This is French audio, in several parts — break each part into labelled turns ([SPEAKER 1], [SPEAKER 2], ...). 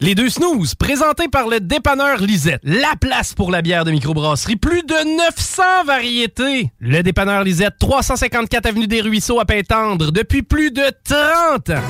[SPEAKER 1] Les deux snooze, présentés par le dépanneur Lisette. La place pour la bière de microbrasserie. Plus de 900 variétés. Le dépanneur Lisette, 354 Avenue des Ruisseaux à Pintendre, depuis plus de 30 ans.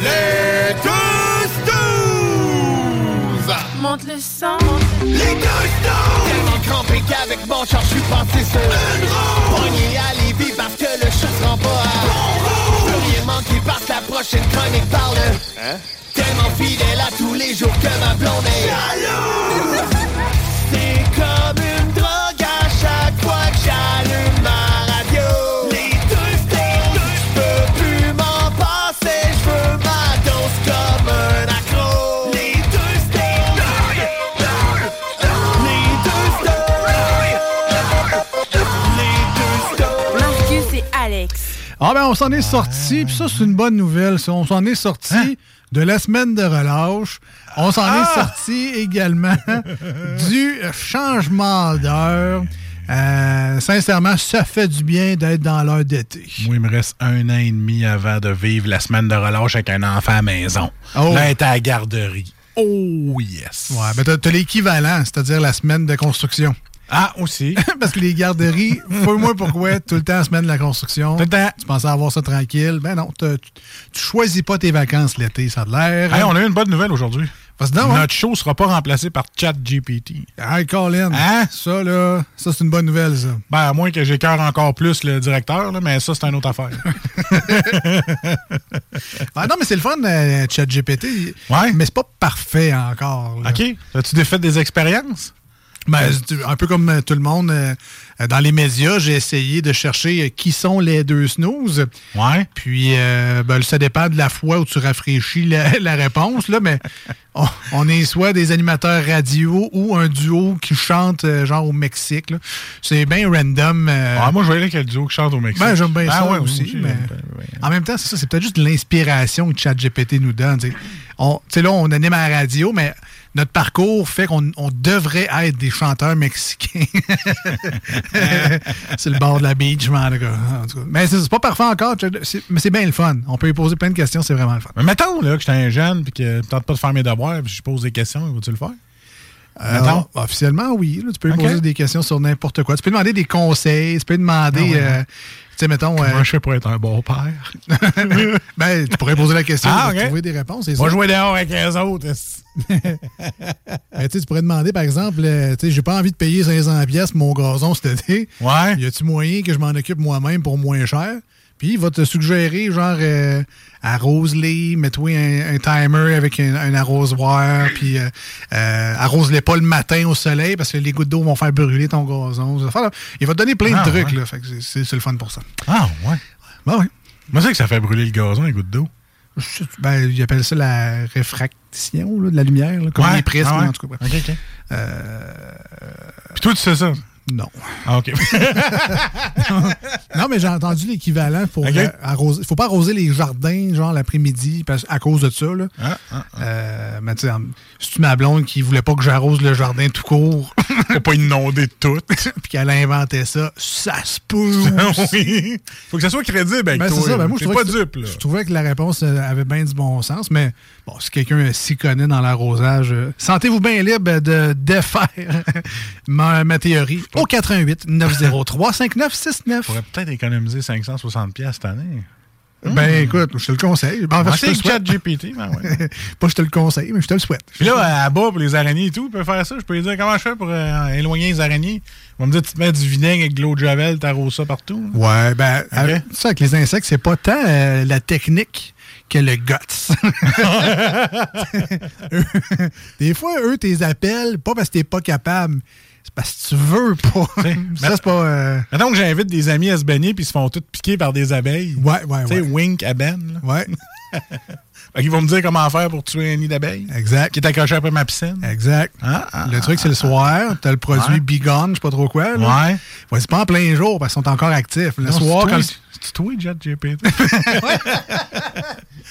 [SPEAKER 2] Les deux snooze
[SPEAKER 3] Monte le sang.
[SPEAKER 2] Les deux snooze Tellement crampé qu'avec mon char, je suis passé sur une roue Pogné à Lévis parce que le chat se rend pas à Bon rien manquer parce que la prochaine chronique parle Hein Tellement fidèle à tous les jours que ma blonde est Jalouse C'est comme une drogue à chaque fois que j'allume ma radio Les deux snooze Je peux plus m'en passer, je veux ma dose comme un accro Les deux snooze
[SPEAKER 3] Marcus et Alex.
[SPEAKER 4] Ah ben on s'en est sorti, puis ça c'est une bonne nouvelle. ça. On s'en est sorti
[SPEAKER 5] Hein?
[SPEAKER 4] de la semaine de relâche. On s'en
[SPEAKER 5] Ah!
[SPEAKER 4] est sorti également du changement d'heure. Euh, sincèrement, ça fait du bien d'être dans l'heure d'été.
[SPEAKER 5] Moi, il me reste un an et demi avant de vivre la semaine de relâche avec un enfant à la maison.
[SPEAKER 4] Oh.
[SPEAKER 5] Là, elle est à la garderie. Oh yes!
[SPEAKER 4] Ouais, ben t'as- t'as l'équivalent, c'est-à-dire la semaine de construction.
[SPEAKER 5] Ah, aussi.
[SPEAKER 4] Parce que les garderies, fais-moi pourquoi, tout le temps, la semaine de la construction.
[SPEAKER 5] Tout le temps.
[SPEAKER 4] Tu pensais avoir ça tranquille. Ben non, t'as- tu, tu choisis pas tes vacances l'été, ça a de l'air.
[SPEAKER 5] Hey, on a eu une bonne nouvelle aujourd'hui.
[SPEAKER 4] Parce que non, hein?
[SPEAKER 5] Notre show ne sera pas remplacé par ChatGPT.
[SPEAKER 4] Hey, Colin.
[SPEAKER 5] Hein?
[SPEAKER 4] Ça, là, ça, c'est une bonne nouvelle, ça.
[SPEAKER 5] Ben, à moins que j'écœure encore plus le directeur, là, mais ça, c'est une autre affaire.
[SPEAKER 4] Ah, non, mais c'est le fun, euh, ChatGPT.
[SPEAKER 5] Ouais.
[SPEAKER 4] Mais c'est pas parfait hein. encore. là.
[SPEAKER 5] OK? As-tu dé- fait des expériences?
[SPEAKER 4] Ben, c'est un peu comme euh, tout le monde, euh, euh, dans les médias, j'ai essayé de chercher euh, qui sont les deux snooze.
[SPEAKER 5] Ouais.
[SPEAKER 4] Puis, euh, ben, ça dépend de la fois où tu rafraîchis la, la réponse, là, mais on, on est soit des animateurs radio ou un duo qui chante euh, genre au Mexique. là. C'est bien random. euh,
[SPEAKER 5] Ah, moi, je voyais quel duo qui chante au Mexique.
[SPEAKER 4] ben, j'aime bien
[SPEAKER 5] Ah,
[SPEAKER 4] ça
[SPEAKER 5] ouais,
[SPEAKER 4] aussi.
[SPEAKER 5] moi
[SPEAKER 4] mais
[SPEAKER 5] j'aime bien, ouais.
[SPEAKER 4] En même temps, c'est ça, c'est peut-être juste de l'inspiration que ChatGPT nous donne. Tu sais. On- tu sais, là, on anime à la radio, mais notre parcours fait qu'on on devrait être des chanteurs mexicains. c'est le bord de la beach, mais en tout cas. en tout cas. Mais c'est c'est pas parfait encore, Chat- c'est- mais c'est bien le fun. On peut lui poser plein de questions, c'est vraiment le fun.
[SPEAKER 5] Mais mettons là, que j'étais un jeune puis que je me tente pas de faire mes devoirs puis je pose des questions, vas-tu le faire?
[SPEAKER 4] Euh,
[SPEAKER 5] mettons?
[SPEAKER 4] Alors, officiellement, oui. là, tu peux lui
[SPEAKER 5] Ok.
[SPEAKER 4] poser des questions sur n'importe quoi. Tu peux lui demander des conseils, tu peux lui demander,
[SPEAKER 5] Ah ouais.
[SPEAKER 4] euh, tu sais, mettons, euh,
[SPEAKER 5] Moi, je sais pas être un bon père.
[SPEAKER 4] ben, tu pourrais poser la question,
[SPEAKER 5] Ah,
[SPEAKER 4] tu vas
[SPEAKER 5] ok.
[SPEAKER 4] trouver des réponses. c'est
[SPEAKER 5] Va
[SPEAKER 4] ça.
[SPEAKER 5] jouer dehors avec les autres. est-ce.
[SPEAKER 4] Ben, tu sais, tu pourrais demander, par exemple, euh, tu sais, j'ai pas envie de payer 500 pièces mon gazon cet été.
[SPEAKER 5] Ouais.
[SPEAKER 4] Y a-tu moyen que je m'en occupe moi-même pour moins cher? Puis il va te suggérer, genre, euh, arrose-les, mets-toi un, un timer avec un, un arrosoir, puis euh, euh, arrose-les pas le matin au soleil parce que les gouttes d'eau vont faire brûler ton gazon. ces affaires-là. Il va te donner plein
[SPEAKER 5] Ah,
[SPEAKER 4] de trucs,
[SPEAKER 5] ouais.
[SPEAKER 4] là. Fait que c'est- c'est c'est le fun pour ça.
[SPEAKER 5] Ah, ouais.
[SPEAKER 4] Ben oui.
[SPEAKER 5] Moi, c'est que ça fait brûler le gazon, les gouttes d'eau.
[SPEAKER 4] Je- Ben, ils appellent ça la réfraction là, de la lumière, là, comme
[SPEAKER 5] Ouais.
[SPEAKER 4] les prismes,
[SPEAKER 5] Ah ouais.
[SPEAKER 4] en tout cas. Euh, bref.
[SPEAKER 5] OK, OK. Puis toi, tu sais ça.
[SPEAKER 4] Non.
[SPEAKER 5] Ah, OK.
[SPEAKER 4] Non, mais j'ai entendu l'équivalent pour
[SPEAKER 5] Ok.
[SPEAKER 4] euh, arroser. Faut pas arroser les jardins, genre l'après-midi, parce à cause de ça. Là.
[SPEAKER 5] Ah, ah,
[SPEAKER 4] Euh, mais tu sais, en- c'est-tu ma blonde qui voulait pas que j'arrose le jardin tout court,
[SPEAKER 5] Faut pas inonder tout.
[SPEAKER 4] puis qu'elle inventait ça, ça se peut.
[SPEAKER 5] oui. Faut que ça soit crédible avec
[SPEAKER 4] Ben,
[SPEAKER 5] toi.
[SPEAKER 4] c'est ça, ben,
[SPEAKER 5] là.
[SPEAKER 4] moi, je
[SPEAKER 5] T'es
[SPEAKER 4] trouvais,
[SPEAKER 5] pas
[SPEAKER 4] que c'est-
[SPEAKER 5] dupe, là.
[SPEAKER 4] je trouvais que la réponse euh, avait bien du bon sens, mais bon, si quelqu'un euh, s'y connaît dans l'arrosage, euh, sentez-vous bien libre de défaire ma, ma théorie
[SPEAKER 5] pas.
[SPEAKER 4] au 88 903 5969.
[SPEAKER 5] pourrait peut-être économiser 560$ piastres cette année.
[SPEAKER 4] Ben écoute, je te le conseille. Ben, en fait,
[SPEAKER 5] Ah,
[SPEAKER 4] je te le
[SPEAKER 5] c'est
[SPEAKER 4] souhaite.
[SPEAKER 5] ChatGPT, ben ouais.
[SPEAKER 4] Pas je te le conseille, mais je te le souhaite.
[SPEAKER 5] Puis là, à bas, pour les araignées et tout, peut faire ça. Je peux lui dire comment je fais pour euh, éloigner les araignées. On va me dire, tu te mets du vinaigre avec de l'eau de javel, t'arroses ça partout.
[SPEAKER 4] Ouais, ben, avec- ça, avec les insectes, c'est pas tant euh, la technique que le guts. Eux- Des fois, eux, t'es appellent, pas parce que t'es pas capable, c'est parce que tu veux pas. ça, c'est pas. euh,
[SPEAKER 5] Mettons que j'invite des amis à se baigner puis ils se font tous piquer par des abeilles.
[SPEAKER 4] Ouais, ouais,
[SPEAKER 5] Tu sais,
[SPEAKER 4] ouais.
[SPEAKER 5] wink à Ben. là.
[SPEAKER 4] Ouais,
[SPEAKER 5] Fait qu'ils vont me dire comment faire pour tuer un nid d'abeilles
[SPEAKER 4] exact.
[SPEAKER 5] qui est accroché après ma piscine.
[SPEAKER 4] Exact.
[SPEAKER 5] Ah, ah,
[SPEAKER 4] le truc, c'est le soir, t'as le produit
[SPEAKER 5] Ouais.
[SPEAKER 4] Bigone, je sais pas trop quoi. là.
[SPEAKER 5] Ouais.
[SPEAKER 4] ah. Ouais, c'est pas en plein jour parce qu'ils sont encore actifs. Le soir, quand.
[SPEAKER 5] C'est toi, ChatGPT.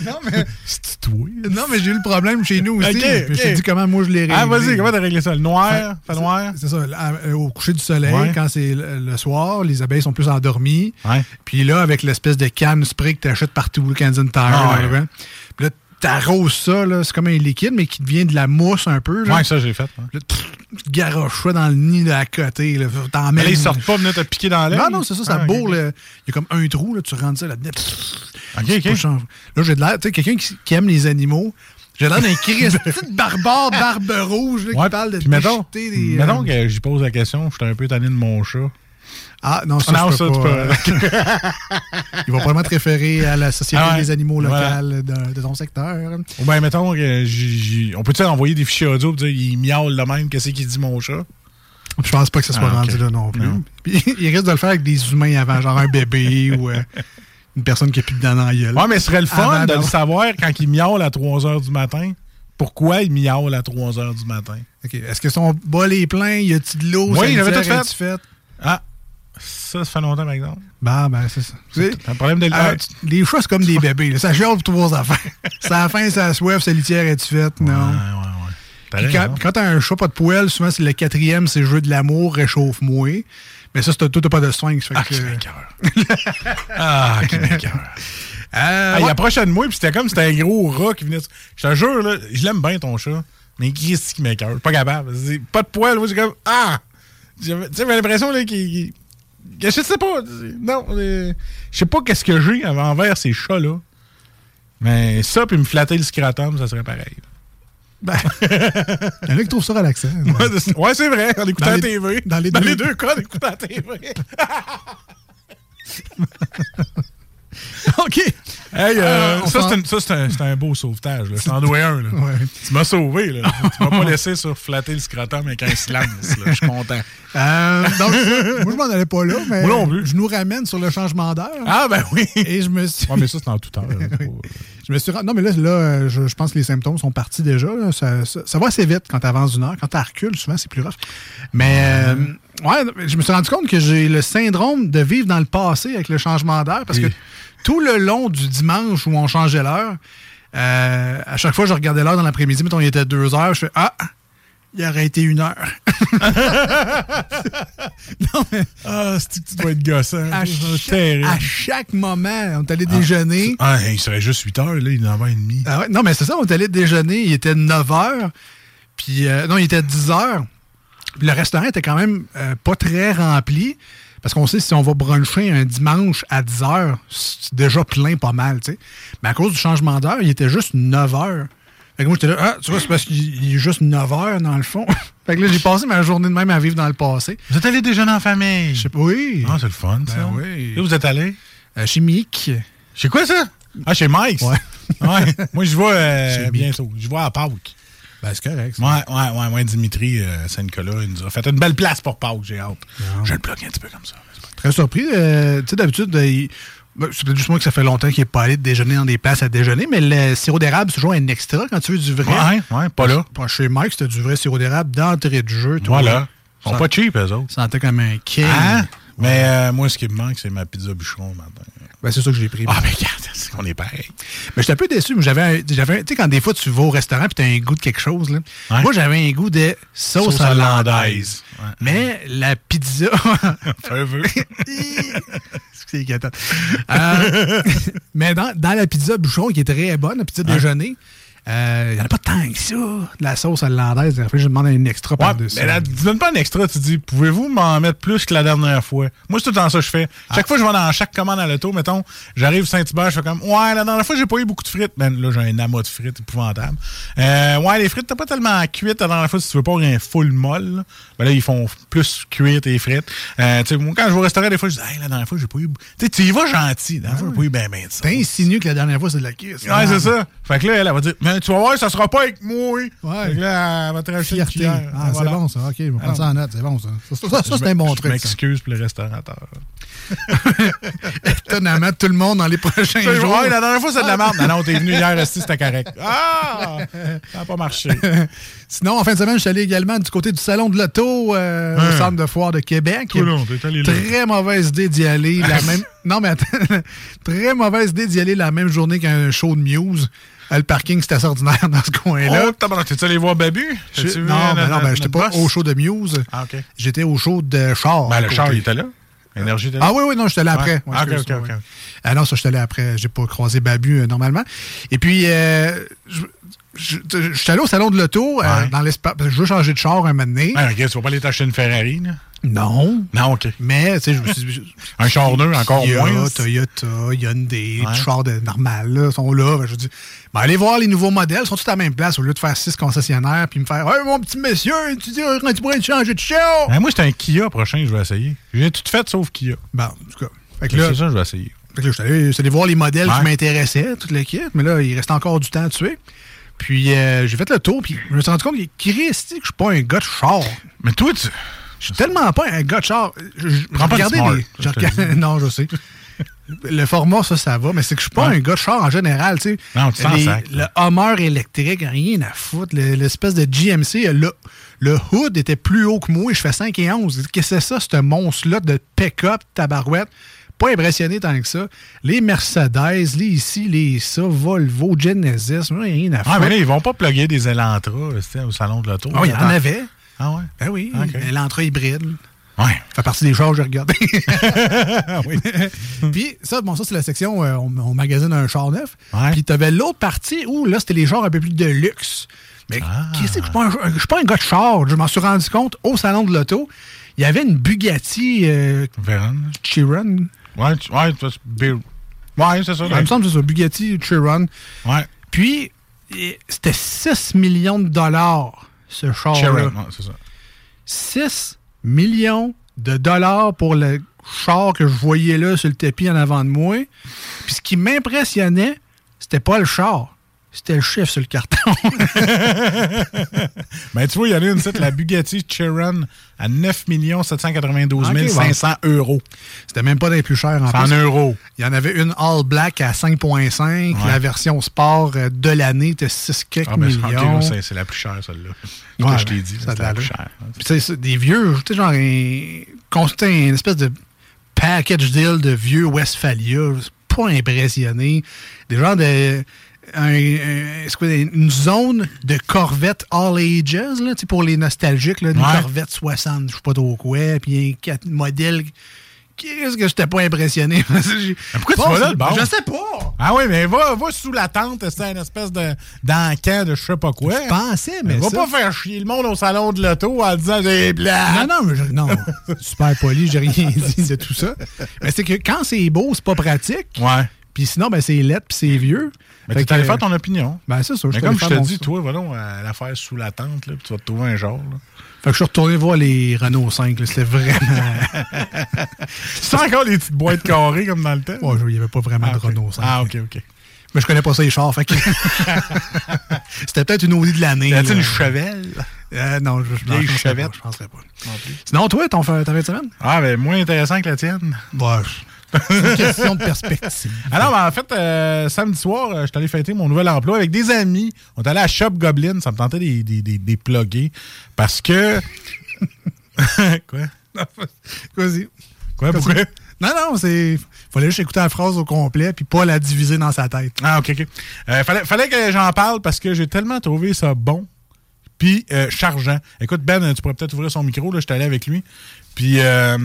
[SPEAKER 4] Non, mais. C'est toi. Non, mais j'ai eu le problème chez nous aussi.
[SPEAKER 5] Ok,
[SPEAKER 4] Puis
[SPEAKER 5] ok.
[SPEAKER 4] Je te dis comment moi je l'ai réglé.
[SPEAKER 5] Ah, vas-y, comment t'as réglé ça? Le noir? Fait
[SPEAKER 4] C'est-
[SPEAKER 5] noir?
[SPEAKER 4] C'est ça. à- euh, au coucher du soleil,
[SPEAKER 5] Ouais.
[SPEAKER 4] quand c'est le, le soir, les abeilles sont plus endormies.
[SPEAKER 5] Ouais.
[SPEAKER 4] Puis là, avec l'espèce de canne spray que t'achètes partout, le Canadian Tire.
[SPEAKER 5] Ah
[SPEAKER 4] là,
[SPEAKER 5] ouais.
[SPEAKER 4] là. Puis là, t'arroses ça, là, c'est comme un liquide, mais qui devient de la mousse un peu. Là.
[SPEAKER 5] Ouais, ça, j'ai fait. hein. ouais.
[SPEAKER 4] Puis là, pff, tu te garoches ça dans le nid là, à côté. Là, t'en mets
[SPEAKER 5] Mais là, ils sortent pas, venir te piquer dans l'air.
[SPEAKER 4] Non, non, c'est ça, ça
[SPEAKER 5] Ah, ok,
[SPEAKER 4] bourre.
[SPEAKER 5] ok.
[SPEAKER 4] là. Il y a comme un trou, là, tu rentres ça là-dedans. pff,
[SPEAKER 5] Ok,
[SPEAKER 4] tu
[SPEAKER 5] ok.
[SPEAKER 4] peux changer. Là, j'ai de l'air, tu sais, quelqu'un qui, qui aime les animaux. J'ai l'air d'un Christ de barbare, barbe rouge, là,
[SPEAKER 5] Ouais,
[SPEAKER 4] qui parle de
[SPEAKER 5] puis mettons, Mm.
[SPEAKER 4] déchiqueter des. euh,
[SPEAKER 5] mettons que j'y pose la question, je suis un peu tanné de mon chat.
[SPEAKER 4] Ah, non, ça,
[SPEAKER 5] non,
[SPEAKER 4] je
[SPEAKER 5] ça,
[SPEAKER 4] peux
[SPEAKER 5] tu
[SPEAKER 4] pas,
[SPEAKER 5] peux.
[SPEAKER 4] euh, Ils vont probablement te référer à la Société
[SPEAKER 5] Ah ouais,
[SPEAKER 4] des animaux
[SPEAKER 5] voilà.
[SPEAKER 4] locale de, de ton secteur.
[SPEAKER 5] Ou bien, mettons que j'y- j'y- on peut-tu envoyer des fichiers audio pour dire, il miaule de même, qu'est-ce qu'il dit mon chat?
[SPEAKER 4] Je pense pas que ça soit
[SPEAKER 5] Ah, ok.
[SPEAKER 4] rendu là non plus.
[SPEAKER 5] Non.
[SPEAKER 4] Puis, ils risquent de le faire avec des humains avant, genre un bébé ou euh, une personne qui a plus de dents dans la gueule. Ah, ben,
[SPEAKER 5] Ouais, mais ce serait le
[SPEAKER 4] Avant
[SPEAKER 5] fun de le
[SPEAKER 4] d'avoir-
[SPEAKER 5] savoir quand il miaule à 3 h du matin. Pourquoi il miaule à 3 h du matin?
[SPEAKER 4] Ok, Est-ce que son bol est plein? Y a-t-il de l'eau?
[SPEAKER 5] Oui,
[SPEAKER 4] sanitaire?
[SPEAKER 5] j'avais tout fait.
[SPEAKER 4] Est-tu fait?
[SPEAKER 5] Ah, ça, ça fait longtemps, par exemple.
[SPEAKER 4] Bah, ben, c'est ça. Tu sais,
[SPEAKER 5] T'as un problème d'élevage?
[SPEAKER 4] euh, tu- les chats, c'est comme des bébés. là. Ça gèle pour trois affaires. Ça a faim, ça a soif, sa litière est-tu faite?
[SPEAKER 5] Ouais,
[SPEAKER 4] Non.
[SPEAKER 5] ouais, ouais. T'as
[SPEAKER 4] Puis
[SPEAKER 5] raison.
[SPEAKER 4] Quand, quand t'as un chat pas de poêle, souvent c'est le quatrième, c'est jeu de l'amour, réchauffe-moi. Mais ça, c'est toi, t'as pas de sphinx. Fait
[SPEAKER 5] Ah,
[SPEAKER 4] que-
[SPEAKER 5] qui m'écoeure. ah, qui m'écoeure.
[SPEAKER 4] Euh,
[SPEAKER 5] Ah,
[SPEAKER 4] ouais.
[SPEAKER 5] Il approchait de moi, puis c'était comme si c'était un gros rat qui venait. de- Je te jure, là, je l'aime bien ton chat, mais Christy qui m'écoeure. Pas capable. C'est- Pas de poil, moi, c'est comme Ah! J'avais- Tu sais, j'avais l'impression là, qu'il. qu'il- que Je sais pas. Non, euh, je sais pas qu'est-ce que j'ai envers ces chats-là. Mais ça, puis me flatter le scratum, ça serait pareil.
[SPEAKER 4] Ben, y en a qui trouvent ça relaxant.
[SPEAKER 5] Ouais, c'est- ouais, c'est vrai, en écoutant
[SPEAKER 4] Dans
[SPEAKER 5] la
[SPEAKER 4] les-
[SPEAKER 5] TV.
[SPEAKER 4] dans les
[SPEAKER 5] dans
[SPEAKER 4] deux-
[SPEAKER 5] les deux cas, en écoutant la TV.
[SPEAKER 4] OK.
[SPEAKER 5] Hey, euh,
[SPEAKER 4] Ah, on
[SPEAKER 5] ça,
[SPEAKER 4] s'en-
[SPEAKER 5] c'est un- ça, c'est un, c'est un beau sauvetage. là. Je t'en dois un. Là.
[SPEAKER 4] Ouais.
[SPEAKER 5] Tu m'as sauvé. Là. tu m'as pas laissé sur flatter le scrotum avec un silence. là. Je suis content.
[SPEAKER 4] Euh, donc, moi, je m'en allais pas là, mais
[SPEAKER 5] Moi non plus.
[SPEAKER 4] Euh, je nous ramène sur le changement d'heure.
[SPEAKER 5] Ah, ben oui.
[SPEAKER 4] Et je me suis.
[SPEAKER 5] Ouais, mais ça, c'est en tout temps. là. C'est pas-
[SPEAKER 4] Je me suis rend- Non, mais là, là, euh, je, je pense que les symptômes sont partis déjà. là. Ça, ça- ça va assez vite quand tu avances d'une heure. Quand tu recules, souvent, c'est plus rough. Mais euh, ouais, non, mais je me suis rendu compte que j'ai le syndrome de vivre dans le passé avec le changement d'heure parce
[SPEAKER 5] Oui.
[SPEAKER 4] que tout le long du dimanche où on changeait l'heure, euh, à chaque fois, je regardais l'heure dans l'après-midi. Mettons, il était deux heures. Je fais Ah, il aurait été une heure. non, mais
[SPEAKER 5] Ah, c'est que tu dois être gossant.
[SPEAKER 4] à,
[SPEAKER 5] C'est
[SPEAKER 4] chaque,
[SPEAKER 5] Ah, terrible.
[SPEAKER 4] à chaque moment, on est allé déjeuner.
[SPEAKER 5] Ah, hey, il serait juste 8 heures. Là, il est 9h30.
[SPEAKER 4] Ah ouais, non, mais c'est ça, on est allé déjeuner, il était 9 h, puis euh, non, il était 10 h. Puis le restaurant était quand même euh, pas très rempli, parce qu'on sait si on va bruncher un dimanche à 10 h, c'est déjà plein pas mal, tu sais. Mais à cause du changement d'heure, il était juste 9 h. Fait que moi, j'étais là, ah, tu vois, c'est parce qu'il il est juste 9 h dans le fond. fait que là, j'ai passé ma journée de même à vivre dans le passé.
[SPEAKER 5] Vous êtes allé déjeuner en famille.
[SPEAKER 4] Je sais pas, oui,
[SPEAKER 5] Ah, c'est le fun, ça.
[SPEAKER 4] Ben oui.
[SPEAKER 5] Là, vous êtes allé.
[SPEAKER 4] euh, chez Mick.
[SPEAKER 5] Chez quoi, ça? Ah, chez Mike.
[SPEAKER 4] Ouais.
[SPEAKER 5] Moi, je vois euh,
[SPEAKER 4] Chez Mick.
[SPEAKER 5] bientôt. Je vois à Pâques.
[SPEAKER 4] Ben, c'est correct. ça.
[SPEAKER 5] Ouais, ouais, ouais, ouais, Dimitri euh, Saint-Nicolas, il nous a fait une belle place pour Pâques, j'ai hâte. Je le bloque un petit peu comme ça. mais c'est pas grave.
[SPEAKER 4] Très surpris. euh, tu sais, d'habitude, euh, il- ben, c'est peut-être juste moi que ça fait longtemps qu'il n'est pas allé déjeuner dans des places à déjeuner, mais le sirop d'érable, c'est toujours un extra quand tu veux du vrai.
[SPEAKER 5] Ouais, ouais, pas là.
[SPEAKER 4] Pas Chez Mike, c'était du vrai sirop d'érable d'entrée de jeu. toi.
[SPEAKER 5] Voilà. Ils sont
[SPEAKER 4] Ça-
[SPEAKER 5] pas cheap, eux autres.
[SPEAKER 4] Tu sentais comme un king.
[SPEAKER 5] Hein? Mais euh, moi, ce qui me manque, c'est ma pizza bûcheron maintenant.
[SPEAKER 4] Ben, c'est ça que j'ai pris.
[SPEAKER 5] Ah, mais regarde, c'est qu'on est pareil.
[SPEAKER 4] Mais j'étais un peu déçu. mais J'avais, un- j'avais, un- tu sais, quand des fois tu vas au restaurant et tu as un goût de quelque chose, là.
[SPEAKER 5] Ouais.
[SPEAKER 4] moi j'avais un goût de sauce,
[SPEAKER 5] Sauce
[SPEAKER 4] hollandaise.
[SPEAKER 5] hollandaise. Ouais.
[SPEAKER 4] Mais la pizza,
[SPEAKER 5] Un peu.
[SPEAKER 4] C'est éclatant. Euh, mais dans, dans la pizza bouchon, qui est très bonne, la pizza déjeuner, Euh, Il n'y en a pas tant que ça. De la sauce hollandaise, il a fallu que je demande un extra
[SPEAKER 5] Ouais,
[SPEAKER 4] par-dessus.
[SPEAKER 5] mais là, tu donnes pas un extra, tu dis, pouvez-vous m'en mettre plus que la dernière fois? Moi, c'est tout le temps ça que je fais. Chaque fois que je vais dans chaque commande à l'auto, mettons, j'arrive Saint-Hubert, je fais comme, ouais, la dernière fois, j'ai pas eu beaucoup de frites. Ben, là, j'ai un amas de frites épouvantable. Euh, ouais, les frites, t'as pas tellement cuites la dernière fois si tu veux pas un full molle. là. Ben là, ils font plus cuire tes frites. Euh, tu sais, moi, quand je vais au restaurant, des fois, je dis, hey, la dernière fois, j'ai pas eu. beaucoup. Tu sais, tu y vas gentil. La dernière fois, j'ai pas eu ben, ben, de sauce.
[SPEAKER 4] T'insinues que la dernière fois, c'est de la cuisse.
[SPEAKER 5] Ouais, c'est ça. Fait que là, elle, elle va dire, mais tu vas voir, ça sera pas avec moi.
[SPEAKER 4] Ouais.
[SPEAKER 5] Fait que là, elle va te rajouter une
[SPEAKER 4] Fierté.
[SPEAKER 5] cuillère.
[SPEAKER 4] Ah, c'est
[SPEAKER 5] Voilà.
[SPEAKER 4] bon, ça. OK, on va
[SPEAKER 5] Alors.
[SPEAKER 4] prendre ça en note. C'est bon, ça. Ça, ça, ça, c'est un bon
[SPEAKER 5] Je
[SPEAKER 4] truc. ça.
[SPEAKER 5] m'excuse pour le restaurateur.
[SPEAKER 4] Étonnamment, tout le monde dans les prochains
[SPEAKER 5] Ouais,
[SPEAKER 4] jours.
[SPEAKER 5] la dernière fois, c'est de la merde. Non, non, t'es venu hier, aussi, c'était correct. Ah! Ça n'a pas marché.
[SPEAKER 4] Sinon, en fin de semaine, je suis allé également du côté du Salon de l'Auto euh, au
[SPEAKER 5] Hein.
[SPEAKER 4] Centre de foire de Québec.
[SPEAKER 5] Tout long, t'es allé là. Ah.
[SPEAKER 4] Très mauvaise idée d'y aller. La même... Non, mais attends. Très mauvaise idée d'y aller la même journée qu'un show de Muse. Euh, Le parking, c'était assez ordinaire dans ce coin-là.
[SPEAKER 5] Oh, tabarnak, t'es-tu allé voir Babu?
[SPEAKER 4] Je-
[SPEAKER 5] T'as-tu vu
[SPEAKER 4] non,
[SPEAKER 5] notre-
[SPEAKER 4] ben non, ben,
[SPEAKER 5] notre
[SPEAKER 4] j'étais pas
[SPEAKER 5] boss?
[SPEAKER 4] au show de Muse.
[SPEAKER 5] Ah, ok.
[SPEAKER 4] J'étais au show de Char.
[SPEAKER 5] Ben,
[SPEAKER 4] à
[SPEAKER 5] le
[SPEAKER 4] côté.
[SPEAKER 5] char, il était là. L'énergie était là.
[SPEAKER 4] Ah oui, oui, non, je suis allé après.
[SPEAKER 5] Ah, ok,
[SPEAKER 4] excuse-moi,
[SPEAKER 5] ok,
[SPEAKER 4] oui.
[SPEAKER 5] ok.
[SPEAKER 4] Ah non, ça, je suis allé après. J'ai pas croisé Babu euh, normalement. Et puis, euh, je, je- je suis allé au salon de l'auto, euh,
[SPEAKER 5] Ouais.
[SPEAKER 4] dans l'espace. parce que Je veux changer de char un moment donné.
[SPEAKER 5] Ben, ok, tu vas pas aller t'acheter une Ferrari, là?
[SPEAKER 4] Non.
[SPEAKER 5] Non, ok.
[SPEAKER 4] Mais, tu sais, je me suis dit.
[SPEAKER 5] Un char neuf, encore
[SPEAKER 4] Kia,
[SPEAKER 5] moins.
[SPEAKER 4] Toyota, Hyundai,
[SPEAKER 5] Ouais.
[SPEAKER 4] des chars de, normal, là, sont là. Ben, je dis, ben, allez voir les nouveaux modèles, ils sont tous à la même place, au lieu de faire six concessionnaires, puis me faire, hey, mon petit monsieur, tu dis, quand tu pourrais te changer de char?
[SPEAKER 5] Ben, moi, c'est un Kia prochain que je vais essayer. J'ai tout fait sauf Kia.
[SPEAKER 4] Bon, Ben, en tout cas. Fait que
[SPEAKER 5] C'est ça
[SPEAKER 4] là,
[SPEAKER 5] que je vais essayer.
[SPEAKER 4] Fait que là, je suis allé- je suis allé voir les modèles
[SPEAKER 5] Ouais.
[SPEAKER 4] qui m'intéressaient, toute l'équipe, mais là, il reste encore du temps à tuer. Puis euh, j'ai fait le tour, puis je me suis rendu compte que Christy, que je suis pas un gars de char.
[SPEAKER 5] Mais toi, tu.
[SPEAKER 4] Je suis tellement pas un gars de char. Je, je-
[SPEAKER 5] Prends pas de
[SPEAKER 4] regardez
[SPEAKER 5] Smart,
[SPEAKER 4] les-
[SPEAKER 5] ça,
[SPEAKER 4] je
[SPEAKER 5] je te le
[SPEAKER 4] regarde- non, je sais. Le format, ça, ça va, mais c'est que je suis pas
[SPEAKER 5] Ouais.
[SPEAKER 4] un gars de char en général, tu sais.
[SPEAKER 5] Non, tu t'en
[SPEAKER 4] Les-
[SPEAKER 5] sacres.
[SPEAKER 4] Le Hummer électrique, rien à foutre. Le- L'espèce de GMC, euh, le, le hood était plus haut que moi et je fais 5 et 11. Qu'est-ce que c'est ça, ce monstre-là de pick-up, tabarouette? Pas impressionné tant que ça. Les Mercedes, les ici, les ça, Volvo, Genesis, moi, rien à foutre.
[SPEAKER 5] Ah, mais là, ils vont pas plugger des Elantra tu sais, au salon de l'auto.
[SPEAKER 4] Ah oui, il y en
[SPEAKER 5] Attends.
[SPEAKER 4] avait.
[SPEAKER 5] Ah, ouais.
[SPEAKER 4] Ben oui,
[SPEAKER 5] Ok.
[SPEAKER 4] l'entrée hybride.
[SPEAKER 5] Ouais.
[SPEAKER 4] Ça fait partie des chars que j'ai regardé. Puis ça, bon, ça, c'est la section euh, on, on magasine un char neuf.
[SPEAKER 5] Ouais.
[SPEAKER 4] Puis t'avais l'autre partie où là, c'était les chars un peu plus de luxe. Mais
[SPEAKER 5] Ah.
[SPEAKER 4] qu'est-ce que je suis pas un- je suis pas un gars de char. Je m'en suis rendu compte au salon de l'auto. Il y avait une Bugatti euh,
[SPEAKER 5] Vérone.
[SPEAKER 4] Chiron.
[SPEAKER 5] Ouais, tu- ouais, tu vas se bir- Ouais, c'est ça.
[SPEAKER 4] Il me semble que c'est ça, Bugatti Chiron.
[SPEAKER 5] Ouais.
[SPEAKER 4] Puis et- c'était 6 millions de dollars, ce char
[SPEAKER 5] Sharon, ouais, c'est ça.
[SPEAKER 4] 6 millions de dollars pour le char que je voyais là sur le tapis en avant de moi. Puis ce qui m'impressionnait, c'était pas le char, c'était le chiffre sur le carton.
[SPEAKER 5] Ben, tu vois, il y en a une, c'est la Bugatti Chiron à 9 792
[SPEAKER 4] Ah, Ok,
[SPEAKER 5] 500 euros.
[SPEAKER 4] c'était même pas des plus chers en
[SPEAKER 5] C'est en
[SPEAKER 4] plus.
[SPEAKER 5] euros.
[SPEAKER 4] Il y en avait une All Black à 5.5,
[SPEAKER 5] Ouais.
[SPEAKER 4] la version sport euh, de l'année était 6 quelques
[SPEAKER 5] Ah, ben, c'est-
[SPEAKER 4] millions.
[SPEAKER 5] ok, là, c'est- c'est la plus chère, celle-là. C'est
[SPEAKER 4] Ouais,
[SPEAKER 5] que je t'ai dit,
[SPEAKER 4] ça a
[SPEAKER 5] c'est
[SPEAKER 4] de
[SPEAKER 5] la
[SPEAKER 4] l'allure.
[SPEAKER 5] plus chère.
[SPEAKER 4] Puis c'est- c'est des vieux, tu sais, genre un, constat, une espèce de package deal de vieux Westphalia. C'est pas impressionné. Des gens de. un- un- c'est quoi, une zone de Corvette All Ages, là, tu sais, pour les nostalgiques, là, une
[SPEAKER 5] Ouais.
[SPEAKER 4] Corvette 60, je sais pas trop quoi, puis un quatre modèle. Qu'est-ce que j'étais pas impressionné? J'ai-
[SPEAKER 5] pourquoi tu
[SPEAKER 4] Bon,
[SPEAKER 5] vas là,
[SPEAKER 4] c'est-
[SPEAKER 5] le bord?
[SPEAKER 4] Je sais pas!
[SPEAKER 5] Ah oui, mais va, va sous la tente, c'est une espèce de d'encan de je sais pas quoi.
[SPEAKER 4] Je pensais, mais.
[SPEAKER 5] Mais va
[SPEAKER 4] ça-
[SPEAKER 5] pas faire chier le monde au salon de l'auto en disant des
[SPEAKER 4] Non,
[SPEAKER 5] blagues.
[SPEAKER 4] non, mais je- non. Super poli, j'ai rien dit de tout ça. Mais c'est que quand c'est beau, c'est pas pratique.
[SPEAKER 5] Ouais.
[SPEAKER 4] Puis sinon, ben, c'est lettre, puis c'est vieux.
[SPEAKER 5] Mais
[SPEAKER 4] Fait
[SPEAKER 5] tu
[SPEAKER 4] que,
[SPEAKER 5] t'allais faire ton opinion.
[SPEAKER 4] Ben, c'est ça.
[SPEAKER 5] Mais
[SPEAKER 4] suis
[SPEAKER 5] comme
[SPEAKER 4] allé
[SPEAKER 5] je
[SPEAKER 4] faire
[SPEAKER 5] te
[SPEAKER 4] mon-
[SPEAKER 5] dis, toi, va donc à la faire sous la tente, là, puis tu vas te trouver un genre. là.
[SPEAKER 4] Fait que je suis retourné voir les Renault 5. là, C'était vraiment.
[SPEAKER 5] C'est encore les petites boîtes carrées comme dans le temps.
[SPEAKER 4] Ouais, je- il n'y avait pas vraiment
[SPEAKER 5] Ah,
[SPEAKER 4] de
[SPEAKER 5] ok.
[SPEAKER 4] Renault 5.
[SPEAKER 5] Ah, ok, ok.
[SPEAKER 4] Mais je connais pas ça, les chars. Fait que- C'était peut-être une Audi de l'année.
[SPEAKER 5] Y a-t-il
[SPEAKER 4] là.
[SPEAKER 5] une chevelle?
[SPEAKER 4] Euh, non, je, je,
[SPEAKER 5] Vieille
[SPEAKER 4] je penserais
[SPEAKER 5] chevette.
[SPEAKER 4] pas, Je penserais pas. Sinon, toi, ton fin ta fin de semaine?
[SPEAKER 5] Ah, ben, moins intéressant que la tienne.
[SPEAKER 4] Bah, c'est une question de perspective.
[SPEAKER 5] Alors, ben, en fait, euh, samedi soir, euh, je suis allé fêter mon nouvel emploi avec des amis. On est allé à Shop Goblin. Ça me tentait des, des, des, des plugués parce que. Quoi?
[SPEAKER 4] Vas-y.
[SPEAKER 5] Quoi? Pourquoi?
[SPEAKER 4] Non, non, c'est. Fallait juste écouter la phrase au complet, puis pas la diviser dans sa tête.
[SPEAKER 5] Ah, ok, ok. Euh, fallait, fallait que j'en parle parce que j'ai tellement trouvé ça bon. Puis euh, chargeant. Écoute, Ben, tu pourrais peut-être ouvrir son micro. Là, je suis allé avec lui. Puis. euh,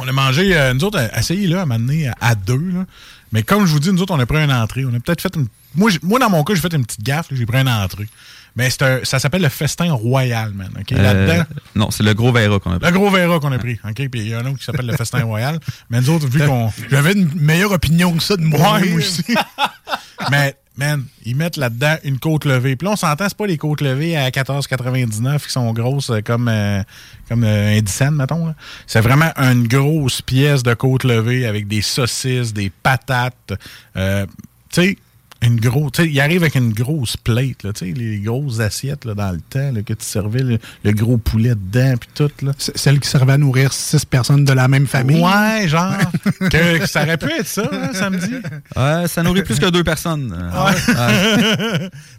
[SPEAKER 5] On a mangé, euh, nous autres, euh, essayé là, à m'amener à, à deux. Là. Mais comme je vous dis, nous autres, on a pris une entrée. On a peut-être fait une. Moi, j'ai- moi, dans mon cas, j'ai fait une petite gaffe. là, J'ai pris une entrée. Mais c'est un- ça s'appelle le festin royal, man. OK?
[SPEAKER 6] Euh,
[SPEAKER 5] Là-dedans.
[SPEAKER 6] non, c'est le gros Vera qu'on a pris.
[SPEAKER 5] Le gros verra qu'on a pris, OK? Puis il y en a un autre qui s'appelle le Festin Royal. Mais nous autres, vu qu'on.
[SPEAKER 4] J'avais une meilleure opinion que ça de moi.
[SPEAKER 5] Ouais,
[SPEAKER 4] oui.
[SPEAKER 5] moi aussi. Mais, man, ils mettent là-dedans une côte levée. Puis là, on s'entend, c'est pas les côtes levées à 14,99 qui sont grosses euh, comme, euh, comme euh, un 10 cents, mettons. là. C'est vraiment une grosse pièce de côte levée avec des saucisses, des patates. euh, tu sais, une grosse. Tu sais, ils arrivent avec une grosse plate, là, tu sais, les grosses assiettes là, dans le temps là, que tu servais, le, le gros poulet dedans, puis tout. Là.
[SPEAKER 4] C- Celle qui servait à nourrir six personnes de la même famille.
[SPEAKER 5] Ouais, genre. que, que ça aurait pu être ça, hein, samedi.
[SPEAKER 6] Euh, ça nourrit plus que deux personnes. Euh,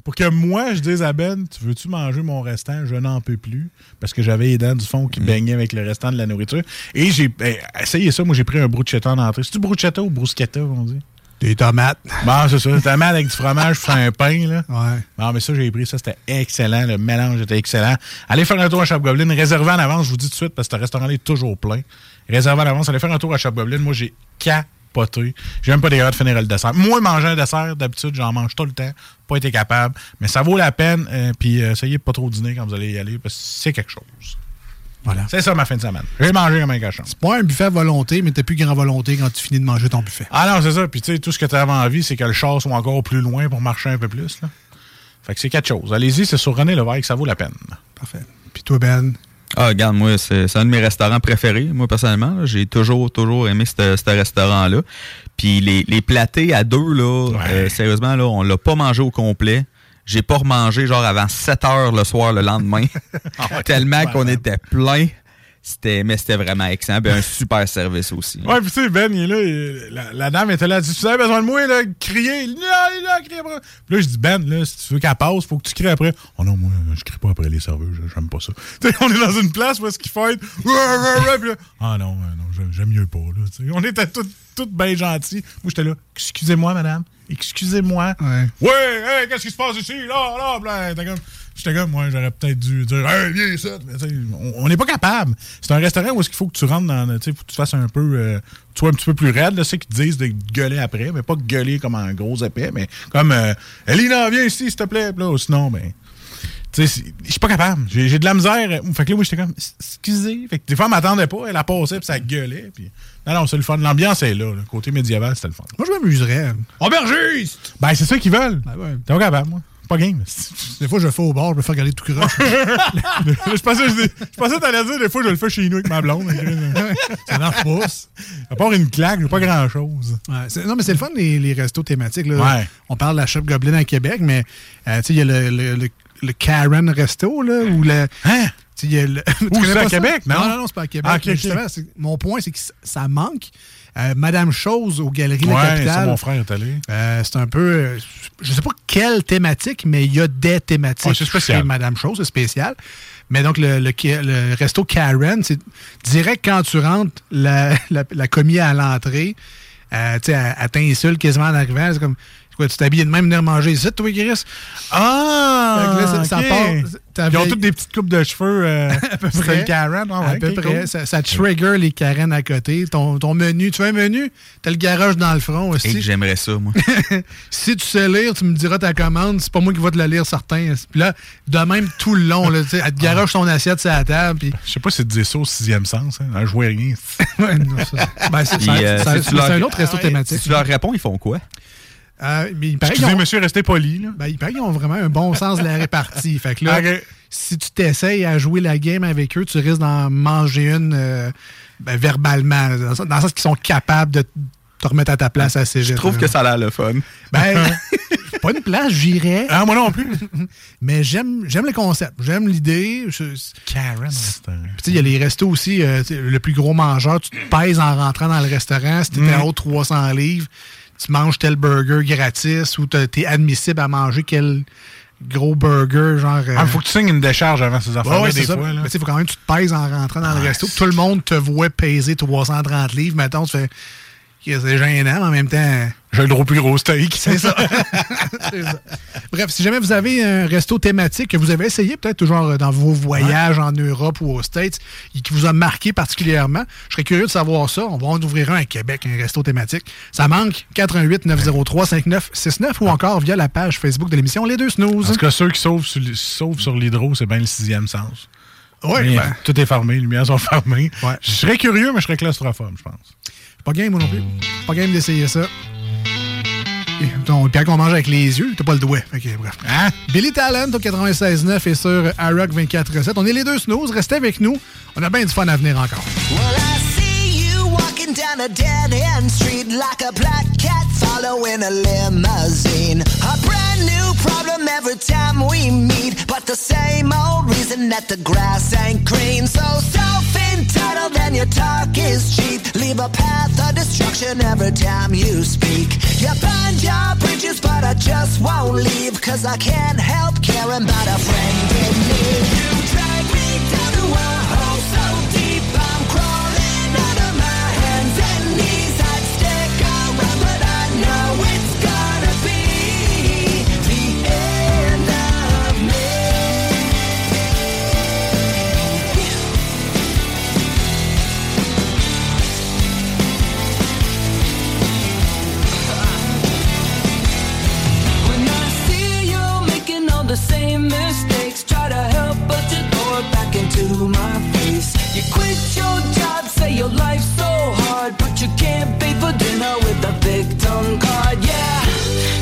[SPEAKER 5] Pour que moi, je dise à Ben, tu veux-tu manger mon restant? Je n'en peux plus. Parce que j'avais les dents du fond qui baignaient avec le restant de la nourriture. Et j'ai eh, essayé ça. Moi, j'ai pris un bruschetta en entrée. C'est-tu bruschetta ou bruschetta, on dit?
[SPEAKER 4] Des tomates.
[SPEAKER 5] Bon, c'est ça. T'as mal avec du fromage, fais un pain, là.
[SPEAKER 4] Ouais.
[SPEAKER 5] Non, mais ça, j'ai pris ça, c'était excellent. Le mélange était excellent. Allez faire un tour à Shop Goblin. Réservez en avance, je vous dis tout de suite, parce que ce restaurant-là est toujours plein. Réservez en avance, allez faire un tour à Shop Goblin. Moi, j'ai capoté. J'ai même pas d'ailleurs de finir le dessert. Moi, manger un dessert, d'habitude, j'en mange tout le temps. Pas été capable. Mais ça vaut la peine. euh, Puis, euh, essayez de pas trop dîner quand vous allez y aller, parce que c'est quelque chose.
[SPEAKER 4] Voilà.
[SPEAKER 5] C'est ça ma fin de semaine. J'ai mangé comme un cochon.
[SPEAKER 4] C'est pas un buffet à volonté, mais t'as plus grand volonté quand tu finis de manger ton buffet.
[SPEAKER 5] Ah non, c'est ça. Puis tu sais, tout ce que tu avais envie, c'est que le char soit encore plus loin pour marcher un peu plus. Là. Fait que c'est quatre choses. Allez-y, c'est sur René Lévesque, ça vaut la peine.
[SPEAKER 4] Parfait. Puis toi, Ben,
[SPEAKER 6] Ah, regarde, moi, c'est c'est un de mes restaurants préférés, moi, personnellement. là. J'ai toujours, toujours aimé ce ce restaurant-là. Puis les, les platés à deux, là, euh, sérieusement, là, on l'a pas mangé au complet. J'ai pas remangé, genre, avant 7 heures le soir, le lendemain. Tellement qu'on était plein. C'était, mais c'était vraiment excellent. Puis un super service aussi.
[SPEAKER 5] Ouais, puis tu sais, Ben, il est là, il- la, la dame était là, elle dit, si vous avez besoin de moi, là, criez, il est là, il est là, criez après. Puis là, je dis, Ben, là, si tu veux qu'elle passe, faut que tu cries après. Oh non, moi, je crie pas après les serveurs, je- j'aime pas ça. Tu sais, on est dans une place où est-ce qu'ils fight. Puis là, ah non, euh, non, j'aime- j'aime mieux pas, là. Tu sais, on était toutes toutes bien gentils. Moi, j'étais là, excusez-moi, madame, excusez-moi.
[SPEAKER 4] Ouais.
[SPEAKER 5] Ouais, hey, qu'est-ce qui se passe ici? Là, là, là. T'es comme- J'étais comme, moi, j'aurais peut-être dû dire, hey, viens ici. Mais tu sais, on- On n'est pas capable. C'est un restaurant où est-ce qu'il faut que tu rentres dans. le- Tu sais, faut que tu fasses un peu. euh, tu sois un petit peu plus raide, là. C'est qu'ils te disent de gueuler après, mais pas gueuler comme un gros épais, mais comme, euh, Elina, viens ici, s'il te plaît. Puis là, ou sinon, ben. Tu sais, c'est- je suis pas capable. J'ai j'ai de la misère. Fait que là, moi, j'étais comme, excusez. Fait que des fois, elle m'attendait pas. Elle a passé, puis ça gueulait. Puis... Non, non, c'est le fun. L'ambiance est là. Le côté médiéval, c'était le fun.
[SPEAKER 4] moi, je m'amuserais.
[SPEAKER 5] Aubergiste! Ben, c'est ça qu'ils veulent.
[SPEAKER 4] Ben ouais.
[SPEAKER 5] T'es pas capable, moi. Pas game.
[SPEAKER 4] Des fois, je fais au bord, je me fais regarder tout croche.
[SPEAKER 5] je pensais je dis- je pensais que t'allais dire des fois je le fais chez nous avec ma blonde.
[SPEAKER 4] ça marche pas. ça.
[SPEAKER 5] À part une claque, j'ai pas grand Ah, chose.
[SPEAKER 4] Ouais, c'est- non, mais c'est le fun, les, les restos thématiques. là.
[SPEAKER 5] Ouais.
[SPEAKER 4] On parle de la Shop Goblin à Québec, mais euh, tu sais, il y a le, le- le- le Karen Resto, là, ou le.
[SPEAKER 5] Hein?
[SPEAKER 4] Tu sais, il y a le- Tu connais
[SPEAKER 5] c'est
[SPEAKER 4] pas
[SPEAKER 5] à
[SPEAKER 4] ça?
[SPEAKER 5] Québec, non?
[SPEAKER 4] Non, non, non, c'est pas à Québec.
[SPEAKER 5] Ah, ok,
[SPEAKER 4] mais
[SPEAKER 5] ok.
[SPEAKER 4] justement, c'est- mon point, c'est que c- ça manque. Euh, Madame Chose aux Galeries de la
[SPEAKER 5] Ouais,
[SPEAKER 4] Capitale.
[SPEAKER 5] ça, mon frère est allé.
[SPEAKER 4] Euh, c'est un peu. euh, Je sais pas quelle thématique, mais il y a des thématiques.
[SPEAKER 5] Ouais, c'est spécial.
[SPEAKER 4] chez Madame Chose, c'est spécial. Mais donc, le, le, le resto Karen, c'est direct quand tu rentres, la, la, la commis à l'entrée, euh, tu sais, elle, elle t'insulte quasiment en arrivant. C'est comme. Quoi, tu t'habilles de même venir manger ici, toi, Chris?
[SPEAKER 5] Ah!
[SPEAKER 4] Fait que là, ça- ça
[SPEAKER 5] ok.
[SPEAKER 4] part- t'avais-
[SPEAKER 5] Ils ont toutes des petites coupes de cheveux. euh, C'était
[SPEAKER 4] près.
[SPEAKER 5] une Karen. Ah ouais,
[SPEAKER 4] à peu
[SPEAKER 5] ok,
[SPEAKER 4] près.
[SPEAKER 5] cool.
[SPEAKER 4] Ça, ça trigger les Karen à côté. Ton, ton menu, tu veux un menu? T'as le garage dans le front
[SPEAKER 6] Et
[SPEAKER 4] aussi.
[SPEAKER 6] que j'aimerais ça, moi.
[SPEAKER 4] si tu sais lire, tu me diras ta commande. C'est pas moi qui vais te la lire, certain. Puis là, de même tout le long, là, tu sais, elle te garoche ton assiette sur la table. Puis,
[SPEAKER 5] Je sais pas si c'est de dire ça au sixième sens. Hein. Un jouet rien.
[SPEAKER 4] Ouais, non, ça- ben, c'est
[SPEAKER 6] Puis,
[SPEAKER 4] ça-
[SPEAKER 6] euh,
[SPEAKER 4] ça-
[SPEAKER 6] si tu
[SPEAKER 4] c'est un
[SPEAKER 6] leur-
[SPEAKER 4] autre resto
[SPEAKER 6] Ah ouais, Si
[SPEAKER 4] thématique.
[SPEAKER 6] tu leur réponds, ils font quoi?
[SPEAKER 4] Euh, mais il paraît qu'ils
[SPEAKER 5] Excusez,
[SPEAKER 4] ont,
[SPEAKER 5] monsieur, restez poli. Là.
[SPEAKER 4] ben, il paraît qu'ils ont vraiment un bon sens de la répartie. Fait que là,
[SPEAKER 5] Ok.
[SPEAKER 4] si tu t'essayes à jouer la game avec eux, tu risques d'en manger une euh, ben, verbalement, dans le sens- dans le sens qu'ils sont capables de te remettre à ta place assez vite.
[SPEAKER 6] Je trouve
[SPEAKER 4] là.
[SPEAKER 6] que ça a l'air le fun.
[SPEAKER 4] Ben, pas une place, j'irais.
[SPEAKER 5] Ah, moi non plus.
[SPEAKER 4] Mais j'aime j'aime le concept, j'aime l'idée. Je-
[SPEAKER 5] Karen. c'est un-
[SPEAKER 4] Puis tu sais, il y a les restos aussi. euh, tu sais, le plus gros mangeur, tu te pèses en rentrant dans le restaurant. Si
[SPEAKER 5] Mm.
[SPEAKER 4] t'étais à haut de 300 livres, tu manges tel burger gratis ou t'as- t'es admissible à manger quel gros burger, genre... euh,
[SPEAKER 5] Ah, faut que tu signes une décharge avant ces
[SPEAKER 4] Ouais,
[SPEAKER 5] affaires-là,
[SPEAKER 4] ouais,
[SPEAKER 5] des
[SPEAKER 4] c'est ça.
[SPEAKER 5] fois. là.
[SPEAKER 4] Mais tu sais, faut quand même que tu te pèses en rentrant dans le resto. Tout le monde te voit peser 330 livres. Mettons, tu fais... C'est gênant, mais en même temps.
[SPEAKER 5] J'ai le gros plus gros steak.
[SPEAKER 4] C'est ça. C'est ça. Bref, si jamais vous avez un resto thématique que vous avez essayé, peut-être toujours euh, dans vos voyages en Europe ou aux States, et qui vous a marqué particulièrement, je serais curieux de savoir ça. On va en ouvrir un à Québec, un resto thématique. Ça manque 88 903 5969 ou encore via la page Facebook de l'émission Les Deux Snooze.
[SPEAKER 5] Parce que ceux qui sauvent sur, le- sauvent sur l'hydro, c'est bien le sixième sens.
[SPEAKER 4] Ouais,
[SPEAKER 5] Mais
[SPEAKER 4] ben.
[SPEAKER 5] Tout est fermé, les lumières sont fermées.
[SPEAKER 4] Ouais.
[SPEAKER 5] Je serais curieux, mais je serais claustrophobe, je pense.
[SPEAKER 4] Pas game, moi non plus. Pas game d'essayer ça. Et, donc, Puis qu'on mange avec les yeux, t'as pas le doigt. Ok, bref.
[SPEAKER 5] Hein?
[SPEAKER 4] Billy Talent au 96.9 et sur iRock 24.7. On est les deux snooze. Restez avec nous. On a bien du fun à venir encore.
[SPEAKER 2] Well, I see you walking down a dead end street like a black cat following a limousine. A brand new problem every time we meet, but the same old reason that the grass ain't green. So self entitled and your talk is cheap. Leave a path of destruction every time you speak. You burned your bridges, but I just won't leave, cause I can't help caring about a friend in need. You drag me down to a hole so deep I'm crawling out of my hands and knees. I'd stick around, but I know it's gonna be the end of me.
[SPEAKER 7] When I see you making all the same mistakes, try to help, but you throw it back into my face. You quit your job, say your life's so hard, but you can't pay for dinner with a victim card. Yeah,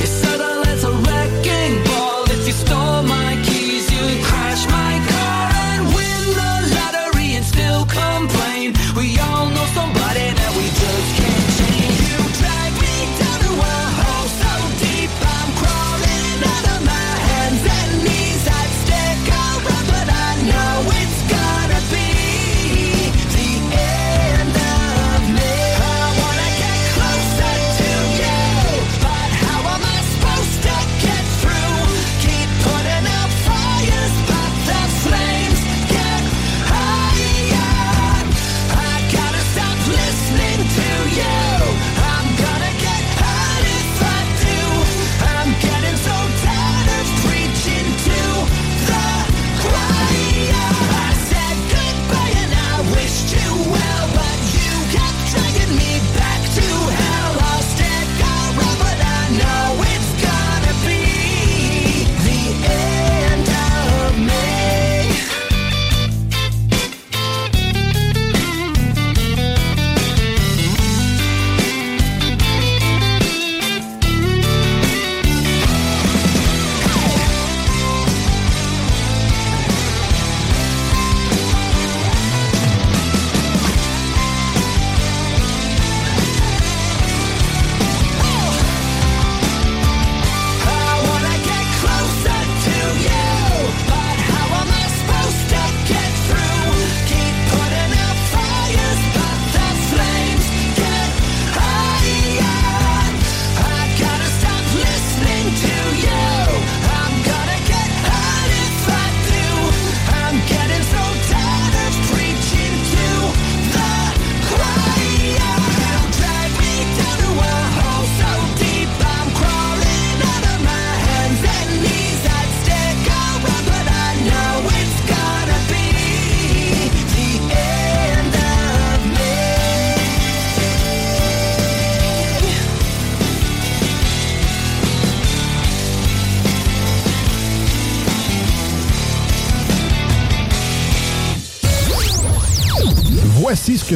[SPEAKER 7] you're subtle as a wrecking ball. If you stole my keys, you'd crash my car and win the lottery and still complain. We all know somebody that we just can't change. You drag me down to a hole so deep I'm crawling out of my hands and knees. I'd stick around, but I know it's gonna be the end of me. I wanna get closer to you, but how am I supposed to get through? Keep putting out fires, but the flames get higher. I gotta stop listening to you. I'm gonna get hurt if I do. I'm getting so tired of preaching to the choir. I said goodbye and I wished you well, but you kept dragging me back to hell. I'll stick around, but I know it's gonna be the end of me. I wanna get closer to you, but how am I supposed to get through? Keep putting out fires, but the flames get higher. I gotta stop listening to you. I'm gonna get hurt if I do. I'm getting so tired of preaching to the choir. You drag me down to a hole so deep I'm crawling out of my hands and knees. I'd stick around, but I know it's gonna be the end of me.
[SPEAKER 8] Voici ce que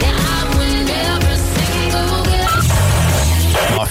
[SPEAKER 7] Yeah, I win every single game.
[SPEAKER 8] Off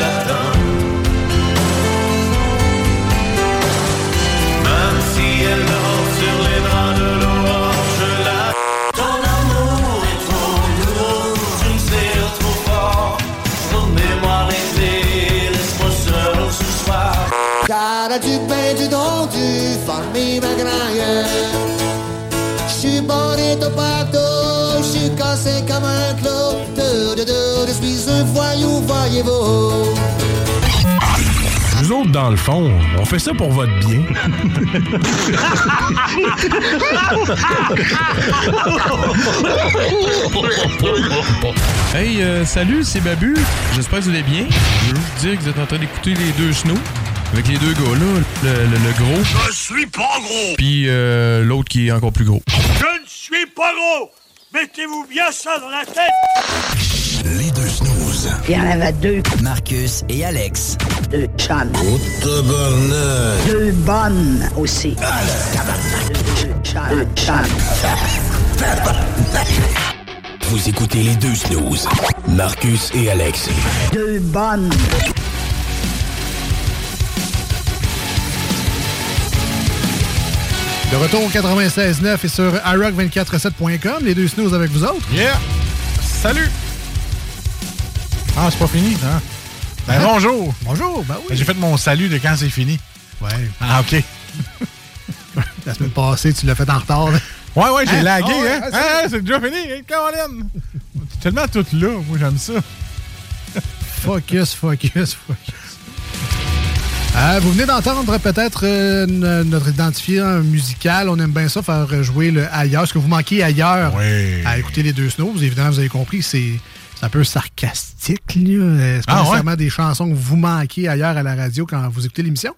[SPEAKER 2] l'attends. Même si elle danse sur les bras de l'aurore, je l'attends. Ton amour est trop nouveau, tu me sers trop fort. Mon mémoire l'été, laisse-moi seul ce soir.
[SPEAKER 7] Cara du pain, du don, du farmi magrailleur. Je suis borné au bateau, je suis cassé comme un clou. De, de, de, je suis un voyou, voyez-vous.
[SPEAKER 9] Nous autres, dans le fond, on fait ça pour votre bien.
[SPEAKER 10] Hey, euh, salut, c'est Babu. J'espère que vous allez bien. Je veux vous dire que vous êtes en train d'écouter les deux snows. Avec les deux gars là, le, le- le gros,
[SPEAKER 2] Je suis pas gros.
[SPEAKER 10] puis euh, l'autre qui est encore plus gros.
[SPEAKER 2] Je ne suis pas gros. Mettez-vous bien ça dans la tête.
[SPEAKER 11] Les deux snooze. Il y en avait deux. Marcus et Alex. Deux chums. Deux bonnes aussi. Deux
[SPEAKER 12] Vous écoutez les deux snooze. Marcus et Alex.
[SPEAKER 11] Deux bonnes.
[SPEAKER 4] De retour au 96.9 et sur iRock247.com. Les deux snooze avec vous autres.
[SPEAKER 5] Yeah! Salut! Ah, c'est pas fini, hein? Ben, bonjour!
[SPEAKER 4] Bonjour, ben oui.
[SPEAKER 5] J'ai fait mon salut de quand c'est fini.
[SPEAKER 4] Ouais.
[SPEAKER 5] Ah, OK.
[SPEAKER 4] La semaine passée, tu l'as fait en retard.
[SPEAKER 5] Ouais, ouais, j'ai lagué,
[SPEAKER 4] Ah ouais,
[SPEAKER 5] hein?
[SPEAKER 4] ah,
[SPEAKER 5] Ah, c'est déjà fini, hein, Caroline? T'es tellement tout là, moi, j'aime ça.
[SPEAKER 4] Focus, focus, focus. Euh, vous venez d'entendre peut-être euh, n- notre identifiant musical. On aime bien ça, faire jouer le ailleurs. Ce que vous manquez ailleurs à écouter les deux snows, évidemment, vous avez compris, c'est c'est un peu sarcastique. là. Euh, C'est pas
[SPEAKER 5] Ah, ouais?
[SPEAKER 4] nécessairement des chansons que vous manquez ailleurs à la radio quand vous écoutez l'émission.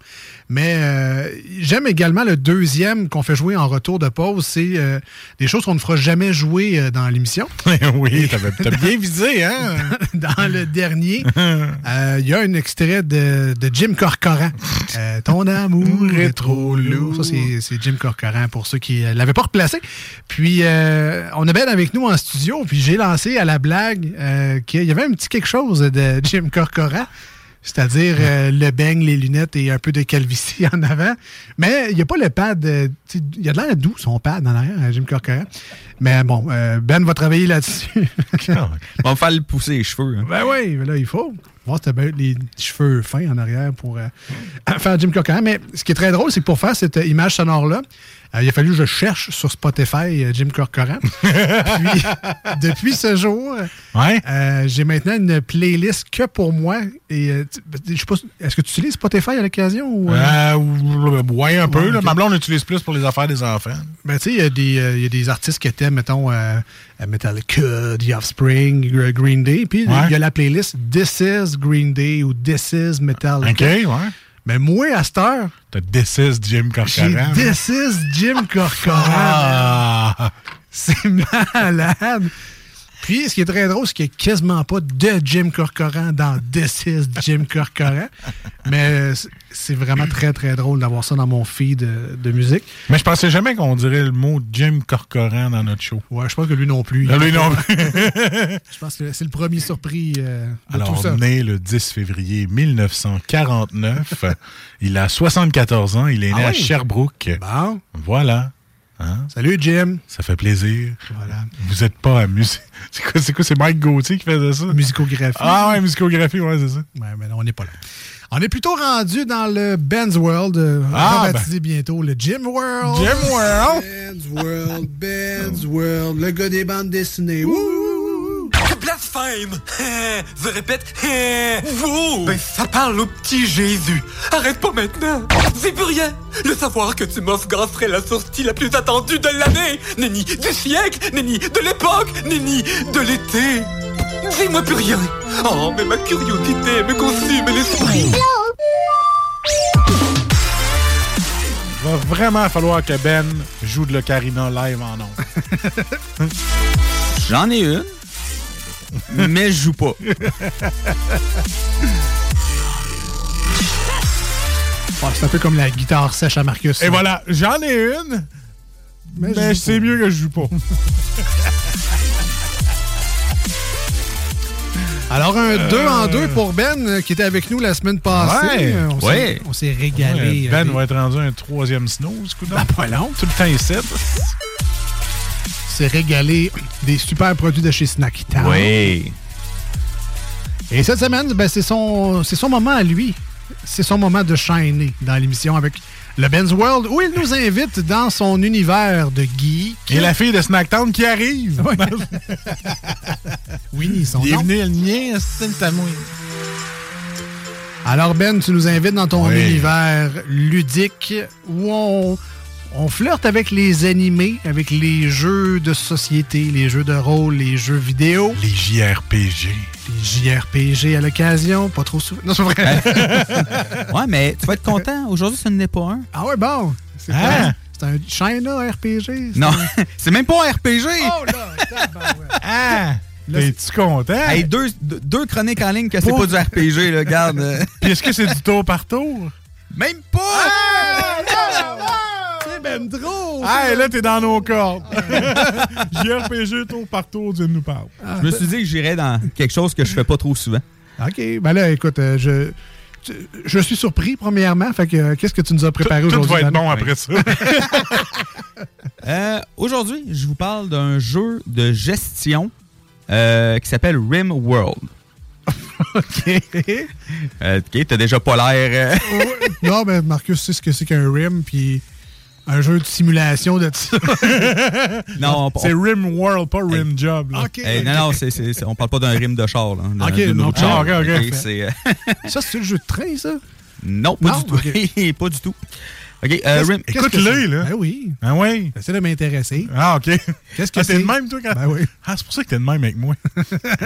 [SPEAKER 4] Mais euh, j'aime également le deuxième qu'on fait jouer en retour de pause. C'est euh, des choses qu'on ne fera jamais jouer euh, dans l'émission.
[SPEAKER 5] oui, t'avais- t'as bien visé, hein?
[SPEAKER 4] Dans le dernier, euh, il y a un extrait de, de Jim Corcoran. Euh, ton amour est trop lourd. Ça, c'est- c'est Jim Corcoran pour ceux qui ne l'avaient pas replacé. Puis, euh, on est bien avec nous en studio. Puis, j'ai lancé à la blague euh, qu'il y avait un petit quelque chose de Jim Corcoran. C'est-à-dire euh, le beigne, les lunettes et un peu de calvitie en avant. Mais il n'y a pas le pad. euh, tu sais, Il y a de l'air doux, son pad en arrière, hein, Jim Corcoran. Mais bon, euh, Ben va travailler là-dessus.
[SPEAKER 13] On va me faire le pousser les cheveux. hein.
[SPEAKER 4] Ben oui, mais là, il faut. Voir si t'as bien les cheveux fins en arrière pour euh, faire Jim Corcoran. Mais ce qui est très drôle, c'est que pour faire cette euh, image sonore-là, euh, il a fallu que je cherche sur Spotify euh, Jim Corcoran. Puis, depuis ce jour, euh, j'ai maintenant une playlist que pour moi. Et euh, tu- je sais pas, est-ce que tu utilises Spotify à l'occasion? ou, euh?
[SPEAKER 5] Euh, ouais, un peu.
[SPEAKER 4] Ouais,
[SPEAKER 5] là.
[SPEAKER 4] ok.
[SPEAKER 5] Ma blonde utilise plus pour les affaires des enfants.
[SPEAKER 4] Ben, tu sais, il y, a des, euh, il y a des artistes que t'aimes, mettons, euh, euh, Metallica, The Offspring, Gr- Green Day. Puis, il
[SPEAKER 5] Ouais.
[SPEAKER 4] y a la playlist This is Green Day ou This is Metallica.
[SPEAKER 5] OK, ouais.
[SPEAKER 4] Mais moi, à cette heure,
[SPEAKER 5] T'as This is Jim
[SPEAKER 4] j'ai
[SPEAKER 5] Corcoran.
[SPEAKER 4] This is Jim Corcoran.
[SPEAKER 5] hein? Ah!
[SPEAKER 4] C'est malade. Puis, ce qui est très drôle, c'est qu'il n'y a quasiment pas de Jim Corcoran dans This is Jim Corcoran. Mais c'est- c'est vraiment très, très drôle d'avoir ça dans mon feed euh, de musique.
[SPEAKER 5] Mais je pensais jamais qu'on dirait le mot Jim Corcoran dans notre show.
[SPEAKER 4] Ouais, je pense que lui non plus.
[SPEAKER 5] Lui non plus.
[SPEAKER 4] je pense que c'est le premier surpris euh, de
[SPEAKER 5] Alors,
[SPEAKER 4] tout ça.
[SPEAKER 5] né le 10 février 1949. il a 74 ans. Il est né
[SPEAKER 4] Ah
[SPEAKER 5] à
[SPEAKER 4] oui?
[SPEAKER 5] Sherbrooke.
[SPEAKER 4] Bon.
[SPEAKER 5] Voilà. Hein?
[SPEAKER 4] Salut, Jim.
[SPEAKER 5] Ça fait plaisir.
[SPEAKER 4] Voilà.
[SPEAKER 5] Vous êtes pas amusé. C'est quoi, c'est quoi? C'est Mike Gauthier qui faisait ça?
[SPEAKER 4] Musicographie.
[SPEAKER 5] Ah ouais, musicographie, ouais, c'est ça.
[SPEAKER 4] Ouais, mais non, on n'est pas là. On est plutôt rendu dans le Ben's World, euh,
[SPEAKER 5] Ah,
[SPEAKER 4] rebaptisé bientôt le Jim World.
[SPEAKER 5] Jim World.
[SPEAKER 4] Ben's World, Ben's World, le gars des bandes dessinées.
[SPEAKER 6] Blasphème!
[SPEAKER 5] hein?
[SPEAKER 6] Je répète, wow! Mais Ben, ça parle au petit Jésus! Arrête pas maintenant! C'est plus rien! Le savoir que tu m'offres serait la sortie la plus attendue de l'année! Nenni du siècle! Nenni de l'époque! Nenni de l'été! Dis-moi plus rien! Oh, mais ma curiosité me consume l'esprit!
[SPEAKER 5] va vraiment falloir que Ben joue de l'ocarina live en ondes.
[SPEAKER 13] J'en ai une.
[SPEAKER 6] mais je joue pas.
[SPEAKER 4] Ouais, c'est un peu comme la guitare sèche à Marcus.
[SPEAKER 5] Et voilà, j'en ai une, mais,
[SPEAKER 4] je joue
[SPEAKER 5] c'est mieux que je joue pas.
[SPEAKER 4] Alors, un 2
[SPEAKER 5] Euh.
[SPEAKER 4] en 2 pour Ben, euh, qui était avec nous la semaine passée.
[SPEAKER 5] Ouais,
[SPEAKER 4] Euh, on s'est-
[SPEAKER 5] ouais.
[SPEAKER 4] On s'est régalé. euh,
[SPEAKER 5] Ouais, ben va être rendu un troisième snow, ce coup là
[SPEAKER 4] pas long.
[SPEAKER 5] Tout le temps ici.
[SPEAKER 4] On s'est régalé des super produits de chez Snack Town.
[SPEAKER 6] Ah. Oui.
[SPEAKER 4] Et cette semaine, ben, c'est son, c'est son moment à lui. C'est son moment de shiner dans l'émission avec le Ben's World, où il nous invite dans son univers de geek.
[SPEAKER 5] Et la fille de Snacktown qui arrive.
[SPEAKER 4] Winnie, son nom.
[SPEAKER 5] Bienvenue, le mien, c'est une tamouille.
[SPEAKER 4] Alors Ben, tu nous invites dans ton
[SPEAKER 5] Oui.
[SPEAKER 4] univers ludique où on, on flirte avec les animés, avec les jeux de société, les jeux de rôle, les jeux vidéo.
[SPEAKER 5] Les JRPG.
[SPEAKER 4] Les JRPG à l'occasion, pas trop souvent. Non, c'est pas vrai.
[SPEAKER 5] Hein?
[SPEAKER 6] ouais, mais tu vas être content. Aujourd'hui, ce n'est pas un.
[SPEAKER 4] ah ouais, bon. C'est
[SPEAKER 5] Hein?
[SPEAKER 6] Ah.
[SPEAKER 4] quoi? C'est un China RPG. c'est-
[SPEAKER 6] Non, c'est même pas un RPG.
[SPEAKER 4] Oh là,
[SPEAKER 5] Ah! T'es-tu content?
[SPEAKER 6] Hey, deux, deux- deux chroniques en ligne que c'est pas du RPG, là, garde.
[SPEAKER 5] Puis est-ce que c'est du tour par tour?
[SPEAKER 6] Même pas!
[SPEAKER 4] C'est même drôle!
[SPEAKER 5] Hey, là, t'es dans nos cordes. JRPG, tour par tour, Dieu nous parle.
[SPEAKER 6] Je me suis dit que j'irais dans quelque chose que je fais pas trop souvent.
[SPEAKER 4] OK, ben là, écoute, euh, je... tu- Je suis surpris, premièrement. Fait que, euh, qu'est-ce que tu nous as préparé
[SPEAKER 5] Tout- tout
[SPEAKER 4] aujourd'hui?
[SPEAKER 5] va être
[SPEAKER 4] Dan?
[SPEAKER 5] bon après ça.
[SPEAKER 6] Euh, Aujourd'hui, je vous parle d'un jeu de gestion euh, qui s'appelle RimWorld.
[SPEAKER 4] OK.
[SPEAKER 6] Euh, ok, t'as déjà pas l'air. euh,
[SPEAKER 4] non, mais Marcus sait ce que c'est qu'un rim, puis un jeu de simulation de ça.
[SPEAKER 6] non, on-
[SPEAKER 5] C'est Rim World, pas Rim Job. là.
[SPEAKER 6] Hey, Non, non, c'est- c'est- c'est- on parle pas d'un rime de char. Là, d'un-
[SPEAKER 5] Ok,
[SPEAKER 6] d'une
[SPEAKER 5] non.
[SPEAKER 6] roue de char,
[SPEAKER 5] Ah, ok, ok.
[SPEAKER 6] ok, c'est, euh,
[SPEAKER 4] Ça, c'est le jeu de train, ça?
[SPEAKER 6] non, pas
[SPEAKER 4] Non,
[SPEAKER 6] du tout. pas du tout. OK, euh, Rim-
[SPEAKER 4] Qu'est-ce que
[SPEAKER 5] Écoute-le,
[SPEAKER 4] c'est?
[SPEAKER 5] là.
[SPEAKER 4] Ben oui.
[SPEAKER 5] Ah oui?
[SPEAKER 4] J'essaie de m'intéresser.
[SPEAKER 5] Ah, OK.
[SPEAKER 4] Qu'est-ce que
[SPEAKER 5] Ah,
[SPEAKER 4] c'est?
[SPEAKER 5] t'es de même, toi, quand...
[SPEAKER 4] Ben oui.
[SPEAKER 5] Ah, c'est pour ça que t'es de même avec moi.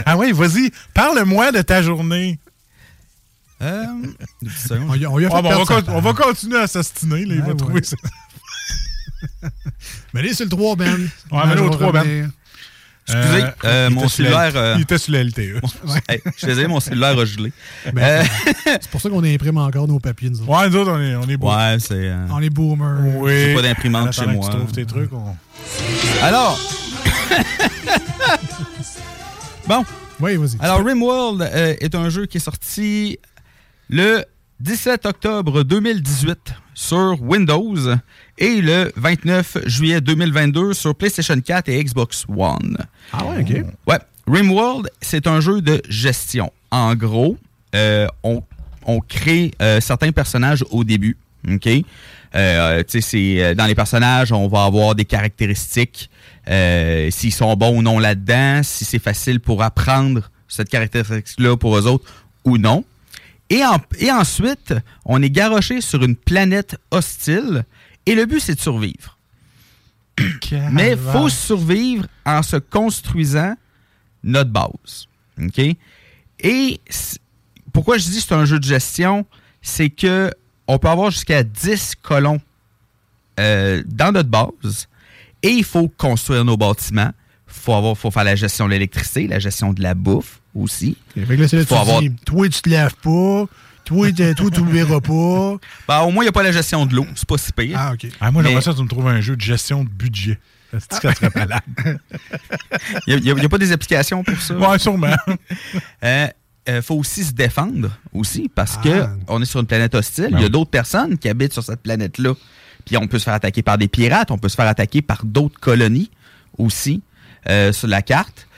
[SPEAKER 5] ah oui, vas-y, parle-moi de ta journée.
[SPEAKER 6] Euh, une petite seconde.
[SPEAKER 4] On, y a- on y a fait
[SPEAKER 5] Ah, bon, on, va
[SPEAKER 4] perdre sa
[SPEAKER 5] con- on va continuer à s'astiner, là, il va
[SPEAKER 4] Ben ouais.
[SPEAKER 5] trouver ça.
[SPEAKER 4] Mais là, c'est le 3, Ben.
[SPEAKER 5] On va aller au
[SPEAKER 4] je vais
[SPEAKER 5] 3, Ben.
[SPEAKER 4] revenir.
[SPEAKER 6] Excusez,
[SPEAKER 5] Euh,
[SPEAKER 6] euh,
[SPEAKER 5] il
[SPEAKER 6] mon
[SPEAKER 5] était sur la-
[SPEAKER 6] cellulaire. euh,
[SPEAKER 5] Il était sur la E. LTE.
[SPEAKER 6] Hey, je suis désolé, mon cellulaire a gelé. Euh,
[SPEAKER 4] Ben, C'est pour ça qu'on imprime encore nos papiers, nous autres.
[SPEAKER 5] Ouais, nous autres, on est, on est
[SPEAKER 6] Euh,
[SPEAKER 5] beaux.
[SPEAKER 6] ouais, c'est. euh,
[SPEAKER 4] On est boomers.
[SPEAKER 5] Oui.
[SPEAKER 6] J'ai pas d'imprimante
[SPEAKER 5] En
[SPEAKER 6] chez
[SPEAKER 5] attendant que
[SPEAKER 6] moi.
[SPEAKER 5] Tu trouves tes trucs, on...
[SPEAKER 6] Alors. bon,
[SPEAKER 4] Oui, vas-y.
[SPEAKER 6] alors Rimworld euh, est un jeu qui est sorti le 17 octobre 2018 sur Windows et le 29 juillet 2022 sur PlayStation 4 et Xbox One.
[SPEAKER 4] Ah ouais, OK.
[SPEAKER 6] Ouais. RimWorld, c'est un jeu de gestion. En gros, euh, on, on crée euh, certains personnages au début. OK? Euh, tu sais, c'est, euh, dans les personnages, on va avoir des caractéristiques, euh, s'ils sont bons ou non là-dedans, si c'est facile pour apprendre cette caractéristique-là pour eux autres ou non. Et, en- et ensuite, on est garoché sur une planète hostile et le but, c'est de survivre.
[SPEAKER 4] Ah,
[SPEAKER 6] Mais il faut survivre en se construisant notre base. OK? Et c- pourquoi je dis que c'est un jeu de gestion, c'est que on peut avoir jusqu'à 10 colons euh, dans notre base et il faut construire nos bâtiments. Il faut, avoir- faut faire la gestion de l'électricité, la gestion de la bouffe aussi.
[SPEAKER 4] Fait que là, c'est là,
[SPEAKER 6] Faut
[SPEAKER 4] tu
[SPEAKER 6] avoir-
[SPEAKER 4] dis, toi, tu te laves pas. Toi, t'es- toi, tu l'oublieras pas.
[SPEAKER 6] Ben, au moins, il n'y a pas la gestion de l'eau. C'est pas si pire.
[SPEAKER 4] Ah, OK.
[SPEAKER 5] Ah, moi, j'aimerais
[SPEAKER 6] Mais-
[SPEAKER 5] ça que tu me trouves un jeu de gestion de budget. Est-ce que Ça serait malade.
[SPEAKER 6] Il n'y a, pas des applications pour ça.
[SPEAKER 5] Ouais, sûrement.
[SPEAKER 6] Euh, euh, faut aussi se défendre aussi parce
[SPEAKER 4] Ah. Ben
[SPEAKER 6] que on est sur une planète hostile. Il y a d'autres personnes qui habitent sur cette planète-là. Puis on peut se faire attaquer par des pirates, on peut se faire attaquer par d'autres colonies aussi euh, sur la carte.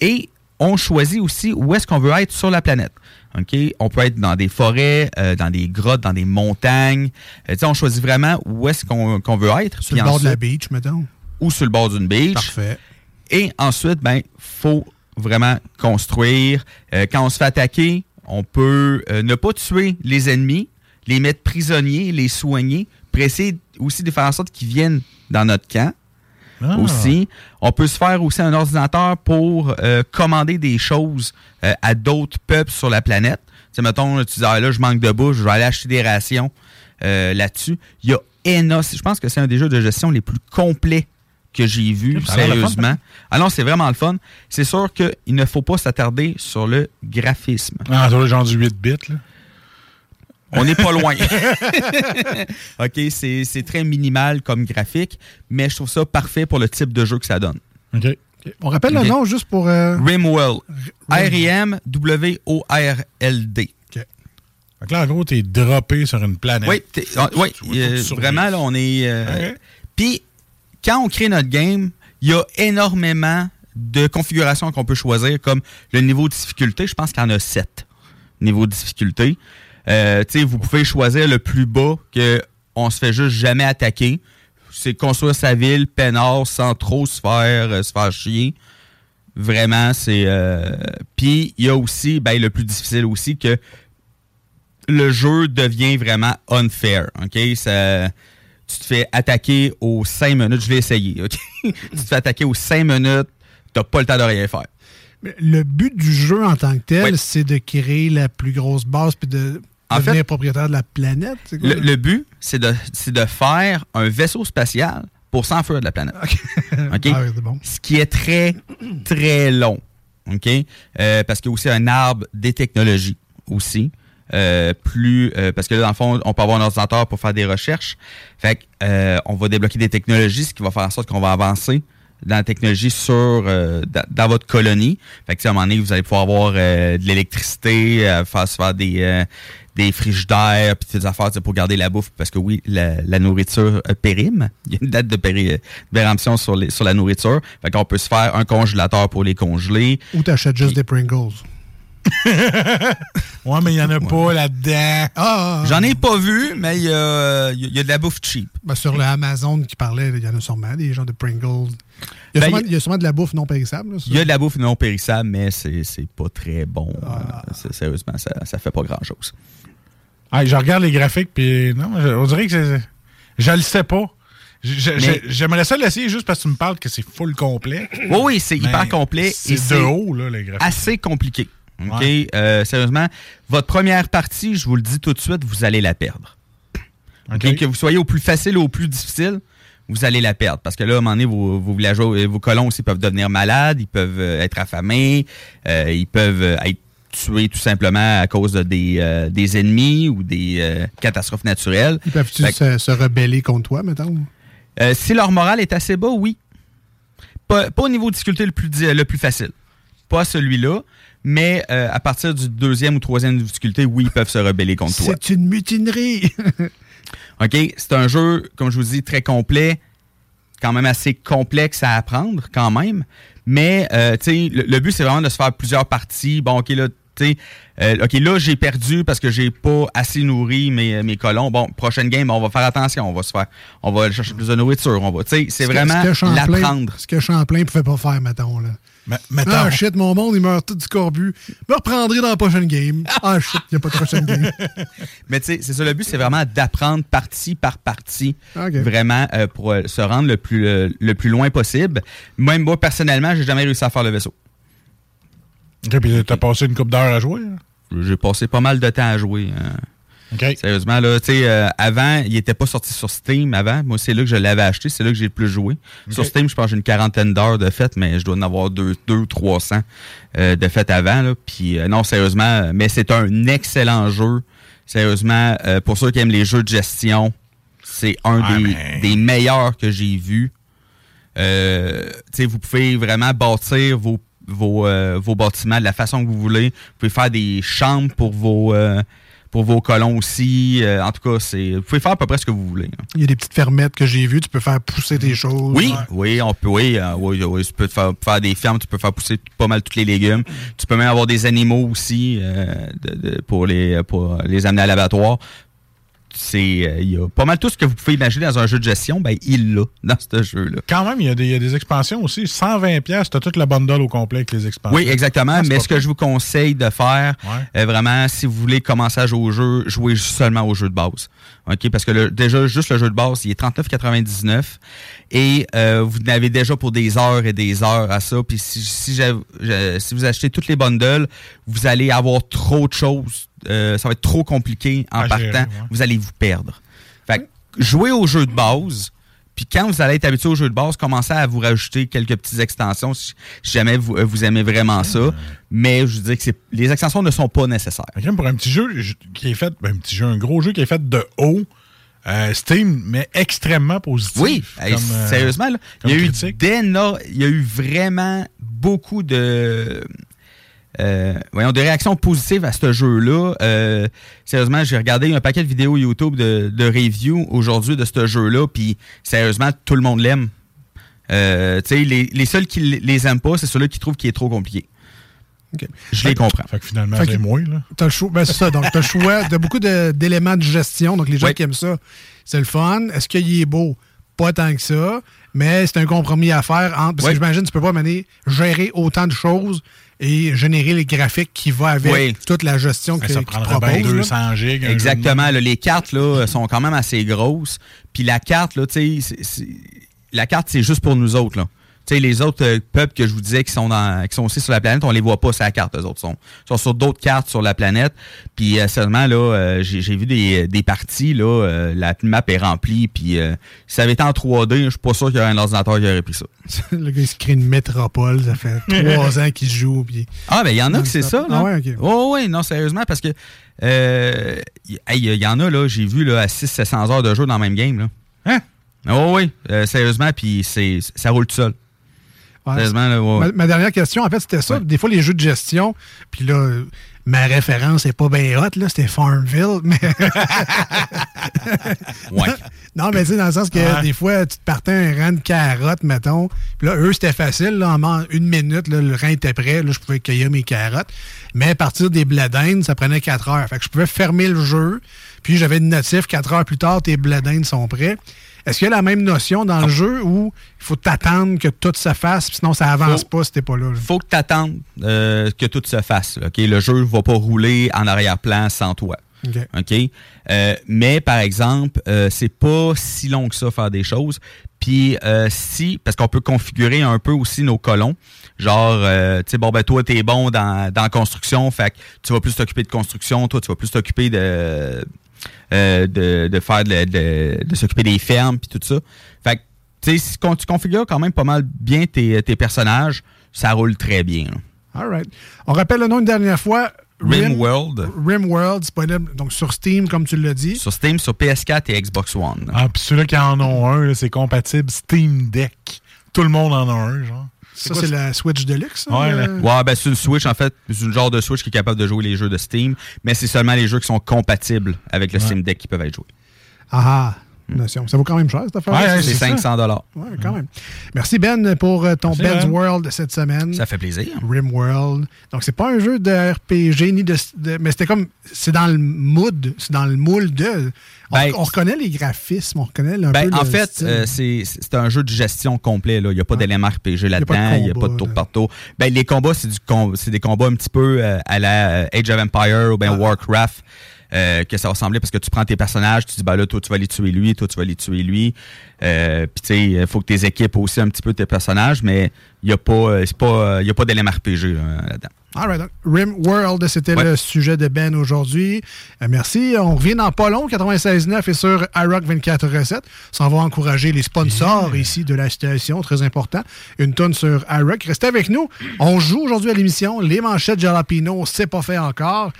[SPEAKER 6] Et on choisit aussi où est-ce qu'on veut être sur la planète. OK? On peut être dans des forêts, euh, dans des grottes, dans des montagnes. Euh, tu sais, on choisit vraiment où est-ce qu'on qu'on veut être.
[SPEAKER 4] Sur
[SPEAKER 6] puis
[SPEAKER 4] le bord de la
[SPEAKER 6] ensuite-
[SPEAKER 4] beach, mettons.
[SPEAKER 6] Ou sur le bord d'une beach.
[SPEAKER 4] Parfait.
[SPEAKER 6] Et ensuite, ben, faut vraiment construire. Euh, quand on se fait attaquer, on peut euh, ne pas tuer les ennemis, les mettre prisonniers, les soigner, puis essayer aussi de faire en sorte qu'ils viennent dans notre camp.
[SPEAKER 5] Ah.
[SPEAKER 6] Aussi, on peut se faire aussi un ordinateur pour euh, commander des choses euh, à d'autres peuples sur la planète. Tu sais, mettons, tu dis, ah, là, je manque de bouffe, je vais aller acheter des rations euh, là-dessus. Il y a Enos, je pense que c'est un des jeux de gestion les plus complets que j'ai vu,
[SPEAKER 14] Ça a l'air le fun, hein?
[SPEAKER 6] sérieusement. Ah non, c'est vraiment le fun. C'est sûr qu'il ne faut pas s'attarder sur le graphisme.
[SPEAKER 5] Ah, toi, le genre du 8 bits, là.
[SPEAKER 6] On n'est pas loin. OK, c'est c'est très minimal comme graphique, mais je trouve ça parfait pour le type de jeu que ça donne.
[SPEAKER 5] OK.
[SPEAKER 4] On rappelle
[SPEAKER 6] Ok.
[SPEAKER 4] le nom juste pour. euh,
[SPEAKER 6] Rimworld. R-I-M-W-O-R-L-D.
[SPEAKER 5] Fait que là, en gros, t'es droppé sur une planète.
[SPEAKER 6] Oui, t'es- ah, oui, euh, vraiment, là, on est. euh, Puis, quand on crée notre game, il y a énormément de configurations qu'on peut choisir, comme le niveau de difficulté. Je pense qu'il y en a sept niveaux de difficulté. Euh, tu sais, vous pouvez choisir le plus bas que on se fait juste jamais attaquer. C'est construire sa ville peinard sans trop se faire, euh, se faire chier. Vraiment, c'est. euh, Puis, il y a aussi, ben, le plus difficile aussi, que le jeu devient vraiment unfair. OK? Ça, tu te fais attaquer aux 5 minutes. Je vais essayer. OK? tu te fais attaquer aux 5 minutes. Tu n'as pas le temps de rien faire.
[SPEAKER 4] Mais Le but du jeu en tant que tel, c'est de créer la plus grosse base puis de
[SPEAKER 6] En
[SPEAKER 4] devenir
[SPEAKER 6] fait,
[SPEAKER 4] propriétaire de la planète. c'est quoi,
[SPEAKER 6] Le,
[SPEAKER 4] là?
[SPEAKER 6] le but, c'est de, c'est de faire un vaisseau spatial pour s'enfuir de la planète. OK?
[SPEAKER 4] Ah oui, c'est bon.
[SPEAKER 6] Ce qui est très, très long. OK? Euh, parce qu'il y a aussi un arbre des technologies aussi. Euh, plus euh, parce que là dans le fond on peut avoir un ordinateur pour faire des recherches fait que, euh, on va débloquer des technologies ce qui va faire en sorte qu'on va avancer dans la technologie sur euh, da- dans votre colonie fait que tu sais, à un moment donné vous allez pouvoir avoir euh, de l'électricité euh, faire se faire des euh, des frigidaires puis des affaires tu sais, pour garder la bouffe parce que oui la, la nourriture euh, périme il y a une date de péri- de péremption sur les, sur la nourriture fait qu'on peut se faire un congélateur pour les congeler
[SPEAKER 4] Ou t'achètes juste des Pringles.
[SPEAKER 5] ouais, Ah, mais il n'y en a pas là-dedans.
[SPEAKER 4] Ah,
[SPEAKER 6] J'en ai pas vu, mais il y a, il y a de la bouffe cheap.
[SPEAKER 4] Ben, sur le Amazon qui parlait, il y en a sûrement des gens de Pringles. Il y a,
[SPEAKER 6] Ben,
[SPEAKER 4] sûrement,
[SPEAKER 6] il-
[SPEAKER 4] il y a sûrement de la bouffe non périssable. là, ça.
[SPEAKER 6] Il y a de la bouffe non périssable, mais c'est c'est pas très bon. Euh, c'est- Sérieusement, ça, ça fait pas grand-chose.
[SPEAKER 5] Ah, je regarde les graphiques, puis non, je- on dirait que c'est- je le sais pas. Je- je- je-
[SPEAKER 6] Mais-
[SPEAKER 5] J'aimerais ça l'essayer juste parce que tu me parles que c'est full complet.
[SPEAKER 6] Oui, oui, c'est
[SPEAKER 5] Mais
[SPEAKER 6] hyper complet. et
[SPEAKER 5] C'est de haut, là, les graphiques.
[SPEAKER 6] Assez compliqué. OK? Euh, sérieusement, votre première partie, je vous le dis tout de suite, vous allez la perdre. OK? Que vous soyez au plus facile ou au plus difficile, vous allez la perdre. Parce que là, à un moment donné, vos, vos villageois, euh, vos colons aussi peuvent devenir malades, ils peuvent euh, être affamés, euh, ils peuvent euh, être tués tout simplement à cause de des, euh, des ennemis ou des euh, catastrophes naturelles.
[SPEAKER 4] Ils peuvent-tu
[SPEAKER 6] Fait
[SPEAKER 4] se,
[SPEAKER 6] que-
[SPEAKER 4] se rebeller contre toi, mettons?
[SPEAKER 6] euh, si leur morale est assez bas, oui. Pas, pas au niveau de difficulté le plus, di- le plus facile. Pas celui-là. Mais euh, à partir du deuxième ou troisième difficulté, oui, ils peuvent se rebeller contre toi.
[SPEAKER 4] C'est une mutinerie!
[SPEAKER 6] OK? C'est un jeu, comme je vous dis, très complet, quand même assez complexe à apprendre, quand même. Mais, euh, tu sais, le, le but, c'est vraiment de se faire plusieurs parties. Bon, OK, là, tu sais, euh, OK, là, j'ai perdu parce que j'ai pas assez nourri mes, mes colons. Bon, prochaine game, on va faire attention. On va se faire, on va aller chercher plus de nourriture. On va, tu sais, c'est
[SPEAKER 4] Ce que-
[SPEAKER 6] vraiment
[SPEAKER 4] ce que Champlain-
[SPEAKER 6] l'apprendre.
[SPEAKER 4] Ce que Champlain pouvait pas faire, mettons. Là.
[SPEAKER 6] mettons.
[SPEAKER 4] Ah shit, mon monde, il meurt tout du corbu. Je me reprendrai dans la prochaine game. Ah shit, il n'y a pas de prochaine game.
[SPEAKER 6] Mais tu sais, c'est ça le but, c'est vraiment d'apprendre partie par partie,
[SPEAKER 4] Ok.
[SPEAKER 6] vraiment euh, pour euh, se rendre le plus, euh, le plus loin possible. Même moi, personnellement, j'ai jamais réussi à faire le vaisseau.
[SPEAKER 5] OK, puis t'as passé une coupe d'heure à jouer. là.
[SPEAKER 6] J'ai passé pas mal de temps à jouer. hein. Sérieusement, là, tu sais, euh, avant, il était pas sorti sur Steam avant. Moi, c'est là que je l'avais acheté, c'est là que j'ai le plus joué. Sur Steam, je pense que j'ai une quarantaine d'heures de fait, mais je dois en avoir deux, deux ou 300 euh, de fait avant. Là. Puis, euh, non, sérieusement, euh, mais c'est un excellent jeu. Sérieusement, euh, pour ceux qui aiment les jeux de gestion, c'est un
[SPEAKER 5] Ah,
[SPEAKER 6] des,
[SPEAKER 5] mais-
[SPEAKER 6] des meilleurs que j'ai vu. Euh, tu sais, vous pouvez vraiment bâtir vos, vos, euh, vos bâtiments de la façon que vous voulez. Vous pouvez faire des chambres pour vos, euh, pour vos colons aussi. Euh, en tout cas, c'est, vous pouvez faire à peu près ce que vous voulez. hein.
[SPEAKER 4] Il y a des petites fermettes que j'ai vues, tu peux faire pousser tes choses.
[SPEAKER 6] Oui, oui, on peut, oui, euh, oui, oui, tu peux te faire, faire des fermes, tu peux faire pousser pas mal tous les légumes. Tu peux même avoir des animaux aussi euh, de- de- pour, les, pour les amener à l'abattoir. C'est, euh, il y a pas mal tout ce que vous pouvez imaginer dans un jeu de gestion, ben il l'a dans ce jeu-là.
[SPEAKER 5] Quand même, il y, a des- il y a des expansions aussi. 120$, t'as toute la bundle au complet avec les expansions.
[SPEAKER 6] Oui, exactement.
[SPEAKER 5] Ah, c'est
[SPEAKER 6] mais
[SPEAKER 5] pas
[SPEAKER 6] ce que je vous conseille de faire, euh, vraiment, si vous voulez commencer à jouer au jeu, jouez seulement au jeu de base. OK? Parce que le- déjà, juste le jeu de base, il est 39,99 et euh, vous n'avez déjà pour des heures et des heures à ça. Puis si, si, j'a- j'a- si vous achetez toutes les bundles, vous allez avoir trop de choses. Euh, ça va être trop compliqué en
[SPEAKER 5] À
[SPEAKER 6] partant.
[SPEAKER 5] gérer, ouais.
[SPEAKER 6] Vous allez vous perdre. Fait que jouez au jeu de base, Puis quand vous allez être habitué au jeu de base, commencez à vous rajouter quelques petites extensions si si jamais vous, euh, vous aimez vraiment ça. Mais je vous dis que c'est- les extensions ne sont pas nécessaires.
[SPEAKER 5] Crime, Pour un petit jeu je- qui est fait, ben, un petit jeu, un gros jeu qui est fait de haut, euh, Steam, mais extrêmement positif.
[SPEAKER 6] Oui, hey,
[SPEAKER 5] Comme, euh,
[SPEAKER 6] sérieusement, là, il, y a
[SPEAKER 5] comme
[SPEAKER 6] eu d'énormes- il y a eu vraiment beaucoup de, euh, voyons, de réactions positives à ce jeu-là. Euh, sérieusement, j'ai regardé un paquet de vidéos YouTube de, de review aujourd'hui de ce jeu-là, puis sérieusement, tout le monde l'aime. Euh, tu sais, les, les seuls qui l- les aiment pas, c'est ceux-là qui trouvent qu'il est trop compliqué. Je les comprends.
[SPEAKER 5] Fait que finalement,
[SPEAKER 4] Fait que- T'as le choix. Ben, c'est ça. Donc, t'as le choix de beaucoup de- d'éléments de gestion. Donc, les gens
[SPEAKER 6] Ouais.
[SPEAKER 4] qui aiment ça, c'est le fun. Est-ce qu'il est beau? Pas tant que ça. Mais c'est un compromis à faire entre. Parce
[SPEAKER 6] Ouais.
[SPEAKER 4] que j'imagine, tu peux pas mener, gérer autant de choses et générer les graphiques qui vont avec
[SPEAKER 6] Ouais.
[SPEAKER 4] toute la gestion
[SPEAKER 6] Ben,
[SPEAKER 4] que tu proposes. là.
[SPEAKER 6] Exactement. là, les cartes là, sont quand même assez grosses. Puis la carte, là, tu sais, c'est- c'est- la carte, c'est juste pour nous autres. Là. Tu sais, les autres euh, peuples que je vous disais qui sont, dans, qui sont aussi sur la planète, on les voit pas sur la carte, eux autres. sont, sont sur d'autres cartes sur la planète. Puis euh, seulement, là, euh, j'ai j'ai vu des, des parties, là, euh, la map est remplie. Puis euh, si ça avait été en 3D, je suis pas sûr qu'il y aurait un ordinateur qui aurait pris ça.
[SPEAKER 4] Le gars, il se crée une métropole. Ça fait trois ans qu'il joue. Puis...
[SPEAKER 6] Ah, ben, il y en a que c'est ça,
[SPEAKER 4] Non-stop.
[SPEAKER 6] là.
[SPEAKER 4] Ah ouais, ok.
[SPEAKER 6] Oh, ouais, non, sérieusement, parce que. euh, y- hey, Il y en a, là, j'ai vu, là, à 600-700 heures de jeu dans le même game, là.
[SPEAKER 4] Hein?
[SPEAKER 6] Oh, oui, euh, sérieusement, puis c'est, ça roule tout seul.
[SPEAKER 4] Ouais.
[SPEAKER 6] Sérieusement, là, ouais.
[SPEAKER 4] Ma, ma dernière question, en fait, c'était ça. Des fois, les jeux de gestion, puis là, euh, ma référence n'est pas bien hot, là, c'était Farmville, mais.
[SPEAKER 6] Ouais.
[SPEAKER 4] non, mais tu sais, dans le sens que
[SPEAKER 6] Ouais.
[SPEAKER 4] des fois, tu te partais un rang de carottes, mettons. Puis là, eux, c'était facile, là, en man- une minute, là, le rang était prêt, là, je pouvais cueillir mes carottes. Mais à partir des bladines, ça prenait 4 heures. Fait que je pouvais fermer le jeu, puis j'avais une notif 4 heures plus tard, tes bladines sont prêts. Est-ce qu'il y a la même notion dans le jeu où il faut t'attendre que tout se fasse, puis sinon ça avance
[SPEAKER 6] Faut-
[SPEAKER 4] pas si t'es pas là? là?
[SPEAKER 6] Faut que tu attendes que tout se fasse. là, OK? Le jeu ne va pas rouler en arrière-plan sans toi.
[SPEAKER 4] OK.
[SPEAKER 6] OK? Euh, mais par exemple, euh, c'est pas si long que ça faire des choses. Puis euh, si, parce qu'on peut configurer un peu aussi nos colons. Genre, euh, tu sais, bon, ben toi, t'es bon dans, dans construction, fait que tu vas plus t'occuper de construction, toi, tu vas plus t'occuper de, euh, de, de faire de, de- de s'occuper des fermes, puis tout ça. Fait que, tu sais, si con- tu configures quand même pas mal bien tes, tes personnages, ça roule très bien. là.
[SPEAKER 4] All right. On rappelle le nom une dernière fois. Rim-
[SPEAKER 6] Rimworld.
[SPEAKER 4] Rimworld, disponible donc sur Steam, comme tu l'as dit.
[SPEAKER 6] Sur Steam, sur PS4 et Xbox One.
[SPEAKER 5] Ah, puis ceux-là qui en ont un, là, c'est compatible Steam Deck. Tout le monde en a un, genre.
[SPEAKER 4] Ça,
[SPEAKER 5] quoi
[SPEAKER 4] c'est
[SPEAKER 5] ça?
[SPEAKER 4] la Switch Deluxe. hein,
[SPEAKER 5] Ouais,
[SPEAKER 4] euh?
[SPEAKER 6] Ouais, ben c'est une Switch, en fait. C'est une genre de Switch qui est capable de jouer les jeux de Steam, mais c'est seulement les jeux qui sont compatibles avec le
[SPEAKER 4] Ouais.
[SPEAKER 6] Steam Deck qui peuvent être joués.
[SPEAKER 4] Ah, ah, notion. Ça vaut quand même cher, cette affaire.
[SPEAKER 6] Hmm. c'est 500 dollars.
[SPEAKER 4] Ouais, quand même. Merci, Ben, pour euh, ton
[SPEAKER 6] Merci,
[SPEAKER 4] Ben's
[SPEAKER 6] Ben.
[SPEAKER 4] World cette semaine.
[SPEAKER 6] Ça fait plaisir.
[SPEAKER 4] Rimworld. Donc, c'est pas un jeu de RPG ni de. de- mais c'était comme. C'est dans le mood, c'est dans le moule de. On,
[SPEAKER 6] Ben,
[SPEAKER 4] on reconnaît les graphismes, on reconnaît un
[SPEAKER 6] Ben,
[SPEAKER 4] peu
[SPEAKER 6] en
[SPEAKER 4] le
[SPEAKER 6] fait,
[SPEAKER 4] style.
[SPEAKER 6] euh, c'est c'est un jeu de gestion complet. là. Il n'y a pas d'élément RPG là-dedans, il n'y a pas de tour par tour. Ben, les combats, c'est du com- c'est des combats un petit peu euh, à la euh, Age of Empire ou ben Warcraft. euh, que ça ressemblait parce que tu prends tes personnages, tu dis bah là toi tu vas les tuer lui, toi tu vas les tuer lui. Euh, Puis tu sais, il faut que tes équipes aussi un petit peu tes personnages, mais il n'y a pas, euh, c'est pas, euh, il y a pas d'élément RPG là, là-dedans.
[SPEAKER 4] All right, donc, Rimworld, c'était
[SPEAKER 6] Ouais.
[SPEAKER 4] le sujet de Ben aujourd'hui. Euh, merci. On revient dans pas long, 96.9 et sur iRock 24 recettes. Ça va encourager les sponsors ici de la station, très important. Une tonne sur iRock. Restez avec nous. On joue aujourd'hui à l'émission Les manchettes Jalapino, c'est pas fait encore.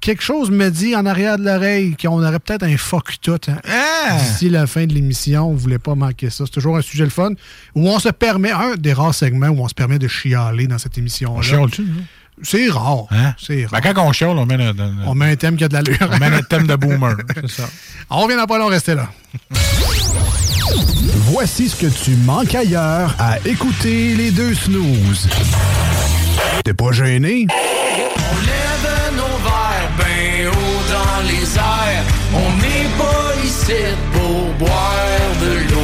[SPEAKER 4] Quelque chose me dit en arrière de l'oreille qu'on aurait peut-être un fuck tout hein,
[SPEAKER 5] Ah!
[SPEAKER 4] d'ici la fin de l'émission. Vous voulez pas manquer ça. C'est toujours un sujet le fun où on se permet, un des rares segments où on se permet de chialer dans cette émission-là.
[SPEAKER 5] On chiale-tu, nous?
[SPEAKER 4] C'est rare.
[SPEAKER 5] Hein?
[SPEAKER 4] C'est rare.
[SPEAKER 5] Ben, quand on chiale, on met le- le-
[SPEAKER 4] On met un thème qui a de l'allure.
[SPEAKER 5] on met notre thème de boomer. c'est ça.
[SPEAKER 4] On revient dans pas long, restez là.
[SPEAKER 8] Voici ce que tu manques ailleurs à écouter les deux snooze. T'es pas gêné?
[SPEAKER 7] On lève nos verres ben haut dans les airs. On n'est pas ici pour boire de
[SPEAKER 10] Oh,
[SPEAKER 7] l'eau.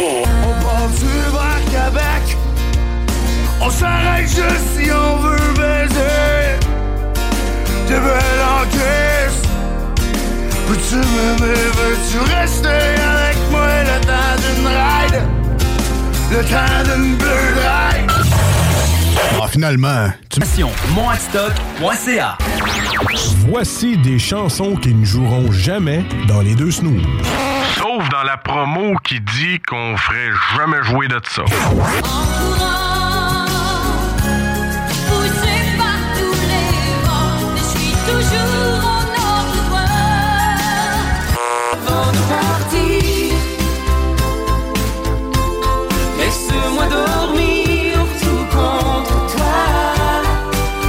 [SPEAKER 14] On prend du bac à bac. On s'arrête juste si on veut baiser. T'es belle en crise. Peux-tu m'aimer, veux-tu rester avec moi le temps d'une ride?
[SPEAKER 7] le temps d'une bleu
[SPEAKER 6] Ah, finalement, tu...
[SPEAKER 5] Monadstock.ca Voici des chansons qui ne joueront jamais dans les deux snooze.
[SPEAKER 10] Sauf dans la promo qui dit qu'on ferait jamais jouer de ça.
[SPEAKER 11] Poussé par tous les vents, je suis toujours en ordre Avant de partir, laisse-moi dormir tout contre toi.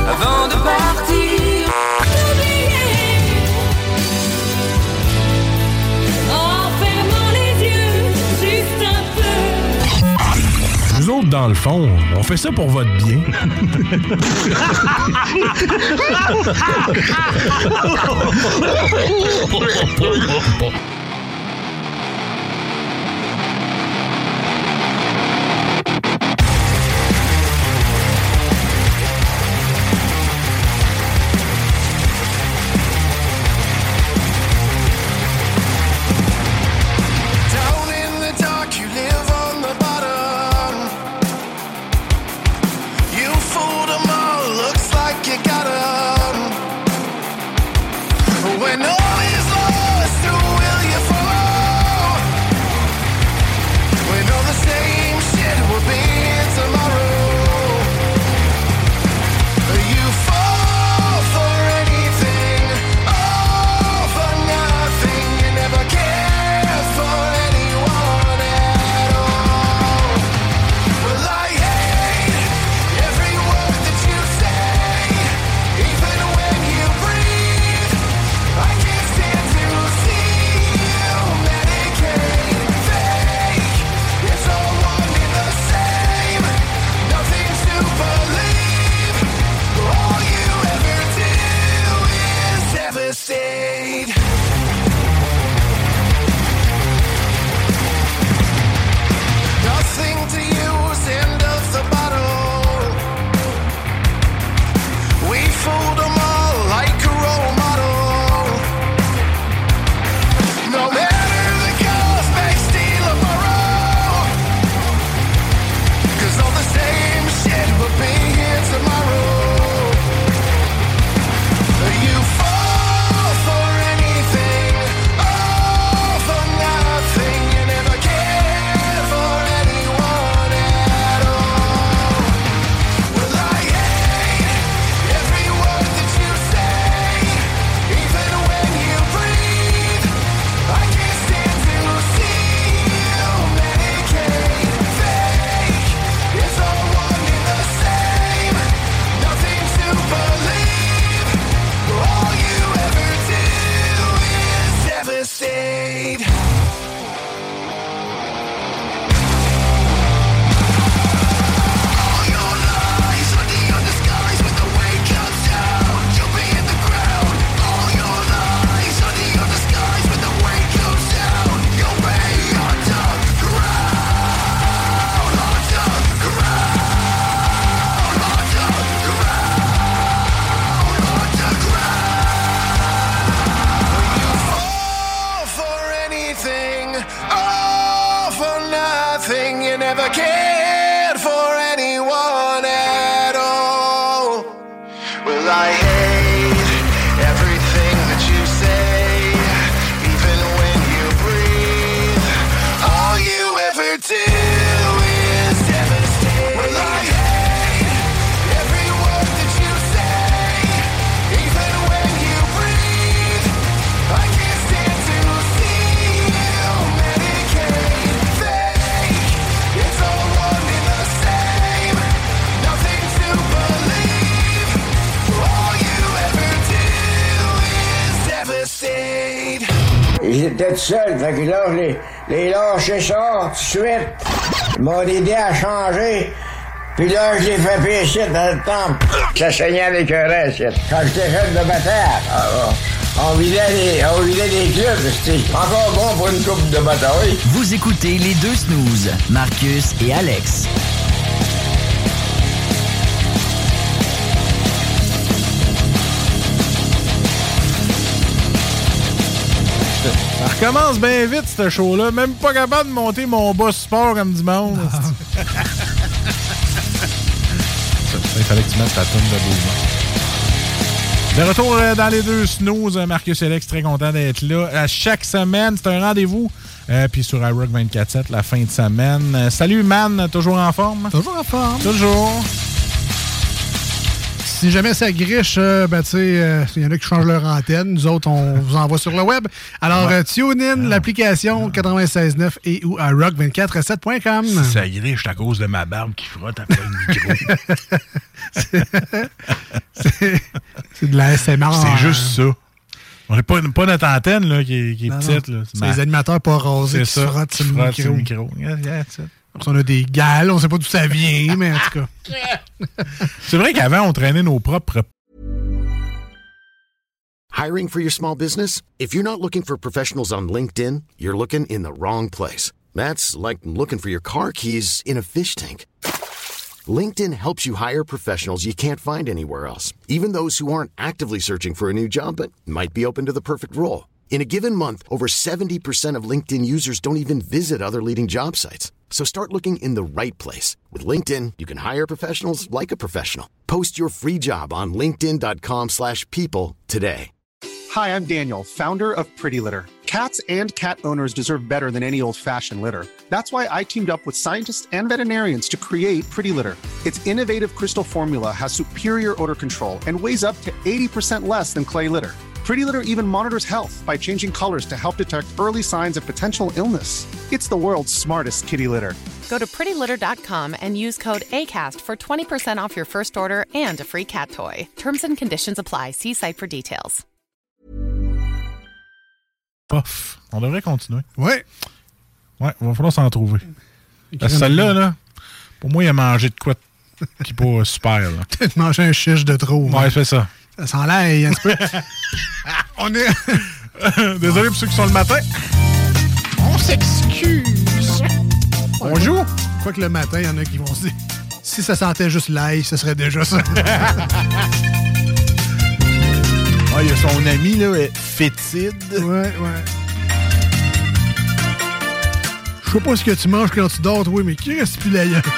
[SPEAKER 11] Avant de partir, oublier. En fermant les yeux, juste un peu.
[SPEAKER 5] Nous autres, dans le fond, on fait ça pour votre bien.
[SPEAKER 7] Down in the dark, you live on the bottom. You fooled 'em all, looks like you got 'em. When all is lost, who will you follow? When all the same shit will be tomorrow. You fall for anything, all for nothing. You never care for anyone at all. Well, I hate every word that you say, even when you breathe. I can't stand to see you medicate fake. It's all one and the same. Nothing to believe. All you ever do is devastate. Nothing to use, end of the bottle. We fooled them all like a role model. No matter the cost, back steal or borrow. 'Cause all the same shit will be here tomorrow. You fall for anything, all for nothing. You never care for anyone at all. Well, I hate every word that you say, even when you breathe. I can't stand to see you medicate fake. It's all one and the same. Nothing to believe. All you ever do is devastate. All for anything, all for nothing. You never cared for anyone at all. Well, I hate everything that you say, even when you breathe. All you ever do is devastate. Well, I hate every word that you say, even when you breathe. I can't stand to see you medicate fake. It's all one and the same. Nothing to believe. All you ever do is devastate.
[SPEAKER 12] Ils étaient seuls, fait que là, je les, les lâchais ça tout de suite. Ils m'ont aidé à changer. Puis là, je les fait pécher dans le temple. Ça saignait à l'écœurant, c'est. Quand j'étais jeune de bataille, ah. on vidait les, on vidait les clubs, c'était encore bon pour une coupe de bataille.
[SPEAKER 15] Vous écoutez les deux snooze, Marcus et Alex.
[SPEAKER 5] Je commence bien vite, ce show-là. Même pas capable de monter mon bas sport comme du monde. Il fallait que tu mettes ta tonne de mouvement. De retour euh, dans les deux snooze, euh, Marcus Alex, très content d'être là. À chaque semaine, c'est un rendez-vous. Euh, Puis sur iRock 24-7, la fin de semaine. Euh, salut, man, toujours en forme?
[SPEAKER 4] Toujours en forme.
[SPEAKER 5] Toujours.
[SPEAKER 4] Si jamais ça griche, euh, ben, tu sais, euh, il y en a qui changent leur antenne. Nous autres, on vous envoie sur le web. Alors,
[SPEAKER 5] Ouais. Ah.
[SPEAKER 4] euh, tune in, l'application 96.9 et ou à rock247.com.
[SPEAKER 16] Si ça griche, c'est à cause de ma barbe qui frotte après le micro.
[SPEAKER 4] C'est de la SMR.
[SPEAKER 5] C'est juste ça. On n'est pas, pas notre antenne là, qui est, qui est
[SPEAKER 4] Non, non.
[SPEAKER 5] petite. là.
[SPEAKER 4] C'est les animateurs pas
[SPEAKER 5] C'est
[SPEAKER 4] rasés qui se
[SPEAKER 5] ça,
[SPEAKER 4] frottent
[SPEAKER 5] qui
[SPEAKER 4] sur
[SPEAKER 5] se
[SPEAKER 4] le
[SPEAKER 5] frottent sur le
[SPEAKER 4] micro.
[SPEAKER 5] micro. Yeah, yeah, that's it.
[SPEAKER 4] Parce qu'on a des gales, on sait pas d'où ça vient, mais en tout cas.
[SPEAKER 5] C'est vrai qu'avant, on traînait nos propres
[SPEAKER 17] Hiring for your small business? If you're not looking for professionals on LinkedIn, you're looking in the wrong place. That's like looking for your car keys in a fish tank. LinkedIn helps you hire professionals you can't find anywhere else, even those who aren't actively searching for a new job but might be open to the perfect role. In a given month, over 70% of LinkedIn users don't even visit other leading job sites. So start looking in the right place. With LinkedIn, you can hire professionals like a professional. Post your free job on linkedin.com/people slash people today.
[SPEAKER 18] Hi, I'm Daniel, founder of Pretty Litter. Cats and cat owners deserve better than any old fashioned litter. That's why I teamed up with scientists and veterinarians to create Pretty Litter. Its innovative crystal formula has superior odor control and weighs up to 80% less than clay litter. Pretty Litter even monitors health by changing colors to help detect early signs of potential illness. It's the world's smartest kitty litter.
[SPEAKER 19] Go to prettylitter.com and use code ACAST for 20% off your first order and a free cat toy. Terms and conditions apply. See site for details.
[SPEAKER 5] puffs. On devrait continuer.
[SPEAKER 4] Ouais.
[SPEAKER 5] Ouais, il va falloir s'en trouver. Parce que
[SPEAKER 4] Crème.
[SPEAKER 5] celle-là, là, pour moi, il a mangé de quoi de- qui est pas super. Là.
[SPEAKER 4] Peut-être manger un chiche de trop.
[SPEAKER 5] Ouais, c'est ça.
[SPEAKER 4] Ça sent l'ail hein. un petit peu. On est.
[SPEAKER 5] Désolé pour ceux qui sont le matin.
[SPEAKER 4] On s'excuse. On joue. Quoi que le matin, il y en a qui vont se dire si ça sentait juste l'ail, ce serait déjà ça.
[SPEAKER 5] Ah, il y a son ami, là, euh, fétide.
[SPEAKER 4] Ouais, ouais. Je sais pas ce que tu manges quand tu dors, oui, mais qui reste plus l'ail?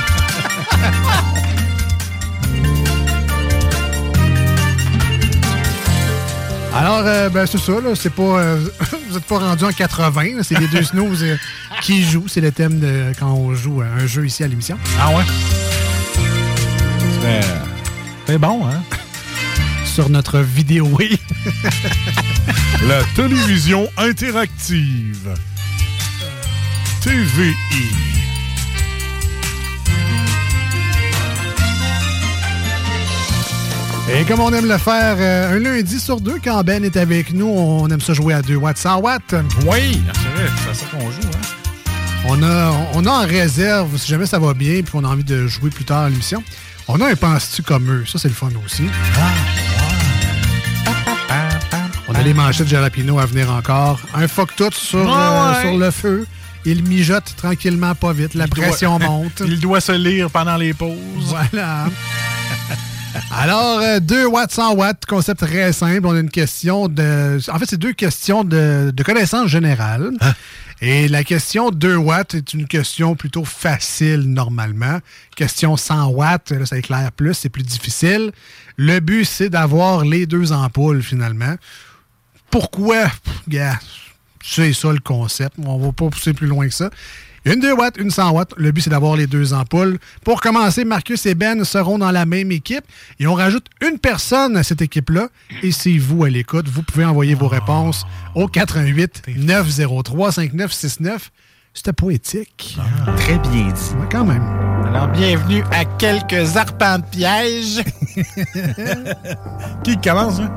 [SPEAKER 4] Alors, euh, ben, c'est ça, là. C'est pas. euh, vous n'êtes pas rendu en 80, là, C'est les deux snooze euh, qui jouent. C'est le thème de quand on joue à un jeu ici à l'émission.
[SPEAKER 5] Ah ouais? C'est c'est bon, hein?
[SPEAKER 4] Sur notre vidéo, oui.
[SPEAKER 5] La télévision interactive. TVI.
[SPEAKER 4] Et comme on aime le faire euh, un lundi sur deux, quand Ben est avec nous, on aime ça jouer à 2 watts 100 watts.
[SPEAKER 5] Oui, c'est vrai, c'est à ça qu'on joue, hein?
[SPEAKER 4] On a, on a en réserve, si jamais ça va bien et qu'on a envie de jouer plus tard à l'émission, on a un penses-tu comme eux. Ça, c'est le fun aussi. On a les manchettes de Jalapino à venir encore. Un fuck tout sur, euh,
[SPEAKER 5] Ah ouais.
[SPEAKER 4] sur le feu. Il mijote tranquillement, pas vite. La pression
[SPEAKER 5] doit-
[SPEAKER 4] monte.
[SPEAKER 5] Il doit se lire pendant les pauses.
[SPEAKER 4] Voilà. Alors, euh, 2 watts, 100 watts, concept très simple. On a une question de... En fait, c'est deux questions de, de connaissance générale. Et la question 2 watts est une question plutôt facile normalement. Question 100 watts, là, ça éclaire plus, c'est plus difficile. Le but, c'est d'avoir les deux ampoules finalement. Pourquoi? Pff, gars, c'est ça le concept. On va pas pousser plus loin que ça. Une 2 watts, une 100 watts. Le but, c'est d'avoir les deux ampoules. Pour commencer, Marcus et Ben seront dans la même équipe et on rajoute une personne à cette équipe-là. Et c'est vous à l'écoute. Vous pouvez envoyer vos réponses au 88 903 5969. C'était poétique.
[SPEAKER 5] Très bien dit.
[SPEAKER 4] quand même.
[SPEAKER 5] Alors, bienvenue à quelques arpents de piège. Qui commence, là?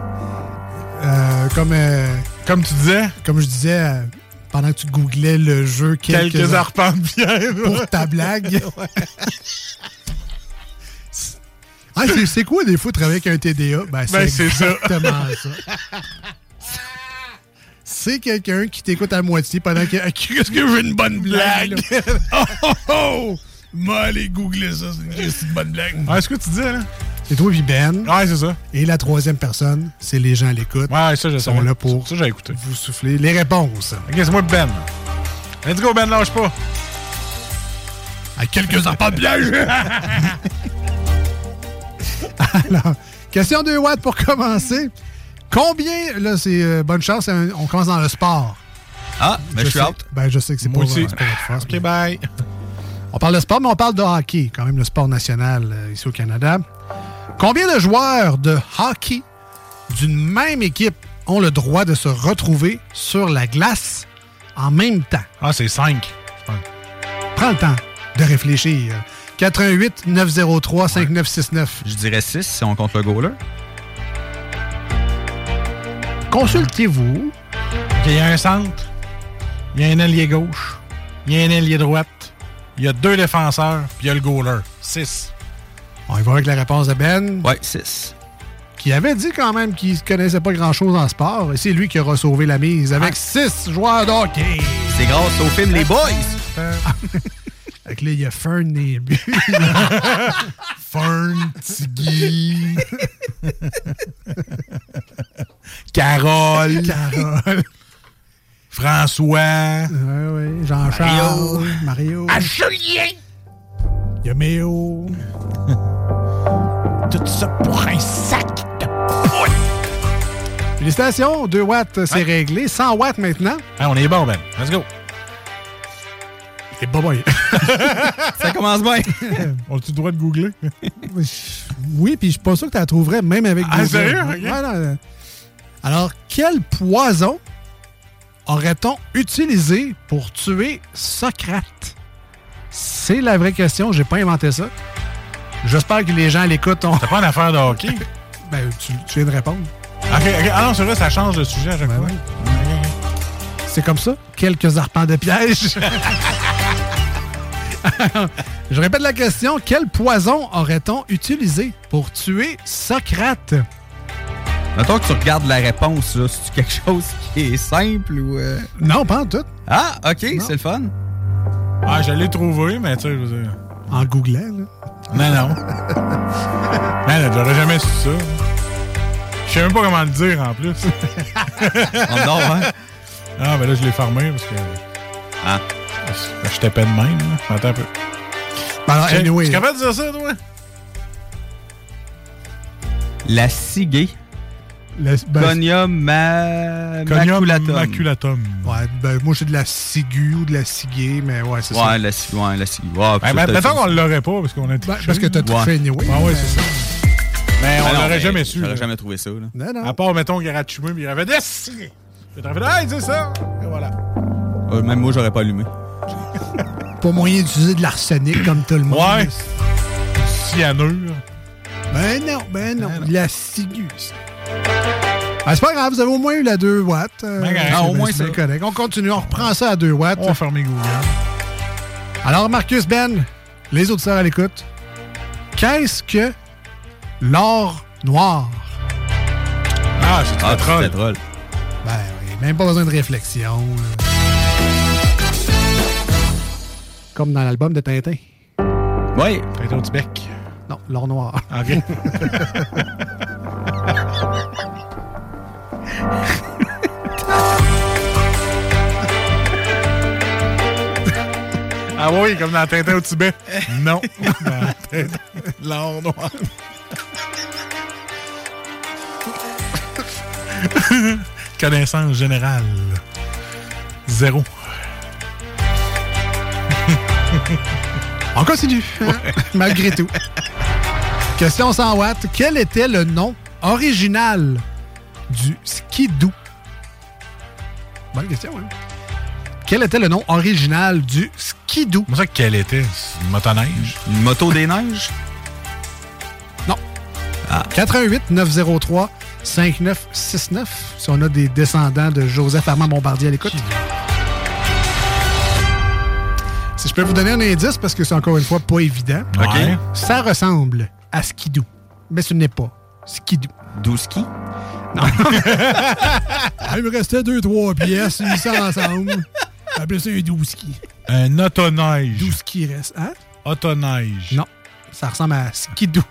[SPEAKER 4] Euh, comme, euh,
[SPEAKER 5] comme tu disais?
[SPEAKER 4] Comme je disais euh, pendant que tu googlais le jeu Quelques,
[SPEAKER 5] Quelques arpents de piège.
[SPEAKER 4] Pour ta blague. Ah, c'est- c'est quoi des fois travailler avec un TDA? Ben,
[SPEAKER 5] Ben,
[SPEAKER 4] c'est
[SPEAKER 5] c'est ça.
[SPEAKER 4] exactement ça. C'est quelqu'un qui t'écoute à moitié pendant que. Qu'est-ce
[SPEAKER 16] que j'ai une bonne blague?
[SPEAKER 4] là?
[SPEAKER 16] oh, oh! Moi, allez googler ça, c'est une petite bonne blague.
[SPEAKER 5] Ah, est-ce que tu dis, là?
[SPEAKER 4] C'est toi puis Ben. Ouais, c'est ça. Et la troisième personne, c'est les gens à l'écoute. Ouais, ça, je sont là pour vous souffler les réponses.
[SPEAKER 5] Ok, c'est moi Ben. Let's go Ben, lâche pas.
[SPEAKER 4] À quelques enfants de piège. Alors, question de Watt pour commencer. Combien, là, c'est euh, bonne chance, hein, on commence dans le sport.
[SPEAKER 6] Ah, mais je suis
[SPEAKER 4] sais-
[SPEAKER 6] out.
[SPEAKER 4] Ben, je sais que c'est pas,
[SPEAKER 6] Moi aussi.
[SPEAKER 4] euh, c'est pas votre force. OK, bye. On parle de sport, mais on parle de hockey, quand même le sport national euh, ici au Canada. Combien de joueurs de hockey d'une même équipe ont le droit de se retrouver sur la glace en même temps? Ah, c'est cinq. Prends le temps de réfléchir. 88 903 5969.
[SPEAKER 6] Je dirais 6 si on compte le goaler.
[SPEAKER 4] Consultez-vous.
[SPEAKER 5] Il y a un centre, il y a un ailier gauche, il y a un ailier droite, il y a deux défenseurs, puis il y a le goaler. Six.
[SPEAKER 4] On y va avec la réponse de Ben.
[SPEAKER 6] Ouais, 6.
[SPEAKER 4] Qui avait dit quand même qu'il ne connaissait pas grand-chose en sport. Et c'est lui qui aura sauvé la mise avec six joueurs de hockey.
[SPEAKER 6] C'est grâce au film Les Boys.
[SPEAKER 4] Fait que là, il y a Fern et Fern, Tiggy.
[SPEAKER 5] Carole.
[SPEAKER 4] Carole.
[SPEAKER 5] François.
[SPEAKER 4] Oui, Ah oui. Jean-Charles. Mario.
[SPEAKER 5] À Julien.
[SPEAKER 4] Il y a Méo.
[SPEAKER 5] Tout ça pour un sac de
[SPEAKER 4] Félicitations, 2 watts, c'est réglé. 100 watts maintenant.
[SPEAKER 5] Ah, on est bon, Ben. Let's go.
[SPEAKER 4] Et bah, boy.
[SPEAKER 6] Ça commence bien.
[SPEAKER 5] on a-tu le droit de googler?
[SPEAKER 4] Oui, puis je suis pas sûr que tu la trouverais même avec
[SPEAKER 5] Ah,
[SPEAKER 4] Google.
[SPEAKER 5] sérieux? Ok.
[SPEAKER 4] Ouais, non, non. Alors, quel poison aurait-on utilisé pour tuer Socrate? C'est la vraie question, j'ai pas inventé ça. J'espère que les gens à l'écoute ont.
[SPEAKER 5] T'as pas une affaire de hockey?
[SPEAKER 4] ben, tu, tu viens de répondre.
[SPEAKER 5] OK, OK. Ah non, c'est vrai, ça change le sujet à
[SPEAKER 4] Ben
[SPEAKER 5] chaque fois.
[SPEAKER 4] C'est comme ça, quelques arpents de piège. Je répète la question. Quel poison aurait-on utilisé pour tuer Socrate?
[SPEAKER 6] Mettons que tu regardes la réponse, là. C'est-tu quelque chose qui est simple ou. euh?
[SPEAKER 4] Non, pas en tout.
[SPEAKER 6] Ah, ok, c'est le fun.
[SPEAKER 5] Ah, je l'ai trouvé, mais tu sais, je veux dire.
[SPEAKER 4] En googlant, là.
[SPEAKER 5] Non, non. non, non, j'aurais jamais su ça. Je sais même pas comment le dire en plus.
[SPEAKER 6] Oh non, hein?
[SPEAKER 5] Ah, ben là, je l'ai fermé parce que.
[SPEAKER 6] Ah.
[SPEAKER 5] Je tapais de même, là. Attends un peu.
[SPEAKER 4] Ben alors,
[SPEAKER 5] Tu-
[SPEAKER 4] anyway.
[SPEAKER 5] Tu es capable de dire ça, toi?
[SPEAKER 6] La ciguée.
[SPEAKER 4] Le, ben,
[SPEAKER 6] Conium ma...
[SPEAKER 4] Conium
[SPEAKER 6] maculatum.
[SPEAKER 4] maculatum. Ouais, ben, moi, j'ai de la ciguë ou de la ciguée, mais ouais, c'est ça.
[SPEAKER 6] Ouais, la ciguée. Ouais, la ciguë. Ouais,
[SPEAKER 5] Ben, ben,
[SPEAKER 6] peut-être-
[SPEAKER 5] mettons qu'on l'aurait pas parce qu'on a triché.
[SPEAKER 4] Ben, parce que t'as touché
[SPEAKER 5] Ouais.
[SPEAKER 4] anyway.
[SPEAKER 5] Ah, ouais, c'est ça. Mais on
[SPEAKER 6] Ben non,
[SPEAKER 5] l'aurait
[SPEAKER 6] mais
[SPEAKER 5] jamais su.
[SPEAKER 6] J'aurais
[SPEAKER 5] là.
[SPEAKER 6] jamais trouvé ça, là.
[SPEAKER 4] Non, Ben non.
[SPEAKER 5] À part, mettons, Garachimé, puis il avait des ciguées. Puis t'aurais fait, hey, c'est ça! Et voilà.
[SPEAKER 6] Euh, Même moi, j'aurais pas allumé.
[SPEAKER 4] Pas moyen d'utiliser de l'arsenic comme tout le monde.
[SPEAKER 6] Ah,
[SPEAKER 5] Ouais. Cyanure.
[SPEAKER 4] Ben non, ben non. La ciguë. Ah, c'est pas grave, vous avez au moins eu la 2 watts. Euh,
[SPEAKER 5] Ben, correct.
[SPEAKER 4] c'est
[SPEAKER 5] Ah, au
[SPEAKER 4] bien,
[SPEAKER 5] moins
[SPEAKER 4] c'est
[SPEAKER 5] ça.
[SPEAKER 4] correct. On continue, on reprend ça à 2 watts.
[SPEAKER 5] On va fermer Google.
[SPEAKER 4] Alors, Marcus, Ben, les autres sœurs à l'écoute, qu'est-ce que l'or noir?
[SPEAKER 5] Ah, c'est
[SPEAKER 6] ah, du pétrole.
[SPEAKER 4] Ben oui, même pas besoin de réflexion. là. Comme dans l'album de Tintin.
[SPEAKER 6] Oui.
[SPEAKER 5] Pétrole du bec.
[SPEAKER 4] Non, l'or noir.
[SPEAKER 5] OK. Ah oui, comme dans Tintin au Tibet. Non. Dans Tintin- L'or noir. Connaissance générale. Zéro.
[SPEAKER 4] On continue, hein, malgré tout. Question 100 watts. Quel était le nom original du skidoo? Bonne question, hein? Quel était le nom original du skidoo?
[SPEAKER 5] Comment ça, quelle était? C'est Une motoneige?
[SPEAKER 6] Une moto des neiges?
[SPEAKER 4] Non. 88 903 5969. Si on a des descendants de Joseph Armand Bombardier à l'écoute. Si je peux vous donner un indice, parce que c'est encore une fois pas évident.
[SPEAKER 6] OK.
[SPEAKER 4] Ça ressemble à skidoo, mais ce n'est pas skidoo.
[SPEAKER 6] Douski?
[SPEAKER 4] Ah, il me restait deux, trois pièces, mis ça ensemble. Appelez ça un douski.
[SPEAKER 5] Un autoneige.
[SPEAKER 4] Douski reste, hein?
[SPEAKER 5] Autoneige.
[SPEAKER 4] Non. Ça ressemble à Skidoo.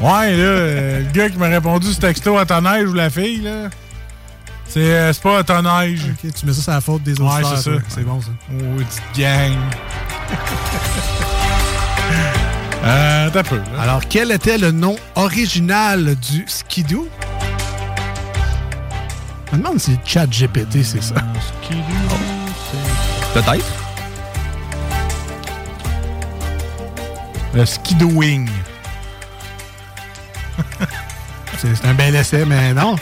[SPEAKER 5] Ouais, là, euh, le gars qui m'a répondu ce texto à ta neige ou la fille, là. C'est euh, c'est pas à ta neige.
[SPEAKER 4] Ok, tu mets ça sur la faute des autres.
[SPEAKER 5] Ouais, c'est ça.
[SPEAKER 4] C'est bon, ça.
[SPEAKER 5] Oh, petite gang. Euh, t'as peu. là.
[SPEAKER 4] Alors, quel était le nom original du Skidoo? Je me demande si ChatGPT, c'est ça.
[SPEAKER 6] Peut-être.
[SPEAKER 5] Le Skidooing.
[SPEAKER 4] C'est c'est un bel essai, mais non.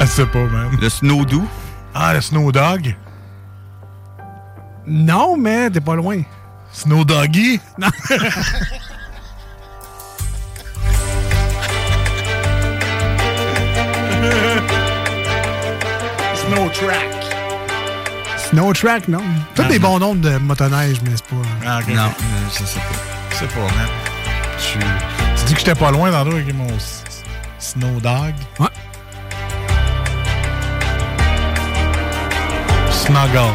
[SPEAKER 5] Je sais Ah, pas, man.
[SPEAKER 6] Le Snowdoo.
[SPEAKER 5] Ah, le Snowdog.
[SPEAKER 4] Non, mais t'es pas loin.
[SPEAKER 5] Snowdoggy?
[SPEAKER 4] Non.
[SPEAKER 5] Snow Track.
[SPEAKER 4] Snowtrack, Ah, non. Tous des bons noms de motoneige, mais c'est pas... euh.
[SPEAKER 5] Ah, ok.
[SPEAKER 6] Non,
[SPEAKER 5] je sais pas. Je sais pas, man. Tu, tu dis que j'étais pas loin tantôt avec mon s- s- Snowdog.
[SPEAKER 4] Ouais.
[SPEAKER 5] Snuggle.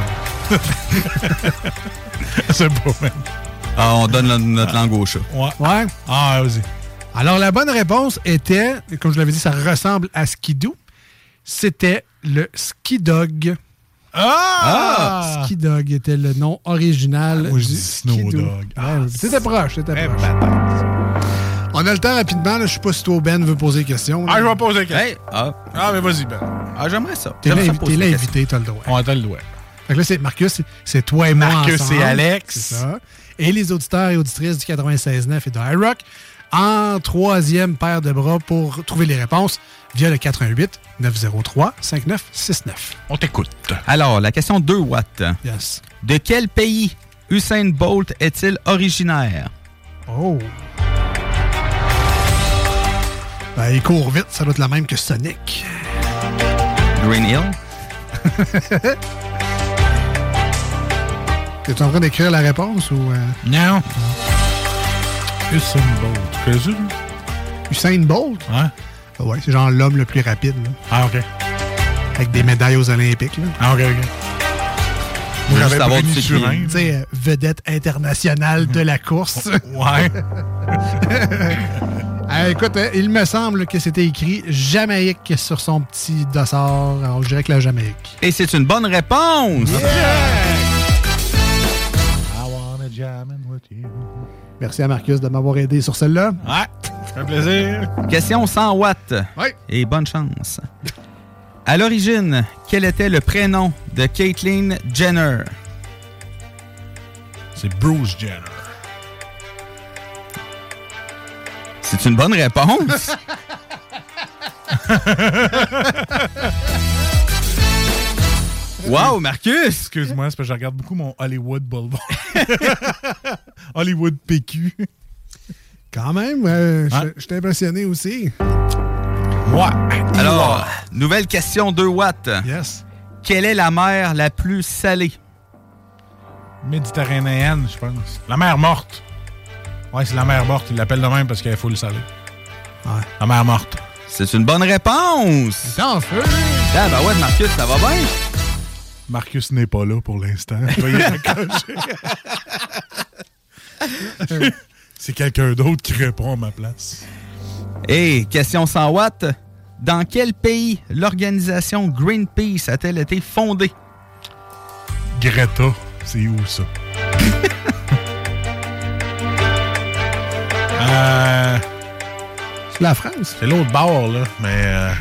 [SPEAKER 5] C'est pas, man.
[SPEAKER 6] Ah, on donne la- notre langue au chat.
[SPEAKER 5] Ouais.
[SPEAKER 4] Ouais.
[SPEAKER 5] Ah, vas-y.
[SPEAKER 4] Alors, la bonne réponse était, comme je l'avais dit, ça ressemble à Skidoo. C'était le Skidog.
[SPEAKER 5] Ah!
[SPEAKER 4] Skidog était le nom original
[SPEAKER 5] Moi, je
[SPEAKER 4] du
[SPEAKER 5] dis
[SPEAKER 4] Skidoo.
[SPEAKER 5] Snowdog. Ah,
[SPEAKER 4] Ouais, c'était proche, c'était
[SPEAKER 5] Eh,
[SPEAKER 4] proche. On a le temps rapidement. là. Je sais pas si toi, Ben, veux poser des questions. là.
[SPEAKER 5] Ah, je vais poser la question.
[SPEAKER 6] Hey, ah,
[SPEAKER 5] Ah, mais vas-y, Ben.
[SPEAKER 6] ah, j'aimerais ça.
[SPEAKER 4] T'es là,
[SPEAKER 6] J'aimerais ça
[SPEAKER 4] t'es
[SPEAKER 6] poser
[SPEAKER 4] là
[SPEAKER 6] la question.
[SPEAKER 4] invité, t'as le droit.
[SPEAKER 5] On attend le doigt.
[SPEAKER 4] Fait que là, c'est Marcus, c'est- c'est toi et moi.
[SPEAKER 5] Marcus
[SPEAKER 4] ensemble.
[SPEAKER 5] et Alex.
[SPEAKER 4] C'est ça. Et les auditeurs et auditrices du 96.9 et de iRock en troisième paire de bras pour trouver les réponses via le 88 903 5969.
[SPEAKER 5] On t'écoute.
[SPEAKER 6] Alors, la question 2 watts.
[SPEAKER 4] Yes.
[SPEAKER 6] De quel pays Usain Bolt est-il originaire?
[SPEAKER 4] Oh. Ben, il court vite, ça doit être la même que Sonic.
[SPEAKER 6] Green Hill?
[SPEAKER 4] T'es en train d'écrire la réponse ou euh,
[SPEAKER 5] Non. Usain Bolt. Tu connais ça, lui?
[SPEAKER 4] Usain Bolt?
[SPEAKER 5] Ouais.
[SPEAKER 4] Ah Ouais, c'est genre l'homme le plus rapide, là,
[SPEAKER 5] Ah, OK.
[SPEAKER 4] avec des médailles aux Olympiques. Là.
[SPEAKER 5] Ah, OK, OK.
[SPEAKER 6] Je veux
[SPEAKER 5] j'avais
[SPEAKER 6] juste savoir
[SPEAKER 5] pris
[SPEAKER 6] tu sais qui.
[SPEAKER 5] Turin.
[SPEAKER 4] Tu sais, euh, vedette internationale de la course.
[SPEAKER 5] Ouais.
[SPEAKER 4] Euh, écoute, euh, il me semble que c'était écrit Jamaïque sur son petit dossard. Alors, je dirais que la Jamaïque.
[SPEAKER 6] Et c'est une bonne réponse!
[SPEAKER 5] I wanna jam in with you.
[SPEAKER 4] Merci à Marcus de m'avoir aidé sur celle-là.
[SPEAKER 5] Ouais, ça fait plaisir.
[SPEAKER 6] Question 100 watts.
[SPEAKER 4] Oui.
[SPEAKER 6] Et bonne chance. À l'origine, quel était le prénom de Caitlyn Jenner?
[SPEAKER 5] C'est Bruce Jenner.
[SPEAKER 6] C'est une bonne réponse. wow, Marcus!
[SPEAKER 5] Excuse-moi, c'est parce que je regarde beaucoup mon Hollywood Boulevard. Hollywood PQ.
[SPEAKER 4] Quand même, euh,
[SPEAKER 5] Ouais.
[SPEAKER 4] je suis impressionné aussi.
[SPEAKER 5] Ouais.
[SPEAKER 6] Alors, nouvelle question 2 watts.
[SPEAKER 4] Yes.
[SPEAKER 6] Quelle est la mer la plus salée?
[SPEAKER 5] Méditerranéenne, je pense. La mer morte. Ouais, c'est la mer morte. Ils l'appellent de même parce qu'elle faut le saler.
[SPEAKER 4] Ouais.
[SPEAKER 5] La mer morte.
[SPEAKER 6] C'est une bonne réponse!
[SPEAKER 4] T'en feu!
[SPEAKER 6] Ah, ben ouais, Marcus, ça va bien?
[SPEAKER 5] Marcus n'est pas là pour l'instant. Je vais y raccrocher. c'est quelqu'un d'autre qui répond à ma place.
[SPEAKER 6] Et question 100 watts. Dans quel pays l'organisation Greenpeace a-t-elle été fondée?
[SPEAKER 5] Greta, c'est où ça? euh,
[SPEAKER 4] C'est la France.
[SPEAKER 5] c'est l'autre bord, là, mais. euh,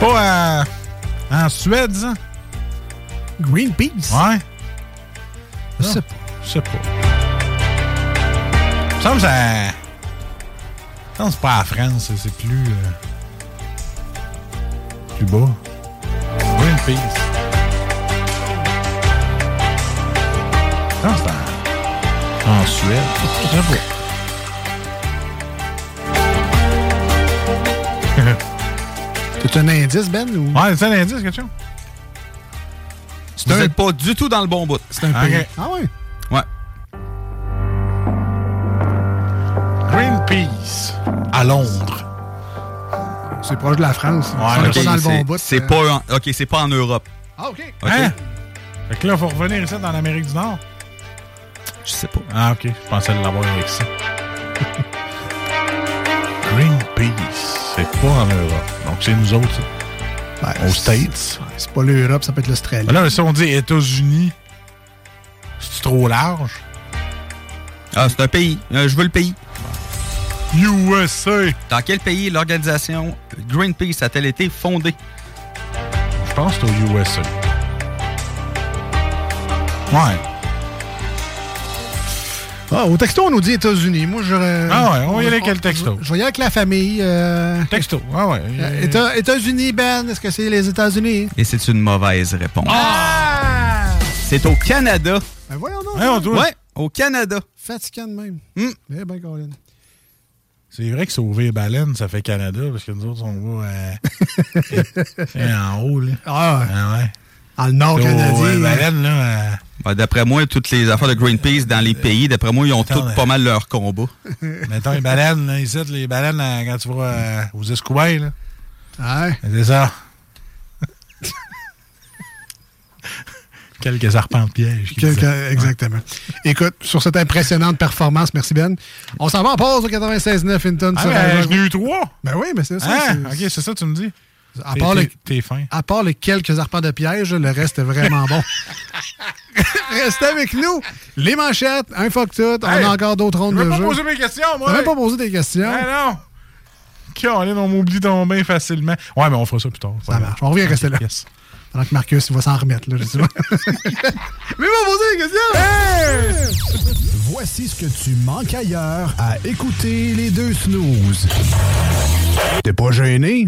[SPEAKER 5] pas euh, en- en Suède, ça?
[SPEAKER 4] Greenpeace.
[SPEAKER 5] Ouais?
[SPEAKER 4] Je sais
[SPEAKER 5] Je sais pas. Il me semble que ça. il me semble que c'est pas la France, c'est plus. euh, plus bas. Greenpeace. Non, c'est en. en Suède. Je sais pas.
[SPEAKER 4] pas. T'as un indice, Ben? Ou...
[SPEAKER 5] Ouais, c'est un indice, quelque chose?
[SPEAKER 6] Vous n'êtes pas du tout dans le bon bout.
[SPEAKER 4] C'est un pays.
[SPEAKER 5] Ok.
[SPEAKER 4] Ah ouais?
[SPEAKER 6] Ouais.
[SPEAKER 5] Greenpeace. À Londres.
[SPEAKER 4] C'est proche de la France.
[SPEAKER 5] Ouais,
[SPEAKER 4] On est
[SPEAKER 5] ok,
[SPEAKER 4] pas dans le bon
[SPEAKER 6] C'est-
[SPEAKER 4] bout.
[SPEAKER 6] C'est
[SPEAKER 4] euh.
[SPEAKER 6] pas en- OK, c'est pas en Europe.
[SPEAKER 4] Ah, OK.
[SPEAKER 6] OK?
[SPEAKER 5] Hein? Fait que là, faut revenir ici dans l'Amérique du Nord.
[SPEAKER 6] Je sais pas.
[SPEAKER 5] Ah, ok. Je pensais l'avoir avec ça. Greenpeace, c'est pas en Europe. Donc, c'est nous autres, ça. Aux States.
[SPEAKER 4] C'est pas l'Europe, ça peut être l'Australie.
[SPEAKER 5] Mais là, si on dit États-Unis, c'est trop large.
[SPEAKER 6] Ah, c'est un pays. Euh, je veux le pays.
[SPEAKER 5] USA.
[SPEAKER 6] Dans quel pays l'organisation Greenpeace a-t-elle été fondée?
[SPEAKER 5] Je pense que c'est aux USA. Ouais.
[SPEAKER 4] Ah, au texto, on nous dit États-Unis. Moi, j'aurais.
[SPEAKER 5] Ah ouais, on va y aller avec le texto.
[SPEAKER 4] Je vais y aller avec la famille. euh,
[SPEAKER 5] Texto. Ah ouais.
[SPEAKER 4] euh, Éta- États-Unis, Ben, est-ce que c'est les États-Unis?
[SPEAKER 6] Et c'est une mauvaise réponse.
[SPEAKER 4] Ah!
[SPEAKER 6] C'est au Canada.
[SPEAKER 4] Ben voyons donc.
[SPEAKER 6] Ouais, au Canada. Hmm.
[SPEAKER 4] Fatigant de même. Eh ben, Colin.
[SPEAKER 5] C'est vrai que sauver les baleines, ça fait Canada, parce que nous autres, on va euh, c'est en haut, là.
[SPEAKER 4] Ah,
[SPEAKER 5] ouais.
[SPEAKER 4] En nord
[SPEAKER 6] Oh,
[SPEAKER 5] ouais,
[SPEAKER 4] canadien. hein.
[SPEAKER 5] baleine, là. euh,
[SPEAKER 6] Ben, d'après moi, toutes les affaires de Greenpeace dans les pays, d'après moi, ils ont
[SPEAKER 5] Attends,
[SPEAKER 6] toutes
[SPEAKER 5] mais-
[SPEAKER 6] pas mal leur combat.
[SPEAKER 5] Mettons les baleines, là, ici, les baleines, euh, quand tu vas euh, aux escouades, là.
[SPEAKER 4] Ah, Ouais.
[SPEAKER 5] C'est ça. Quelques arpents de piège. qui
[SPEAKER 4] Quelqu'un-
[SPEAKER 5] disaient.
[SPEAKER 4] exactement. Écoute, sur cette impressionnante performance, merci Ben. On s'en va en pause au 96.9 Hinton.
[SPEAKER 5] Ah,
[SPEAKER 4] sur la
[SPEAKER 5] ben,
[SPEAKER 4] Rock.
[SPEAKER 5] j'en ai eu trois.
[SPEAKER 4] Ben oui, mais c'est ça.
[SPEAKER 5] Ah, ok,
[SPEAKER 4] c'est-
[SPEAKER 5] c'est ça, tu me dis.
[SPEAKER 4] À
[SPEAKER 5] T'es-
[SPEAKER 4] part le-
[SPEAKER 5] t'es- T'es fin.
[SPEAKER 4] À part les quelques arpents de piège, le reste est vraiment bon. Restez avec nous. Les manchettes, un fuck tout.
[SPEAKER 5] Hey,
[SPEAKER 4] on a encore d'autres rondes
[SPEAKER 5] Je
[SPEAKER 4] de
[SPEAKER 5] vais pas
[SPEAKER 4] jeu.
[SPEAKER 5] poser mes questions, moi.
[SPEAKER 4] T'as même pas posé des questions.
[SPEAKER 5] Ah non! Caroline, on m'oublie tomber facilement. Ouais, mais on fera ça plus tard. Ça
[SPEAKER 4] marche. On revient rester là. Pendant que Marcus, il va s'en remettre, là, je sais pas. Mais bon, posez les questions!
[SPEAKER 8] Voici ce que tu manques ailleurs à écouter les deux snooze. T'es pas gêné?
[SPEAKER 7] It's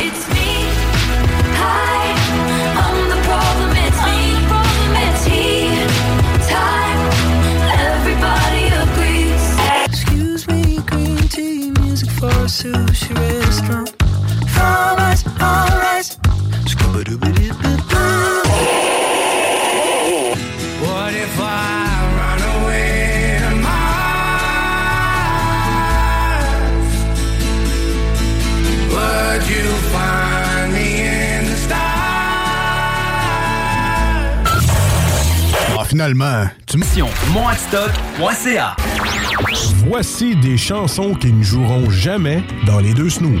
[SPEAKER 7] me. Hi. I'm the problem. It's me. It's he. Time. Everybody agrees. Excuse me, green tea music for a sushi restaurant. From us, all right. What if I run away to Mars? Would you find me in the
[SPEAKER 8] Ah, finalement, tu me
[SPEAKER 12] Monadstock.ca
[SPEAKER 16] Voici des chansons qui ne joueront jamais dans les deux snooze.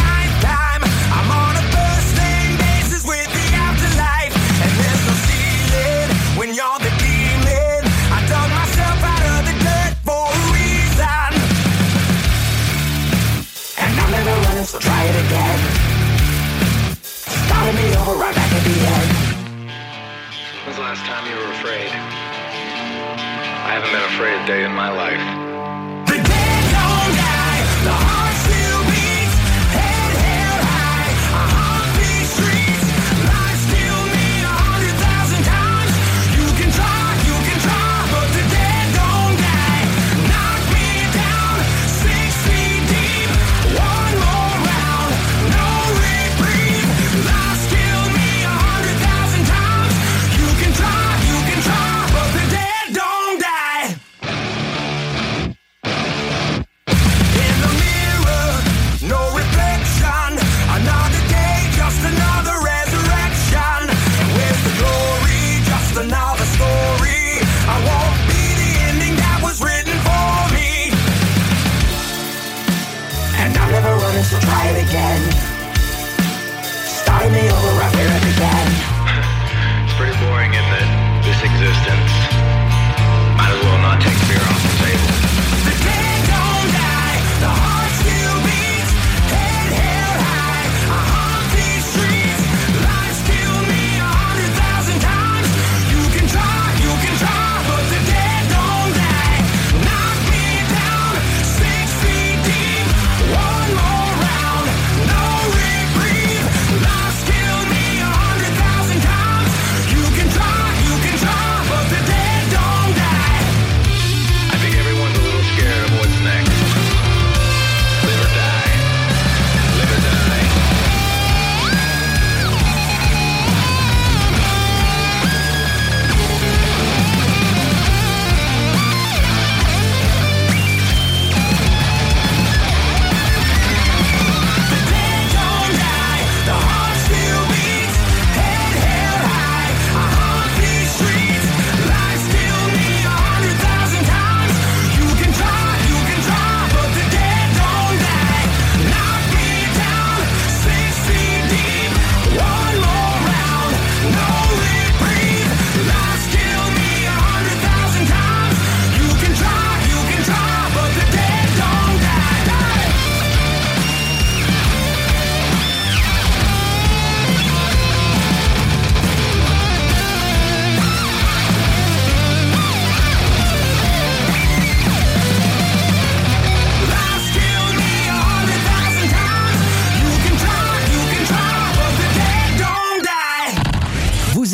[SPEAKER 7] I'm on a first name basis with the afterlife, and there's no ceiling when you're the demon. I dug myself out of the dirt for a reason, and I'm never running, so try it again. Starting me over right back at the end.
[SPEAKER 20] When's the last time you were afraid? I haven't been afraid a day in my life.
[SPEAKER 7] You can try, you can try, but the dead don't die.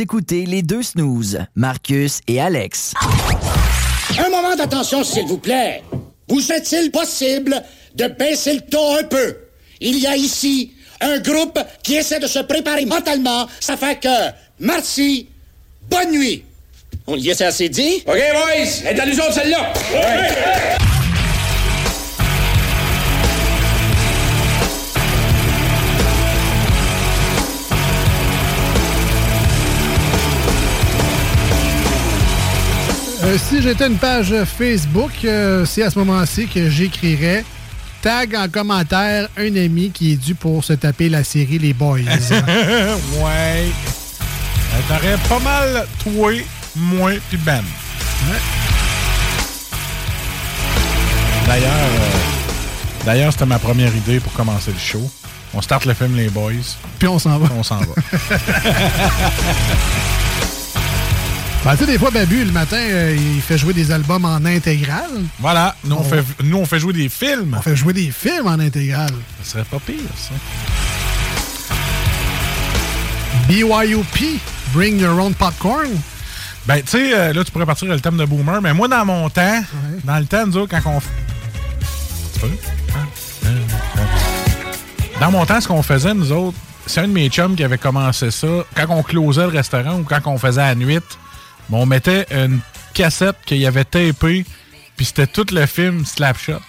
[SPEAKER 11] écoutez les deux snooze, Marcus et Alex.
[SPEAKER 21] Un moment d'attention, s'il vous plaît. Vous est-il possible de baisser le ton un peu? Il y a ici un groupe qui essaie de se préparer mentalement. Ça fait que, merci, bonne nuit. On y est assez dit? OK, boys, êtes à l'usure de celle-là.
[SPEAKER 4] Euh, si j'étais une page Facebook, euh, c'est à ce moment-ci que j'écrirais Tag en commentaire un ami qui est dû pour se taper la série Les Boys.
[SPEAKER 5] ouais. Euh, T'aurais pas mal toi, moi, puis Ben. D'ailleurs, euh, d'ailleurs, c'était ma première idée pour commencer le show. On starte le film Les Boys.
[SPEAKER 4] Puis on s'en va.
[SPEAKER 5] On s'en va.
[SPEAKER 4] Ben, tu sais, des fois, Babu, le matin, euh, il fait jouer des albums en intégrale.
[SPEAKER 5] Voilà, nous on,
[SPEAKER 4] On-
[SPEAKER 5] fait, nous on fait jouer des films.
[SPEAKER 4] On fait jouer des films en intégrale.
[SPEAKER 5] Ça serait pas pire, ça.
[SPEAKER 4] BYOP, Bring Your Own Popcorn.
[SPEAKER 5] Ben, tu sais, euh, là, tu pourrais partir le thème de Boomer, mais moi, dans mon temps, dans le temps, nous autres, quand on... f- Tu peux? Hein? Hein? Hein? Dans mon temps, ce qu'on faisait, nous autres, c'est un de mes chums qui avait commencé ça. Quand on closait le restaurant ou quand on faisait la nuit, ben, on mettait une cassette qu'il avait tapée, puis c'était tout le film Slapshot.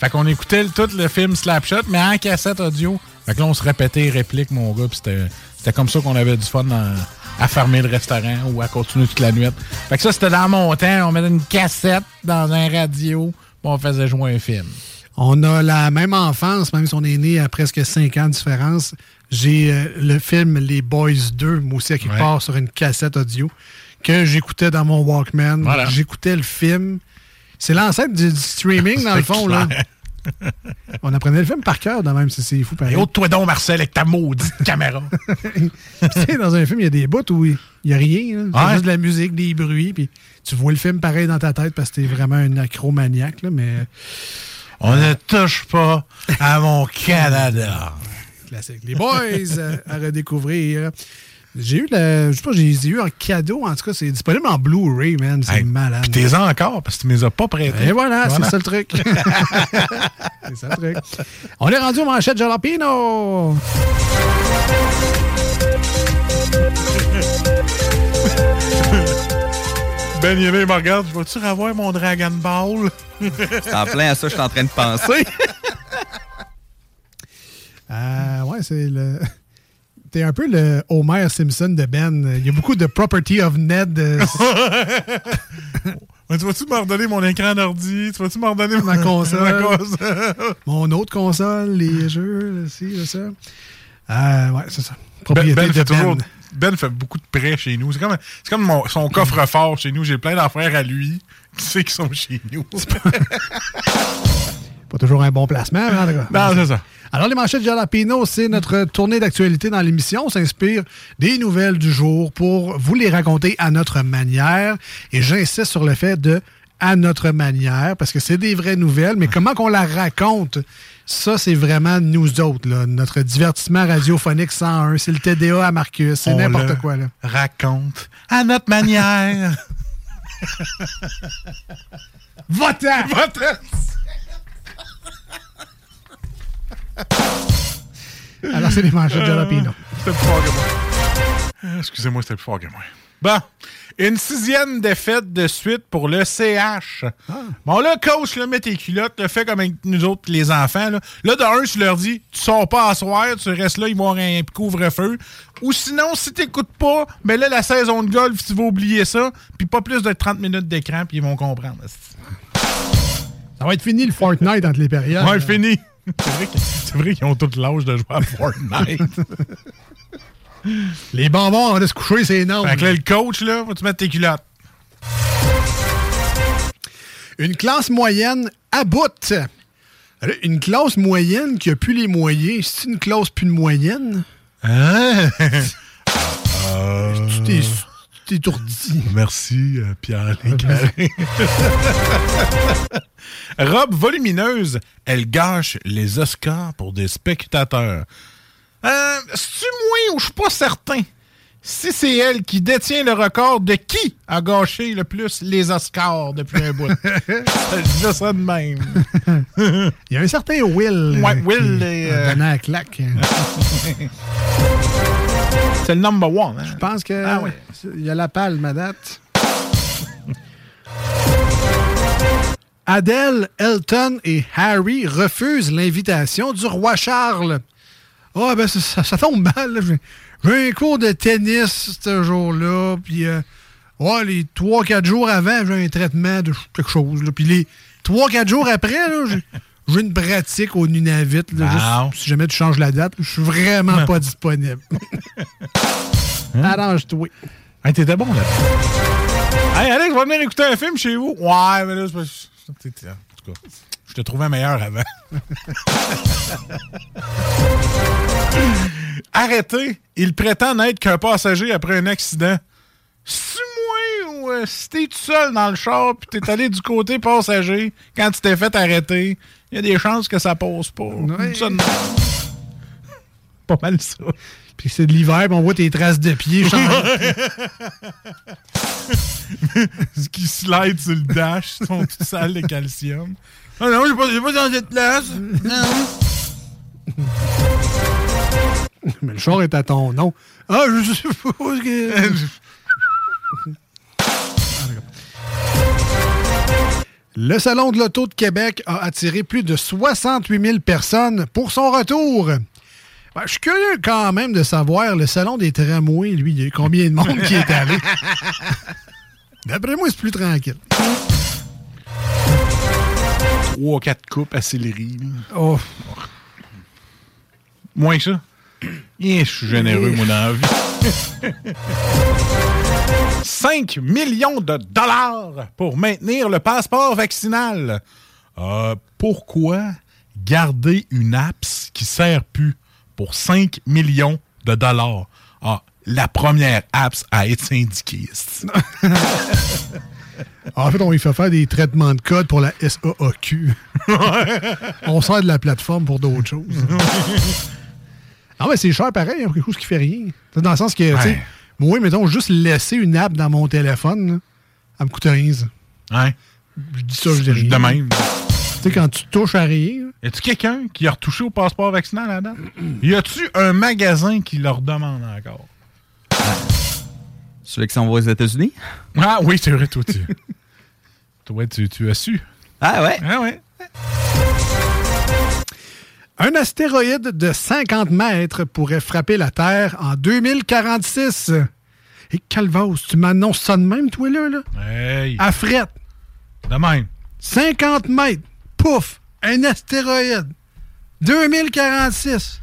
[SPEAKER 5] Fait qu'on écoutait le- tout le film Slapshot, mais en cassette audio. Fait que là, on se répétait les répliques, mon gars, puis c'était, c'était comme ça qu'on avait du fun dans- à fermer le restaurant ou à continuer toute la nuit. Fait que ça, c'était dans mon temps. On mettait une cassette dans un radio, puis on faisait jouer un film.
[SPEAKER 4] On a la même enfance, même si on est né à presque 5 ans de différence. J'ai euh, le film Les Boys 2, moi aussi, à quelque
[SPEAKER 5] Ouais.
[SPEAKER 4] part, sur une cassette audio, que j'écoutais dans mon Walkman.
[SPEAKER 5] Voilà.
[SPEAKER 4] J'écoutais le film. C'est l'ancêtre du, du streaming, dans le
[SPEAKER 5] C'est
[SPEAKER 4] fond.
[SPEAKER 5] clair.
[SPEAKER 4] Là. On apprenait le film par cœur, de même, c'est- c'est fou.
[SPEAKER 5] Et
[SPEAKER 4] Pareil.
[SPEAKER 5] autre toi donc, Marcel, avec ta maudite caméra.
[SPEAKER 4] Puis, tu sais, dans un film, il y a des bouts où il n'y a rien. là. C'est
[SPEAKER 5] Ouais.
[SPEAKER 4] juste de la musique, des bruits, puis tu vois le film pareil dans ta tête parce que t'es vraiment un acromaniaque, là, mais...
[SPEAKER 5] On ne touche pas à mon Canada.
[SPEAKER 4] Classique. Les Boys euh, à redécouvrir. J'ai eu le. Je sais pas, j'ai eu un cadeau. En tout cas, c'est disponible en Blu-ray, man. C'est malade.
[SPEAKER 5] Puis t'es encore, parce que tu me les as pas prêtés.
[SPEAKER 4] Et voilà, c'est ça le truc. c'est ça le truc. On est rendu aux manchettes Jalapino.
[SPEAKER 5] Ben, il me regarde, je vais-tu revoir mon Dragon Ball?
[SPEAKER 6] C'est en plein à ça, je suis en train de penser.
[SPEAKER 4] Euh, ouais, c'est le. T'es un peu le Homer Simpson de Ben. Il y a beaucoup de Property of Ned. euh,
[SPEAKER 5] Ouais, tu vas-tu me redonner mon écran d'ordi? Tu vas-tu me redonner
[SPEAKER 4] ma console.
[SPEAKER 5] ma console?
[SPEAKER 4] Mon autre console, les jeux, là, ci, là, ça. Euh, ouais, c'est ça. Propriété
[SPEAKER 5] ben, ben
[SPEAKER 4] de
[SPEAKER 5] fait
[SPEAKER 4] Ben.
[SPEAKER 5] toujours- Ben fait beaucoup de prêts chez nous. C'est comme, c'est comme mon- son coffre-fort chez nous. J'ai plein d'affaires à lui qui sait qu'ils sont chez nous.
[SPEAKER 4] Pas toujours un bon placement, mais en tout cas.
[SPEAKER 5] Non, c'est ça.
[SPEAKER 4] Alors, les manchettes Jalapino, c'est notre tournée d'actualité dans l'émission. On s'inspire des nouvelles du jour pour vous les raconter à notre manière. Et j'insiste sur le fait de à notre manière, parce que c'est des vraies nouvelles, mais comment qu'on la raconte, ça, c'est vraiment nous autres, là. Notre divertissement radiophonique 101, c'est le TDA à Marcus, c'est
[SPEAKER 5] On
[SPEAKER 4] n'importe
[SPEAKER 5] le
[SPEAKER 4] quoi, là.
[SPEAKER 5] Raconte à notre manière.
[SPEAKER 4] Votant! Alors, c'est les manchettes Jalapino.
[SPEAKER 5] C'était plus fort que moi. Euh, Excusez-moi, c'était plus fort que moi. Bon. Une sixième défaite de suite pour le CH. Bon, là, coach, là, mets tes culottes, le fait comme avec nous autres, les enfants. Là, là de un, tu leur dis, tu sors pas à soir, tu restes là, ils vont avoir un couvre-feu. Ou sinon, si t'écoutes pas, ben là, la saison de golf, tu vas oublier ça, puis pas plus de 30 minutes d'écran, puis ils vont comprendre.
[SPEAKER 4] Ça va être fini le Fortnite entre les périodes.
[SPEAKER 5] Ouais, fini. Euh, C'est vrai que- C'est vrai qu'ils ont tout l'âge de jouer à Fortnite.
[SPEAKER 4] Les bonbons, on va se coucher, c'est énorme.
[SPEAKER 5] fait que là, le coach, là, faut-tu mettre tes culottes?
[SPEAKER 4] Une classe moyenne à bout. Alors, Une classe moyenne qui a plus les moyens, c'est une classe plus de moyenne.
[SPEAKER 5] Hein?
[SPEAKER 4] Tu
[SPEAKER 5] Euh.
[SPEAKER 4] t'es- tu t'étourdis.
[SPEAKER 5] Merci, euh, Pierre Lécaré. Robe volumineuse, elle gâche les Oscars pour des spectateurs. Euh, C'est-tu moins ou je suis pas certain? si c'est elle qui détient le record de qui a gâché le plus les Oscars depuis un bout. Je disais ça de même.
[SPEAKER 4] Il y a un certain Will.
[SPEAKER 5] Ouais,
[SPEAKER 4] euh,
[SPEAKER 5] Will
[SPEAKER 4] qui
[SPEAKER 5] et,
[SPEAKER 4] a
[SPEAKER 5] euh,
[SPEAKER 4] donné la claque.
[SPEAKER 5] C'est le number one. hein?
[SPEAKER 4] Je pense que
[SPEAKER 5] Ah
[SPEAKER 4] il y a la palme à date. Adèle, Elton et Harry refusent l'invitation du roi Charles. Ah, ben ça, ça- ça tombe mal. là. J'ai- J'ai un cours de tennis ce jour-là, puis euh, ouais, les 3-4 jours avant, j'ai un traitement de ch- quelque chose. là. Puis les 3-4 jours après, là, j'ai- j'ai une pratique au Nunavut. là,
[SPEAKER 5] Wow.
[SPEAKER 4] juste si jamais tu changes la date, je suis vraiment pas disponible. Arrange-toi.
[SPEAKER 5] Ah, T'étais bon là. Hey Alex, va venir écouter un film chez vous. Ouais, mais là, c'est parce que- c'est- c'est- En tout cas, je te trouvais meilleur avant. Arrêté, il prétend n'être qu'un passager après un accident. Si moi ou euh, si t'es tout seul dans le char puis t'es allé du côté passager quand tu t'es fait arrêter, il y a des chances que ça passe pas. Ça, non. Pas mal ça.
[SPEAKER 4] Puis c'est de l'hiver, puis on voit tes traces de pieds. changer.
[SPEAKER 5] Ce qui slide sur le dash, ils sont tous sales de calcium. Ah non, j'ai pas, j'ai pas changé de place. Non.
[SPEAKER 4] Mais le char est à ton nom. Ah, je suppose que. Ah, Le Salon de l'Auto de Québec a attiré plus de 68 000 personnes pour son retour. Ben, je suis curieux quand même de savoir, le Salon des tramways, lui, il y a eu combien de monde qui est allé? D'après moi, c'est plus tranquille.
[SPEAKER 5] Trois, quatre coupes à céleri. là.
[SPEAKER 4] Oh.
[SPEAKER 5] Moins que ça. Eh, je suis généreux,
[SPEAKER 4] Eh.
[SPEAKER 5] mon envie. 5 millions de dollars pour maintenir le passeport vaccinal. Euh, pourquoi garder une apps qui sert plus pour 5 millions de dollars? Ah, la première apps à être syndiquée. c'est-
[SPEAKER 4] En fait, on lui fait faire des traitements de code pour la SAAQ. on sert de la plateforme pour d'autres choses. Non, mais c'est cher pareil, hein, pour quelque chose qui fait rien. C'est Dans le sens que, tu sais, moi, mettons, juste laisser une app dans mon téléphone, là, elle me coûte 15.
[SPEAKER 5] Ouais.
[SPEAKER 4] Je dis ça, je dis rien.
[SPEAKER 5] De même.
[SPEAKER 4] Tu sais, quand tu touches à rien,
[SPEAKER 5] Y a-tu quelqu'un qui a retouché au passeport vaccinal à date? Y a-tu un magasin qui leur demande encore?
[SPEAKER 6] Celui qui s'en va aux États-Unis?
[SPEAKER 5] Ah oui, c'est vrai, toi, tu. toi, tu, tu as su.
[SPEAKER 6] Ah ouais?
[SPEAKER 5] Ah ouais.
[SPEAKER 4] un astéroïde de 50 mètres pourrait frapper la Terre en 2046. Et Calvos, tu m'annonces ça de même, toi, là? là?
[SPEAKER 5] Hey!
[SPEAKER 4] À fret.
[SPEAKER 5] Ah. De même.
[SPEAKER 4] 50 mètres. Pouf! Un astéroïde. 2046.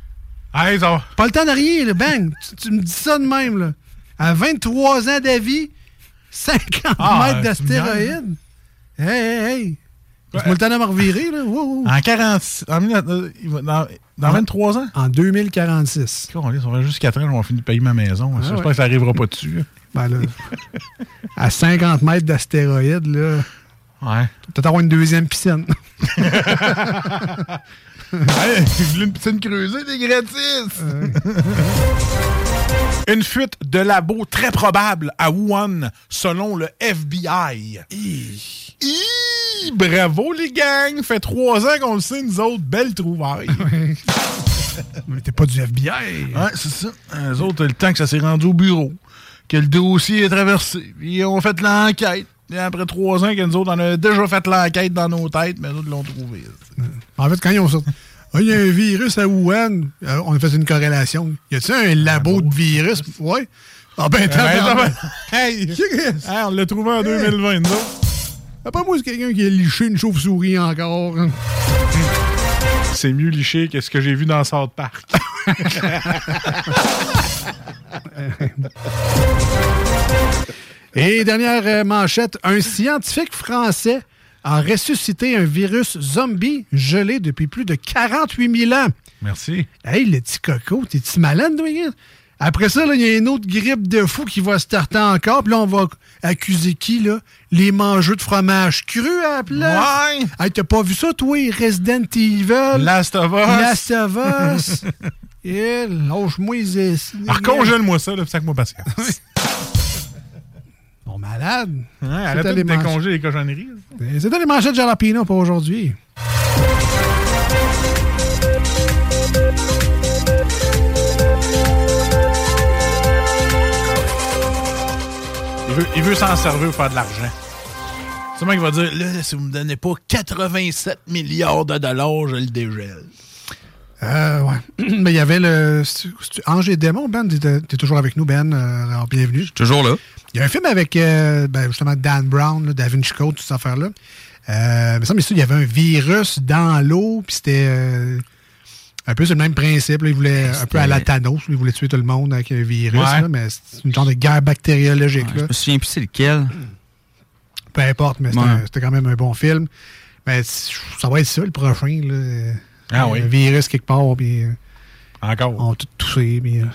[SPEAKER 5] Hey, ça
[SPEAKER 4] Pas le temps de rien, là. Bang! tu, tu me dis ça de même, là. À 23 ans d'avis, 50
[SPEAKER 5] Ah, euh,
[SPEAKER 4] mètres
[SPEAKER 5] tu me
[SPEAKER 4] d'astéroïde. Hey, hey, hey! Laisse-moi le temps de me revirer, là. Wow, wow.
[SPEAKER 5] En 46. en mille- euh, il va- dans, dans
[SPEAKER 4] En-
[SPEAKER 5] 23 ans?
[SPEAKER 4] En 2046.
[SPEAKER 5] On va juste 4 ans, on va finir de payer ma maison. Ça,
[SPEAKER 4] Ah
[SPEAKER 5] J'espère
[SPEAKER 4] ouais.
[SPEAKER 5] que ça arrivera pas dessus.
[SPEAKER 4] Ben là, à 50 mètres d'astéroïde, là.
[SPEAKER 5] Ouais.
[SPEAKER 4] Peut-être avoir une deuxième piscine.
[SPEAKER 5] Hey, vous voulez une piscine creusée, c'est gratis! une fuite de labo très probable à Wuhan, selon le FBI. Hi, bravo les gangs! Fait trois ans qu'on le sait, nous autres, belle trouvaille.
[SPEAKER 4] Mais t'es pas du FBI.
[SPEAKER 5] Ouais, c'est ça. Eux autres, le temps que ça s'est rendu au bureau, que le dossier est traversé, puis ils ont fait l'enquête. Et après trois ans que nous autres, on a déjà fait l'enquête dans nos têtes, mais eux autres l'ont trouvé.
[SPEAKER 4] En fait, quand ils ont sorti. Ah, Il y a un virus à Wuhan. Euh, on a fait une corrélation. Y a-t-il un labo de virus? Ouais. Ah ben, t'as
[SPEAKER 5] Ouais,
[SPEAKER 4] t'as-
[SPEAKER 5] ben, Hey! Hey, on l'a trouvé en 2020, nous autres.
[SPEAKER 4] Après moi, c'est quelqu'un qui a liché une chauve-souris encore.
[SPEAKER 5] C'est mieux liché que ce que j'ai vu dans South Park.
[SPEAKER 4] Et dernière euh, manchette, un scientifique français a ressuscité un virus zombie gelé depuis plus de 48 000 ans.
[SPEAKER 5] Merci.
[SPEAKER 4] Hey, le petit coco, t'es-tu malade, toi? gars? Après ça, là, il y a une autre grippe de fou qui va se starter encore. Puis là, on va accuser qui, là? Les mangeux de fromage cru à la place.
[SPEAKER 5] Ouais!
[SPEAKER 4] Hey, t'as pas vu ça, toi? Resident Evil.
[SPEAKER 5] Last of Us.
[SPEAKER 4] Last of Us. Eh, lâche-moi les ess-
[SPEAKER 5] Alors, congèle-moi ça, là, pis sac-moi patience.
[SPEAKER 4] Bon, malade.
[SPEAKER 5] Ouais, Hein, arrête de décongeler les cochonneries.
[SPEAKER 4] C'est dans les manchettes de Jalapino pour aujourd'hui.
[SPEAKER 5] Il veut, il veut s'en servir pour faire de l'argent. C'est moi qui va dire, là, si vous me donnez pas 87 milliards de dollars, je le dégèle.
[SPEAKER 4] Euh, ouais. Mais il y avait le. c'est- c'est- Ange et Démon, Ben, t'es t'es toujours avec nous, Ben. euh, alors, bienvenue.
[SPEAKER 6] Toujours là.
[SPEAKER 4] Il y a un film avec euh, ben, justement Dan Brown, là, Da Vinci Code, toute cette affaire-là. Euh, il me semble que ça, il y avait un virus dans l'eau, puis c'était euh, un peu sur le même principe. là. Il voulait un peu à la Thanos, il voulait tuer tout le monde avec un virus,
[SPEAKER 6] Ouais.
[SPEAKER 4] là, mais c'est une genre de guerre bactériologique.
[SPEAKER 6] Je
[SPEAKER 4] là.
[SPEAKER 6] me souviens plus c'est lequel.
[SPEAKER 4] Peu importe, mais c'était
[SPEAKER 6] Ouais.
[SPEAKER 4] un- c'était quand même un bon film. Mais c- ça va être ça le prochain. Là.
[SPEAKER 5] Ah
[SPEAKER 4] Un
[SPEAKER 5] oui.
[SPEAKER 4] virus quelque part, puis. euh,
[SPEAKER 5] Encore.
[SPEAKER 4] On va tout tousser, puis euh,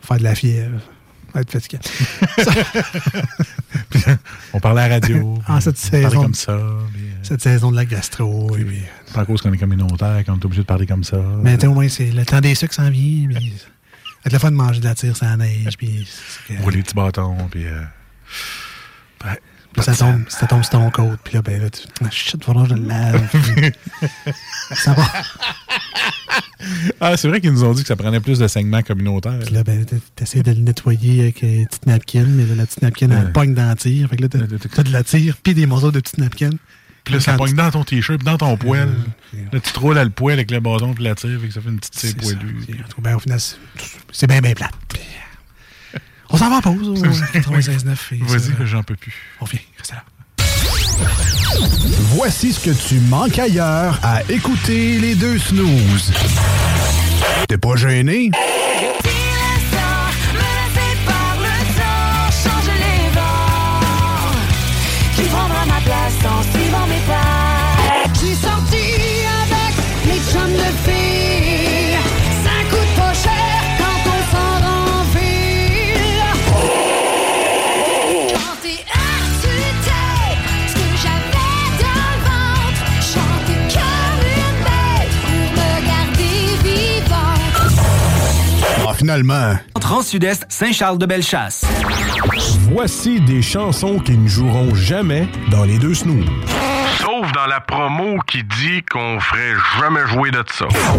[SPEAKER 4] faire de la fièvre. Ça va être fatiguant.
[SPEAKER 5] On parlait à la radio.
[SPEAKER 4] en cette
[SPEAKER 5] on parlait
[SPEAKER 4] saison.
[SPEAKER 5] comme ça, euh,
[SPEAKER 4] Cette saison de la gastro. et puis-
[SPEAKER 5] C'est à cause qu'on est communautaire, qu'on est obligé de parler comme ça. euh,
[SPEAKER 4] Mais t'sais, au moins, c'est le temps des sucres s'en vient. Puis... C'est le fun de manger de la tire sans neige. Puis, c'est-
[SPEAKER 5] Rouler les petits bâtons, puis... euh, ben,
[SPEAKER 4] puis ça, tombe, ça tombe sur ton côte. Puis là, ben là, tu ah, shit, faut que je le lave. Puis- ça va.
[SPEAKER 5] Ah, c'est vrai qu'ils nous ont dit que ça prenait plus de saignements communautaires.
[SPEAKER 4] Puis là, ben, t- t'essaies de le nettoyer avec une petite napkin. Mais là, la petite napkin, elle
[SPEAKER 5] Ouais.
[SPEAKER 4] pogne dans la tire. Fait que là, t'as t'as de la tire, puis des morceaux de petite napkin.
[SPEAKER 5] Puis là, ça
[SPEAKER 4] Quand Ah,
[SPEAKER 5] pogne dans ton t-shirt, puis dans ton poêle. Là, tu te roules à le poêle avec le bâton, puis la tire, fait que ça fait une petite tire poilue.
[SPEAKER 4] tu- Ben, au final, c'est- c'est bien, bien plate. Puis, euh, On s'en va en pause. au 96.9 et
[SPEAKER 5] Vas-y,
[SPEAKER 4] ça-
[SPEAKER 5] que j'en peux plus.
[SPEAKER 4] On revient, restez là.
[SPEAKER 8] Voici ce que tu manques ailleurs à écouter les deux snooze. T'es pas gêné?
[SPEAKER 7] Change les vents Qui prendra ma place en suivant mes pas J'ai sorti avec mes chums de filles Ça coûte pas cher quand on s'en renfile Chanter insulter ce que j'avais dans le ventre Chanter comme une bête pour me garder vivante
[SPEAKER 8] Ah, finalement.
[SPEAKER 12] Entrant sud-est, Saint-Charles-de-Bellechasse.
[SPEAKER 16] Voici des chansons qui ne joueront jamais dans les deux snooze.
[SPEAKER 10] Sauf dans la promo qui dit qu'on ferait jamais jouer de ça.
[SPEAKER 3] Here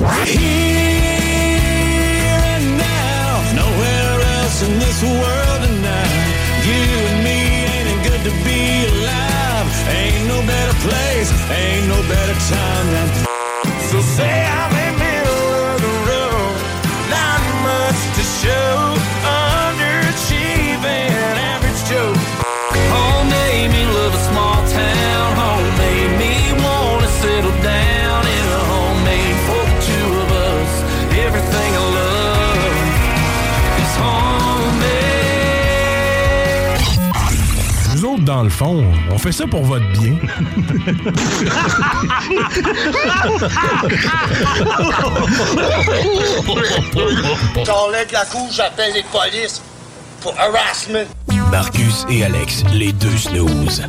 [SPEAKER 3] and now, nowhere else in this world tonight. You and me, ain't it good to be alive? Ain't no better place, ain't no better time than. So say I'm in the middle of the road, not much to show. Underachieving average Joe.
[SPEAKER 22] Home made me love a small town. Home made me wanna settle down in a home made for the two of us. Everything I love is homemade.
[SPEAKER 16] Nous autres, dans le fond, on fait ça pour votre bien.
[SPEAKER 21] Ton lait de la couche, j'appelle les polices pour harassment.
[SPEAKER 12] Marcus et Alex, les deux snooze.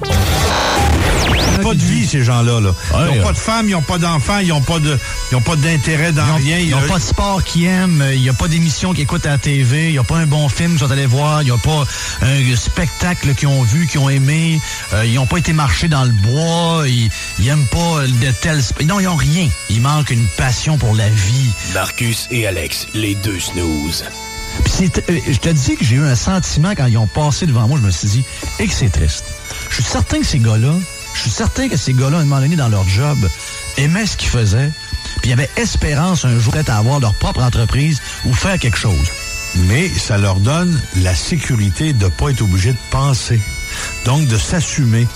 [SPEAKER 23] pas de vie, ces gens-là. Là. Ils n'ont pas de femmes, ils n'ont pas d'enfants, ils n'ont pas de, ils ont pas d'intérêt dans rien.
[SPEAKER 24] Ils n'ont pas de sport qu'ils aiment, euh, il n'y a pas d'émission qu'ils écoutent à la TV, il n'y a pas un bon film qu'ils sont allés voir, il n'y a pas un spectacle qu'ils ont vu, qu'ils ont aimé, euh, ils n'ont pas été marcher dans le bois, ils n'aiment pas de tels... sp- Non, ils n'ont rien. Il manque une passion pour la vie.
[SPEAKER 12] Marcus et Alex, les deux snooze.
[SPEAKER 24] Puis c'est- euh, je te dis que j'ai eu un sentiment quand ils ont passé devant moi, je me suis dit, et que c'est triste. Je suis certain que ces gars-là, je suis certain que ces gars-là, à un moment donné, dans leur job, aimaient ce qu'ils faisaient, puis ils avaient espérance un jour peut-être à avoir leur propre entreprise ou faire quelque chose.
[SPEAKER 23] Mais ça leur donne la sécurité de ne pas être obligé de penser. Donc, de s'assumer.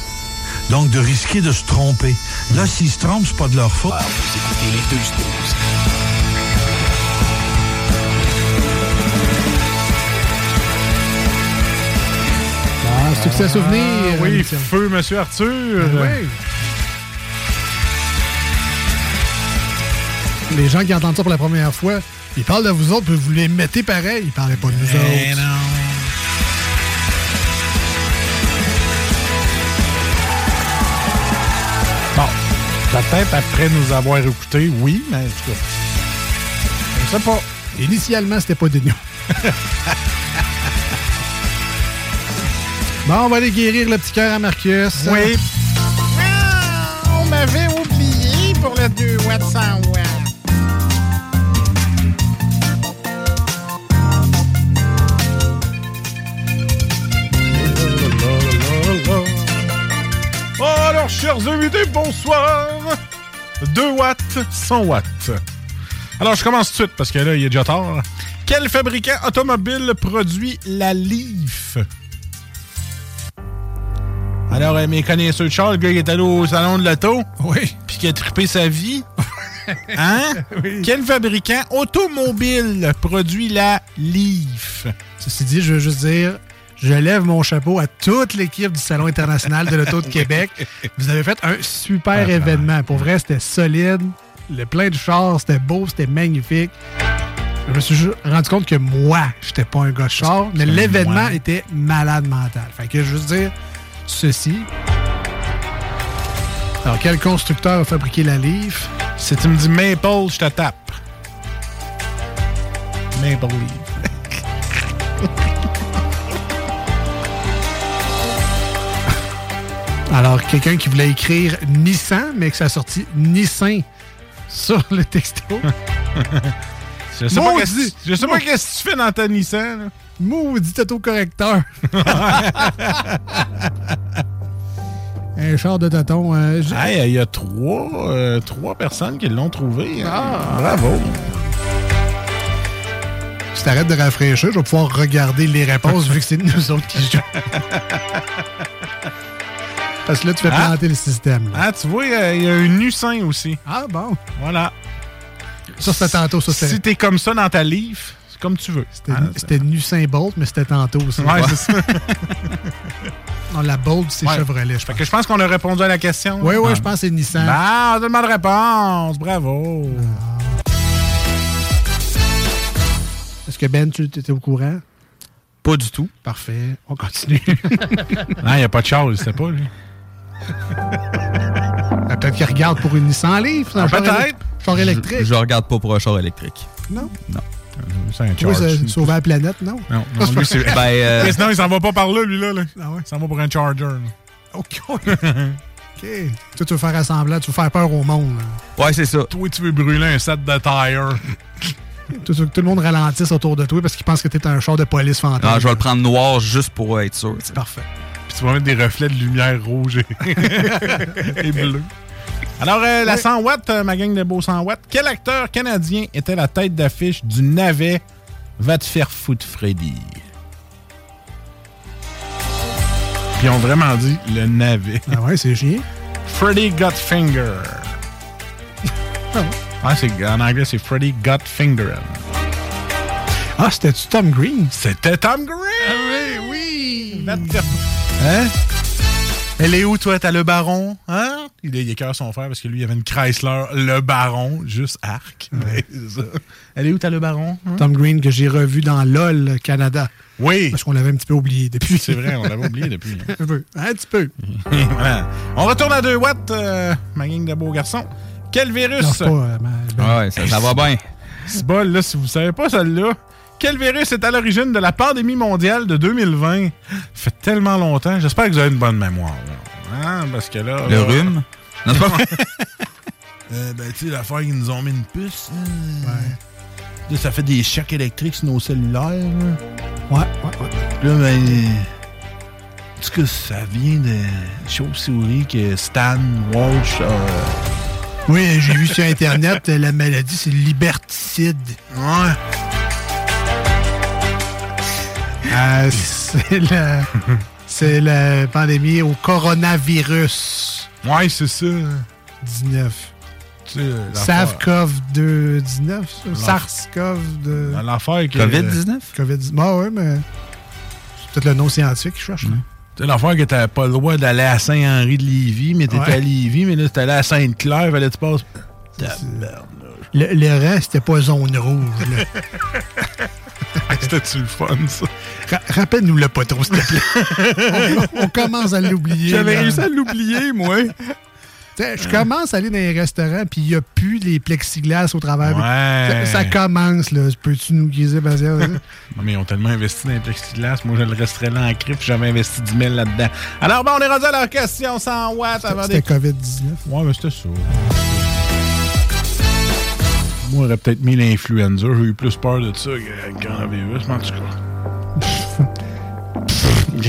[SPEAKER 23] Donc, de risquer de se tromper. Là, s'ils se trompent, c'est pas de leur
[SPEAKER 6] Ah,
[SPEAKER 23] faute.
[SPEAKER 12] Vous écoutez les deux snooze.
[SPEAKER 4] Ah, succès souvenir.
[SPEAKER 5] Ah Oui,
[SPEAKER 4] émission.
[SPEAKER 5] feu, monsieur Ah Arthur.
[SPEAKER 4] Ben Les gens qui entendent ça pour la première fois, ils parlent de vous autres, puis vous les mettez pareil. Ils parlaient pas de nous
[SPEAKER 5] Eh
[SPEAKER 4] autres.
[SPEAKER 5] Bon, peut-être après nous avoir écoutés, oui, mais en tout cas, je sais pas.
[SPEAKER 4] Initialement, c'était pas d'oignon. bon, on va aller guérir le petit cœur à Marcus.
[SPEAKER 5] Oui.
[SPEAKER 4] Ah, on m'avait oublié pour le 2 watts 100 watts.
[SPEAKER 5] Oh, alors, chers invités, bonsoir! 2 watts, 100 watts. Alors, je commence tout de suite parce que là, il est déjà tard. Quel fabricant automobile produit la Leaf? Alors, euh, mes connaisseurs de Charles, le gars, il est allé au salon de l'auto. Oui. Puis qui a trippé sa vie. Hein? Quel fabricant automobile produit la Leaf?
[SPEAKER 4] Ceci dit, je veux juste dire, je lève mon chapeau à toute l'équipe du Salon international de l'auto de Québec. Vous avez fait un super événement. Pour vrai, c'était solide. Le plein de chars, c'était beau, c'était magnifique. Je me suis juste rendu compte que moi, j'étais pas un gars de char,
[SPEAKER 5] c'est
[SPEAKER 4] mais l'événement
[SPEAKER 5] moi.
[SPEAKER 4] était malade mental. Fait que je veux juste dire ceci. Alors, quel constructeur a fabriqué la Leaf?
[SPEAKER 5] Si tu me dis Maple, je te tape. Maple Leaf.
[SPEAKER 4] Alors, quelqu'un qui voulait écrire Nissan, mais que ça a sorti Nissan sur le texto.
[SPEAKER 5] Je sais pas
[SPEAKER 4] Maudit-
[SPEAKER 5] qu'est-ce que tu- je sais pas
[SPEAKER 4] Maud-
[SPEAKER 5] qu'est-ce que tu fais dans ta Nissan.
[SPEAKER 4] Maudit autocorrecteur. Un char de tonton. euh, j-
[SPEAKER 5] Il y a trois, euh, trois personnes qui l'ont trouvé. hein.
[SPEAKER 4] Ah.
[SPEAKER 5] Bravo.
[SPEAKER 4] Si t'arrêtes de rafraîchir, je vais pouvoir regarder les réponses vu que c'est nous autres qui jouons. Parce que là, tu fais
[SPEAKER 5] Ah.
[SPEAKER 4] planter le système. là.
[SPEAKER 5] Ah, tu vois, euh, il y a une U5 aussi.
[SPEAKER 4] Ah, bon.
[SPEAKER 5] Voilà.
[SPEAKER 4] Ça, c'était tantôt, ça, c'était-
[SPEAKER 5] Si t'es comme ça dans ta livre, c'est comme tu veux.
[SPEAKER 4] C'était- C'était nu saint Bolt, mais c'était tantôt. Ça.
[SPEAKER 5] Ouais, c'est ça.
[SPEAKER 4] non, la Bolt, c'est
[SPEAKER 5] Ouais.
[SPEAKER 4] Chevrolet, je
[SPEAKER 5] Fait que je pense qu'on a répondu à la question.
[SPEAKER 4] Oui, oui, je pense hein. que c'est Nissan.
[SPEAKER 5] Ah, on a de réponse. Bravo.
[SPEAKER 4] Est-ce que Ben, tu étais au courant?
[SPEAKER 6] Pas du tout.
[SPEAKER 4] Parfait. On continue.
[SPEAKER 5] Non, il n'y a pas de Charles, c'est pas lui.
[SPEAKER 4] Ah, Peut-être qu'il regarde pour une Nissan Leaf. c'est un
[SPEAKER 6] Ah,
[SPEAKER 4] char
[SPEAKER 6] peut-être.
[SPEAKER 4] élec- Char
[SPEAKER 6] Je,
[SPEAKER 4] électrique.
[SPEAKER 6] je regarde pas pour un char électrique.
[SPEAKER 4] Non.
[SPEAKER 6] Non.
[SPEAKER 5] C'est un
[SPEAKER 4] Oui, ça- sauver la planète, non?
[SPEAKER 5] Non, non, lui, c'est.
[SPEAKER 6] Ben, euh,
[SPEAKER 5] Mais sinon, il s'en va pas par là, lui, là. là. Il s'en va pour un Charger.
[SPEAKER 4] Ah OK. OK. Toi, tu veux faire assemblant, tu veux faire peur au monde. là.
[SPEAKER 6] Ouais, c'est ça.
[SPEAKER 5] Toi, tu veux brûler un set de tire.
[SPEAKER 4] Toi, tu veux que tout le monde ralentisse autour de toi parce qu'ils pensent que t'es un char de police fantôme.
[SPEAKER 6] Non, Ah, je vais le prendre noir juste pour être sûr. C'est
[SPEAKER 4] parfait.
[SPEAKER 5] Puis tu vas mettre des reflets de lumière rouge et, et bleu. Alors, euh, la 100 watts, euh, ma gang de beaux 100 watts. Quel acteur canadien était la tête d'affiche du navet Va te faire foutre, Freddy? Puis ils ont vraiment dit le navet.
[SPEAKER 4] Ah ouais, c'est chiant.
[SPEAKER 5] Freddy Gutfinger. Ah, c'est- en anglais, c'est Freddy Gutfinger.
[SPEAKER 4] Ah, c'était-tu Tom Green?
[SPEAKER 5] C'était Tom Green!
[SPEAKER 4] oui!
[SPEAKER 5] Hein? Elle est où, toi? T'as le baron? Hein? Il est cœur son frère parce que lui, il avait une Chrysler, le baron, juste arc. Mais c'est ça. Elle est où, t'as le baron? hein?
[SPEAKER 4] Tom Green que j'ai revu dans LOL Canada.
[SPEAKER 5] Oui.
[SPEAKER 4] Parce qu'on l'avait un petit peu oublié depuis.
[SPEAKER 5] C'est vrai, on l'avait oublié depuis. hein.
[SPEAKER 4] un peu. Un petit peu.
[SPEAKER 5] Voilà. On retourne à 2 watts, euh, ma gang de beaux garçons. Quel virus?
[SPEAKER 4] Non, c'est pas, euh, ma- ben-
[SPEAKER 6] Ah ouais, ça, ça va bien.
[SPEAKER 5] C'est bol, là, si vous savez pas celle-là. Quel virus est à l'origine de la pandémie mondiale de 2020? Ça fait tellement longtemps. J'espère que vous avez une bonne mémoire. là. Hein? Parce que là...
[SPEAKER 6] Le
[SPEAKER 5] là-
[SPEAKER 6] rhume. Non, c'est pas vrai.
[SPEAKER 5] Euh, ben, tu sais, l'affaire, ils nous ont mis une puce. là. Là, ça fait des chocs électriques sur nos cellulaires. là.
[SPEAKER 4] Ouais, ouais, ouais.
[SPEAKER 5] Là, ben. En tout cas, ça vient de chauve-souris que Stan Walsh a.
[SPEAKER 4] Oui, j'ai vu sur Internet, euh, la maladie, c'est liberticide.
[SPEAKER 5] Ouais.
[SPEAKER 4] Euh, c'est la, c'est la pandémie au coronavirus
[SPEAKER 5] Ouais, c'est ça.
[SPEAKER 4] 19.
[SPEAKER 5] Tu sais, l'affaire-
[SPEAKER 4] SARS-CoV-2 19, ça? SARS-CoV-2
[SPEAKER 5] L'affaire que.
[SPEAKER 6] COVID-19?
[SPEAKER 4] COVID-19. Bah ouais, mais c'est peut-être le nom scientifique qu'ils cherchent. là.
[SPEAKER 5] Tu sais, l'affaire que t'avais pas le droit d'aller à Saint-Henri de Lévis, mais t'étais
[SPEAKER 4] Ouais.
[SPEAKER 5] à Lévis, mais là, t'étais allé à Sainte-Claire, fallait que tu passes. Tabarnak.
[SPEAKER 4] Le, le reste, c'était pas zone rouge. là.
[SPEAKER 5] C'était-tu le fun, ça?
[SPEAKER 4] Ra- Rappelle-nous le pas trop, s'il te plaît. on, on commence à l'oublier.
[SPEAKER 6] J'avais
[SPEAKER 4] là.
[SPEAKER 6] réussi à l'oublier, moi.
[SPEAKER 4] Tu sais, Je commence à aller dans les restaurants, puis il n'y a plus les plexiglas au travers.
[SPEAKER 5] Ouais.
[SPEAKER 4] Ça, ça commence, là. Peux-tu nous guiser, Basile?
[SPEAKER 5] Non, mais ils ont tellement investi dans les plexiglas, moi je le resterais là en crif, j'avais investi 10 000 là-dedans. Alors bon, on est rendu à leur question 100 watts avant des...
[SPEAKER 4] C'était COVID-19.
[SPEAKER 5] Ouais, mais c'était ça. Moi, j'aurais peut-être mis l'influenza, j'ai eu plus peur de ça que le coronavirus, mais en tout cas.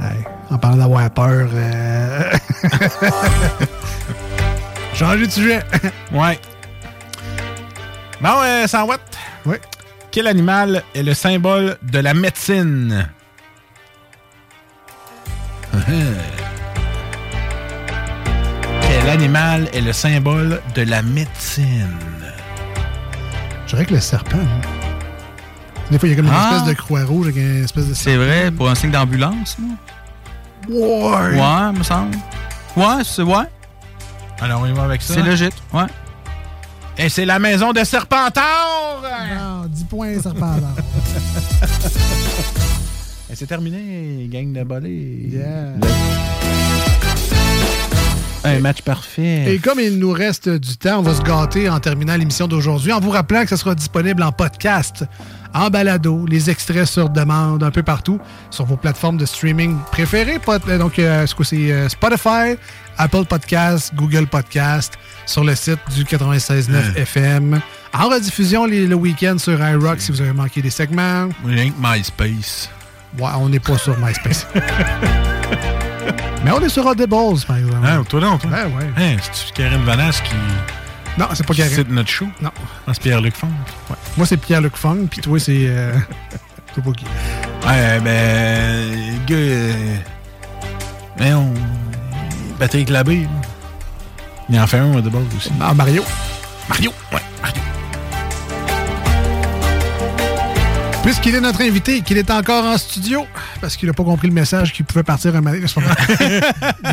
[SPEAKER 4] Hey, en parlant d'avoir peur. euh,
[SPEAKER 5] Changer de sujet. ouais. Bon, euh, 100 watts.
[SPEAKER 4] Oui.
[SPEAKER 5] Quel animal est le symbole de la médecine? Quel animal est le symbole de la médecine?
[SPEAKER 4] Je dirais que le serpent. hein. Des fois, il y a comme une
[SPEAKER 6] Ah.
[SPEAKER 4] espèce de croix rouge avec une espèce de.
[SPEAKER 6] C'est vrai, pour un signe d'ambulance, non?
[SPEAKER 4] Ouais.
[SPEAKER 6] Ouais, me semble. Ouais, c'est ouais.
[SPEAKER 5] Alors, on y va avec ça.
[SPEAKER 6] C'est logique, ouais.
[SPEAKER 5] Et c'est la maison de Serpentard!
[SPEAKER 4] Non, 10 Ah, points, serpent d'or.
[SPEAKER 5] Et c'est terminé, gang de bolés. Un match parfait.
[SPEAKER 4] Et comme il nous reste du temps, on va se gâter en terminant l'émission d'aujourd'hui en vous rappelant que ce sera disponible en podcast, en balado, les extraits sur demande un peu partout sur vos plateformes de streaming préférées. Pot- euh, Donc, euh, ce que c'est euh, Spotify, Apple Podcast, Google Podcast, sur le site du 96.9 FM. En rediffusion les- le week-end sur iRock si vous avez manqué des segments.
[SPEAKER 5] Rien que MySpace.
[SPEAKER 4] Ouais, on n'est pas sur MySpace. Mais on est sur Audibles, par exemple.
[SPEAKER 5] Hein, toi non, toi?
[SPEAKER 4] Ben ouais.
[SPEAKER 5] Hein, C'est-tu Karine Vanasse qui.
[SPEAKER 4] Non, c'est pas
[SPEAKER 5] qui
[SPEAKER 4] Karine.
[SPEAKER 5] cite notre show?
[SPEAKER 4] Non.
[SPEAKER 5] Ah, c'est Pierre-Luc Fong.
[SPEAKER 4] Ouais. Moi, c'est Pierre-Luc Fong, puis toi, c'est. euh, je sais pas qui.
[SPEAKER 5] Ouais, euh, ben. le Gars. euh, Mais on. Patrick Labbé. là. Il en fait un, de base aussi.
[SPEAKER 4] Ah, Mario.
[SPEAKER 5] Mario, ouais, Mario.
[SPEAKER 4] Puisqu'il est notre invité et qu'il est encore en studio, parce qu'il a pas compris le message qu'il pouvait partir un matin. c'est pas vrai.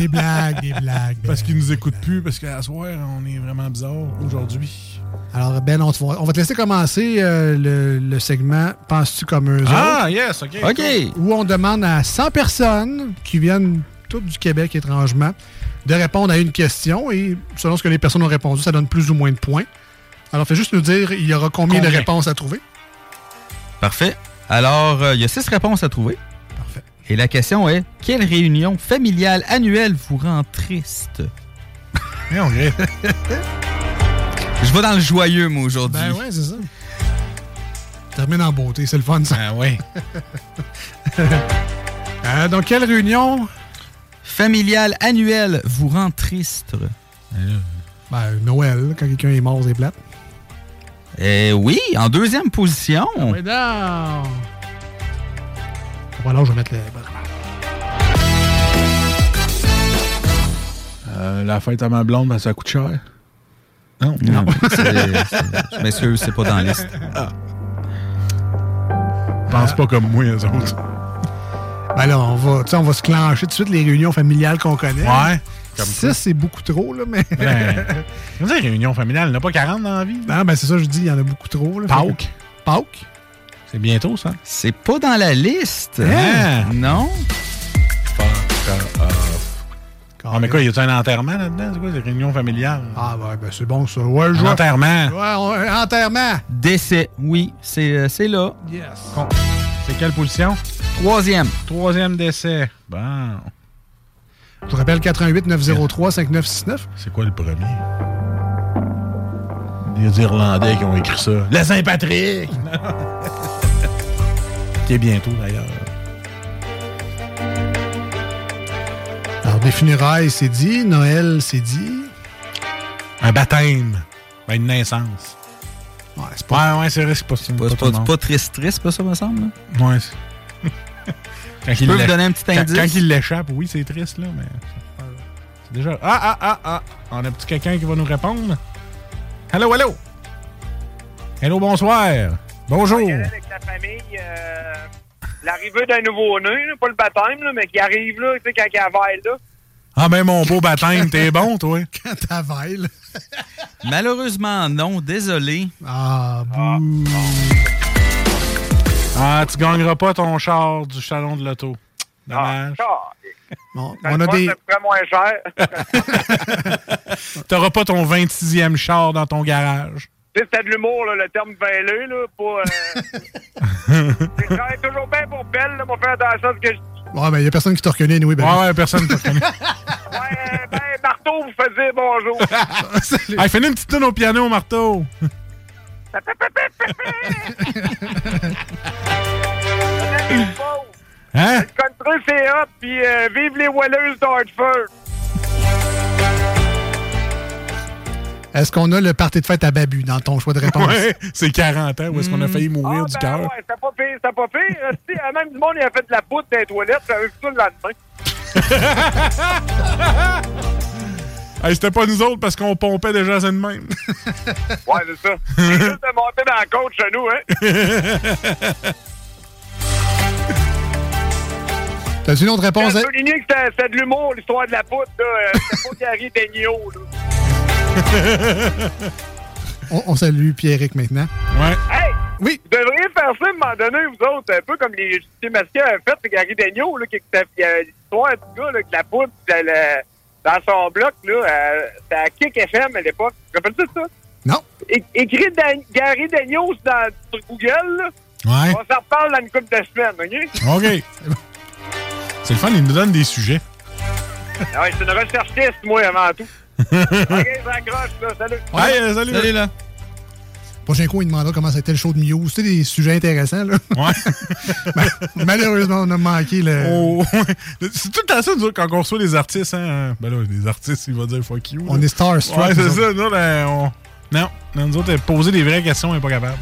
[SPEAKER 4] des blagues, des blagues.
[SPEAKER 5] Parce qu'il nous écoute plus, parce qu'à soir, on est vraiment bizarre aujourd'hui.
[SPEAKER 4] Alors, Ben, on te va- on va, te laisser commencer euh, le, le segment Penses-tu comme eux
[SPEAKER 5] Ah,
[SPEAKER 4] autres?
[SPEAKER 5] yes, OK.
[SPEAKER 4] Où on demande à 100 personnes qui viennent toutes du Québec, étrangement, de répondre à une question. Et selon ce que les personnes ont répondu, ça donne plus ou moins de points. Alors, fais juste nous dire, il y aura combien, de
[SPEAKER 6] Combien?
[SPEAKER 4] réponses à trouver?
[SPEAKER 6] Parfait. Alors, euh, il y a six réponses à trouver. Parfait. Et la question est quelle réunion familiale annuelle vous rend triste Je vais dans le joyeux, moi, aujourd'hui.
[SPEAKER 4] Ben ouais, c'est ça. Termine en beauté, c'est le fun, ça.
[SPEAKER 5] Ah ouais.
[SPEAKER 4] Euh, donc, quelle réunion
[SPEAKER 6] familiale annuelle vous rend triste
[SPEAKER 4] Ben, Noël, quand quelqu'un est mort, c'est plate.
[SPEAKER 6] Eh oui, en deuxième position.
[SPEAKER 4] Ouais, non! Voilà, je vais mettre le.
[SPEAKER 5] Euh, la fête à ma blonde, ben, ça coûte cher. Non.
[SPEAKER 6] Non. c'est- c'est- je m'excuse, c'est pas dans la liste.
[SPEAKER 5] Ah. Pense pas comme moi, les autres.
[SPEAKER 4] Ben là, on va, tu sais, on va se clencher tout de suite les réunions familiales qu'on connaît.
[SPEAKER 5] Ouais. Comme
[SPEAKER 4] ça, c'est beaucoup trop, là, mais.
[SPEAKER 5] Ben, on dit réunion familiale, il n'y en a pas 40 dans la vie.
[SPEAKER 4] non, ben c'est ça, je dis, il y en a beaucoup trop, là.
[SPEAKER 5] Pâques.
[SPEAKER 4] Pâques.
[SPEAKER 5] C'est bientôt, ça.
[SPEAKER 6] C'est pas dans la liste.
[SPEAKER 5] Hein?
[SPEAKER 6] Non.
[SPEAKER 5] Ah, mais quoi, y a-tu un enterrement là-dedans? C'est quoi, c'est réunion familiale?
[SPEAKER 4] Ah, ouais, ben c'est bon, ça. Ouais, je vois.
[SPEAKER 5] Enterrement.
[SPEAKER 4] Ouais, on- euh, enterrement.
[SPEAKER 6] Décès, oui, c'est euh, c'est là.
[SPEAKER 4] Yes.
[SPEAKER 5] Con- C'est quelle position?
[SPEAKER 6] Troisième.
[SPEAKER 5] Troisième décès. Bon.
[SPEAKER 4] Je vous rappelle 88 903 5969.
[SPEAKER 5] C'est quoi le premier? Les Irlandais qui ont écrit ça. La Saint-Patrick! qui est bientôt, d'ailleurs.
[SPEAKER 4] Alors, des funérailles, c'est dit. Noël, c'est dit.
[SPEAKER 5] Un baptême. Ben, une naissance.
[SPEAKER 4] Ouais, c'est
[SPEAKER 5] pas... Ouais, ouais, c'est vrai, c'est pas... C'est
[SPEAKER 6] Pas,
[SPEAKER 5] pas
[SPEAKER 6] c'est
[SPEAKER 5] tout le
[SPEAKER 6] pas,
[SPEAKER 5] monde.
[SPEAKER 6] pas triste, triste, pas ça, me semble. là?
[SPEAKER 5] Ouais. c'est- Quand
[SPEAKER 6] Je
[SPEAKER 5] il
[SPEAKER 6] peux vous
[SPEAKER 5] l'éch-
[SPEAKER 6] donner un petit
[SPEAKER 5] quand-
[SPEAKER 6] indice?
[SPEAKER 5] Quand il l'échappe, oui, c'est triste, là, mais. C'est déjà. Ah, ah, ah, ah! On a petit quelqu'un qui va nous répondre? Allô, allô? Allô, bonsoir! Bonjour!
[SPEAKER 2] avec la famille. euh, L'arrivée d'un nouveau-né, là, pas le baptême, là, mais qui arrive là, tu sais, quand il avale, là.
[SPEAKER 5] Ah, ben, mon beau baptême, t'es bon, toi?
[SPEAKER 4] Quand t'avales.
[SPEAKER 6] Malheureusement, non, désolé.
[SPEAKER 4] Ah, bouh.
[SPEAKER 5] Ah, tu gagneras pas ton char du salon de l'auto. Dommage.
[SPEAKER 4] Bon,
[SPEAKER 5] on a des-
[SPEAKER 2] C'est moins cher.
[SPEAKER 5] T'auras pas ton 26e char dans ton garage.
[SPEAKER 2] Tu sais, C'était de l'humour, là, le terme veineux, là, pas... Euh... Tu sais, j'en ai toujours bien pour belle, là, pour faire attention à ce que je dis.
[SPEAKER 4] Ouais, mais il n'y a personne qui te reconnaît, anyway, ben,
[SPEAKER 5] ouais, personne te reconnaît.
[SPEAKER 2] Eh ben, Marteau, vous faites dire bonjour.
[SPEAKER 5] Hey, fais-nous une petite tune au piano, Marteau. Hein?
[SPEAKER 2] Le country, c'est hot, puis euh, vive les Wellers d'Hartford.
[SPEAKER 4] Est-ce qu'on a le party de fête à Babu dans ton choix de réponse?
[SPEAKER 5] Ouais, Hmm. c'est 40 ans où est-ce qu'on a failli mourir du cœur.
[SPEAKER 2] Ouais, c'était pas pire, c'était pas pire. Esti, euh, même du monde, il a fait de la poudre dans les toilettes, ça avait fait ça le lendemain.
[SPEAKER 5] Hey, c'était pas nous autres parce qu'on pompait déjà ça de même.
[SPEAKER 2] ouais, c'est ça. C'est juste de monter dans la côte chez nous, hein.
[SPEAKER 4] T'as une autre réponse?
[SPEAKER 2] Je
[SPEAKER 4] hein?
[SPEAKER 2] souligné que c'était- c'était de l'humour, l'histoire de la poudre, là. Euh, C'était pas Gary Daigneault, là.
[SPEAKER 4] On, on salue Pierrick maintenant.
[SPEAKER 5] Ouais.
[SPEAKER 2] Hey!
[SPEAKER 4] Oui!
[SPEAKER 2] Vous devriez faire ça à un moment donné, vous autres, un peu comme les justices masqués avaient fait, c'est Gary Daigneault, là, qui écoutait il y a l'histoire du gars, là, que la poudre, c'était le- dans son bloc, là, euh, c'était à Kick FM à l'époque. Tu te rappelles-tu de ça?
[SPEAKER 4] Non.
[SPEAKER 2] É- écris Dan- Gary Daigneault dans, sur Google, là.
[SPEAKER 5] Ouais.
[SPEAKER 2] On s'en reparle dans une couple de semaines, OK?
[SPEAKER 5] OK. C'est le fun, il nous donne des sujets.
[SPEAKER 2] Ah ouais, c'est une recherche test, moi, avant tout. OK, j'accroche, là. Salut.
[SPEAKER 5] Ouais, euh, salut. Salut, là.
[SPEAKER 4] Prochain coup, il demandera comment c'était le show de Muse. C'était des sujets intéressants, là.
[SPEAKER 5] Ouais.
[SPEAKER 4] malheureusement, on a manqué le.
[SPEAKER 5] Oh, ouais. c'est tout le temps ça, nous autres, quand on reçoit des artistes. Hein, ben là, les artistes, ils vont dire fuck you.
[SPEAKER 4] On
[SPEAKER 5] là.
[SPEAKER 4] est starstruck,
[SPEAKER 5] Ouais,
[SPEAKER 4] nous
[SPEAKER 5] c'est
[SPEAKER 4] autres.
[SPEAKER 5] ça. Nous, là, on... Non, non, nous autres, euh, poser des vraies questions, on n'est pas capable.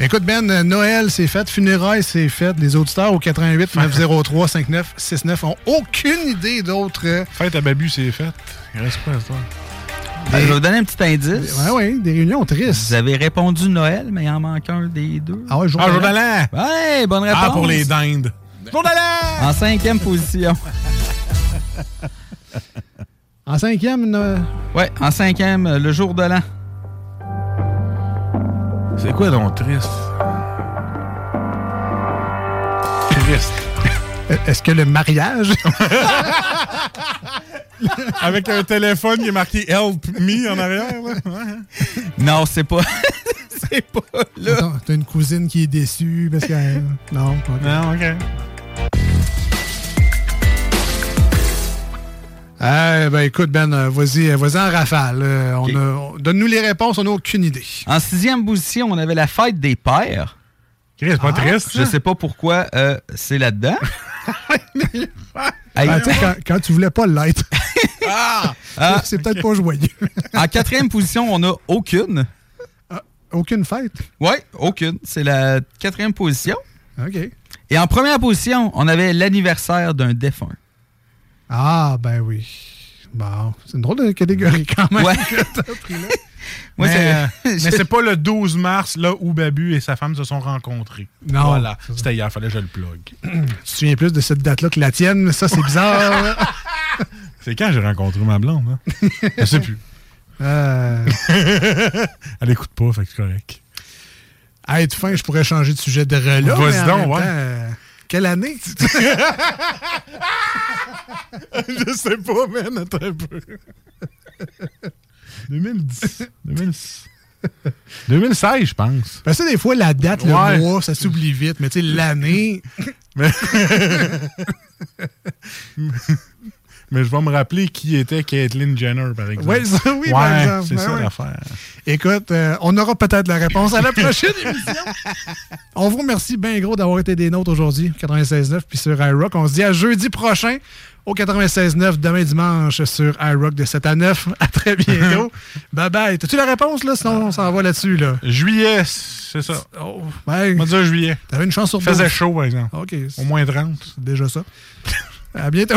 [SPEAKER 4] Écoute, Ben, euh, Noël, c'est fait. Funérailles, c'est fait. Les auditeurs au 88 903 5969 ont aucune idée d'autres. euh,
[SPEAKER 5] Fête à Babu, c'est fait. Il reste quoi, l'histoire?
[SPEAKER 6] Ben, je vais vous donner un petit indice.
[SPEAKER 4] Ouais, ouais, des réunions tristes.
[SPEAKER 6] Vous avez répondu Noël, mais il en manque un des deux.
[SPEAKER 4] Ah ouais, jour
[SPEAKER 6] ah,
[SPEAKER 4] de l'an.
[SPEAKER 6] Ouais, bonne réponse.
[SPEAKER 5] Ah, pour les dindes. Jour de l'an!
[SPEAKER 6] En cinquième position.
[SPEAKER 4] En cinquième, une-
[SPEAKER 6] Ouais, en cinquième, euh, le jour de l'an.
[SPEAKER 5] C'est quoi donc triste? Triste.
[SPEAKER 4] Euh, Est-ce que le mariage?
[SPEAKER 5] Avec un téléphone qui est marqué Help me en arrière. Là.
[SPEAKER 6] Non, c'est pas. c'est pas là.
[SPEAKER 4] Attends, T'as une cousine qui est déçue parce que. euh, non, ok.
[SPEAKER 5] Non, ok.
[SPEAKER 4] Ah, ben écoute, Ben, euh, vas-y, euh, vas-y en rafale. Euh, on a- on- Donne-nous les réponses, on n'a aucune idée.
[SPEAKER 6] En sixième position, on avait la fête des pères.
[SPEAKER 5] c'est pas
[SPEAKER 4] Ah,
[SPEAKER 5] triste, hein? ça.
[SPEAKER 6] Je sais pas pourquoi euh, c'est là-dedans. Hey,
[SPEAKER 4] Ben, tu sais, quand, quand tu voulais pas l'être.
[SPEAKER 6] Ah,
[SPEAKER 4] c'est peut-être pas joyeux.
[SPEAKER 6] en quatrième position, on a aucune.
[SPEAKER 4] aucune fête?
[SPEAKER 6] Ouais, aucune. C'est la quatrième position.
[SPEAKER 4] OK.
[SPEAKER 6] Et en première position, on avait l'anniversaire d'un défunt.
[SPEAKER 4] Ah, ben oui. Bon, c'est une drôle de catégorie quand même.
[SPEAKER 6] Ouais. Moi,
[SPEAKER 5] mais
[SPEAKER 6] c'est-
[SPEAKER 5] euh, mais
[SPEAKER 6] je-
[SPEAKER 5] c'est pas le 12 mars là où Babu et sa femme se sont rencontrés.
[SPEAKER 4] Non.
[SPEAKER 5] Voilà. C'était hier, fallait que je le plug.
[SPEAKER 4] Tu te souviens plus de cette date-là que la tienne, mais ça, c'est bizarre.
[SPEAKER 5] C'est quand j'ai rencontré ma blonde, hein? Je sais plus.
[SPEAKER 4] Euh,
[SPEAKER 5] Elle écoute pas, fait que c'est correct.
[SPEAKER 4] à être fin, je pourrais changer de sujet de relais.
[SPEAKER 5] Vas-y
[SPEAKER 4] mais en
[SPEAKER 5] donc,
[SPEAKER 4] même
[SPEAKER 5] ouais.
[SPEAKER 4] temps, euh, quelle année?
[SPEAKER 5] je sais pas, man, attends un peu. 2010. 2006. 2016, je pense.
[SPEAKER 4] Parce que des fois, la date, le
[SPEAKER 5] Ouais.
[SPEAKER 4] mois, ça s'oublie vite, mais tu sais, l'année.
[SPEAKER 5] Mais... Mais je vais me rappeler qui était Caitlyn Jenner, par exemple.
[SPEAKER 4] Ouais, ça, oui,
[SPEAKER 5] Ouais,
[SPEAKER 4] par exemple.
[SPEAKER 5] C'est
[SPEAKER 4] Ben
[SPEAKER 5] ça
[SPEAKER 4] oui.
[SPEAKER 5] l'affaire.
[SPEAKER 4] Écoute, euh, on aura peut-être la réponse à la prochaine émission. On vous remercie bien gros d'avoir été des nôtres aujourd'hui, 96.9, puis sur iRock. On se dit à jeudi prochain au 96.9, demain dimanche, sur iRock de 7 à 9. À très bientôt. bye bye. T'as-tu la réponse, là? Sinon, on s'en va là-dessus, là.
[SPEAKER 5] Juillet, c'est ça.
[SPEAKER 4] Oh, ouais.
[SPEAKER 5] On va dire juillet.
[SPEAKER 4] T'avais une chance sur deux.
[SPEAKER 5] Faisait chaud, par exemple.
[SPEAKER 4] OK.
[SPEAKER 5] Au moins 30.
[SPEAKER 4] C'est déjà ça. à bientôt.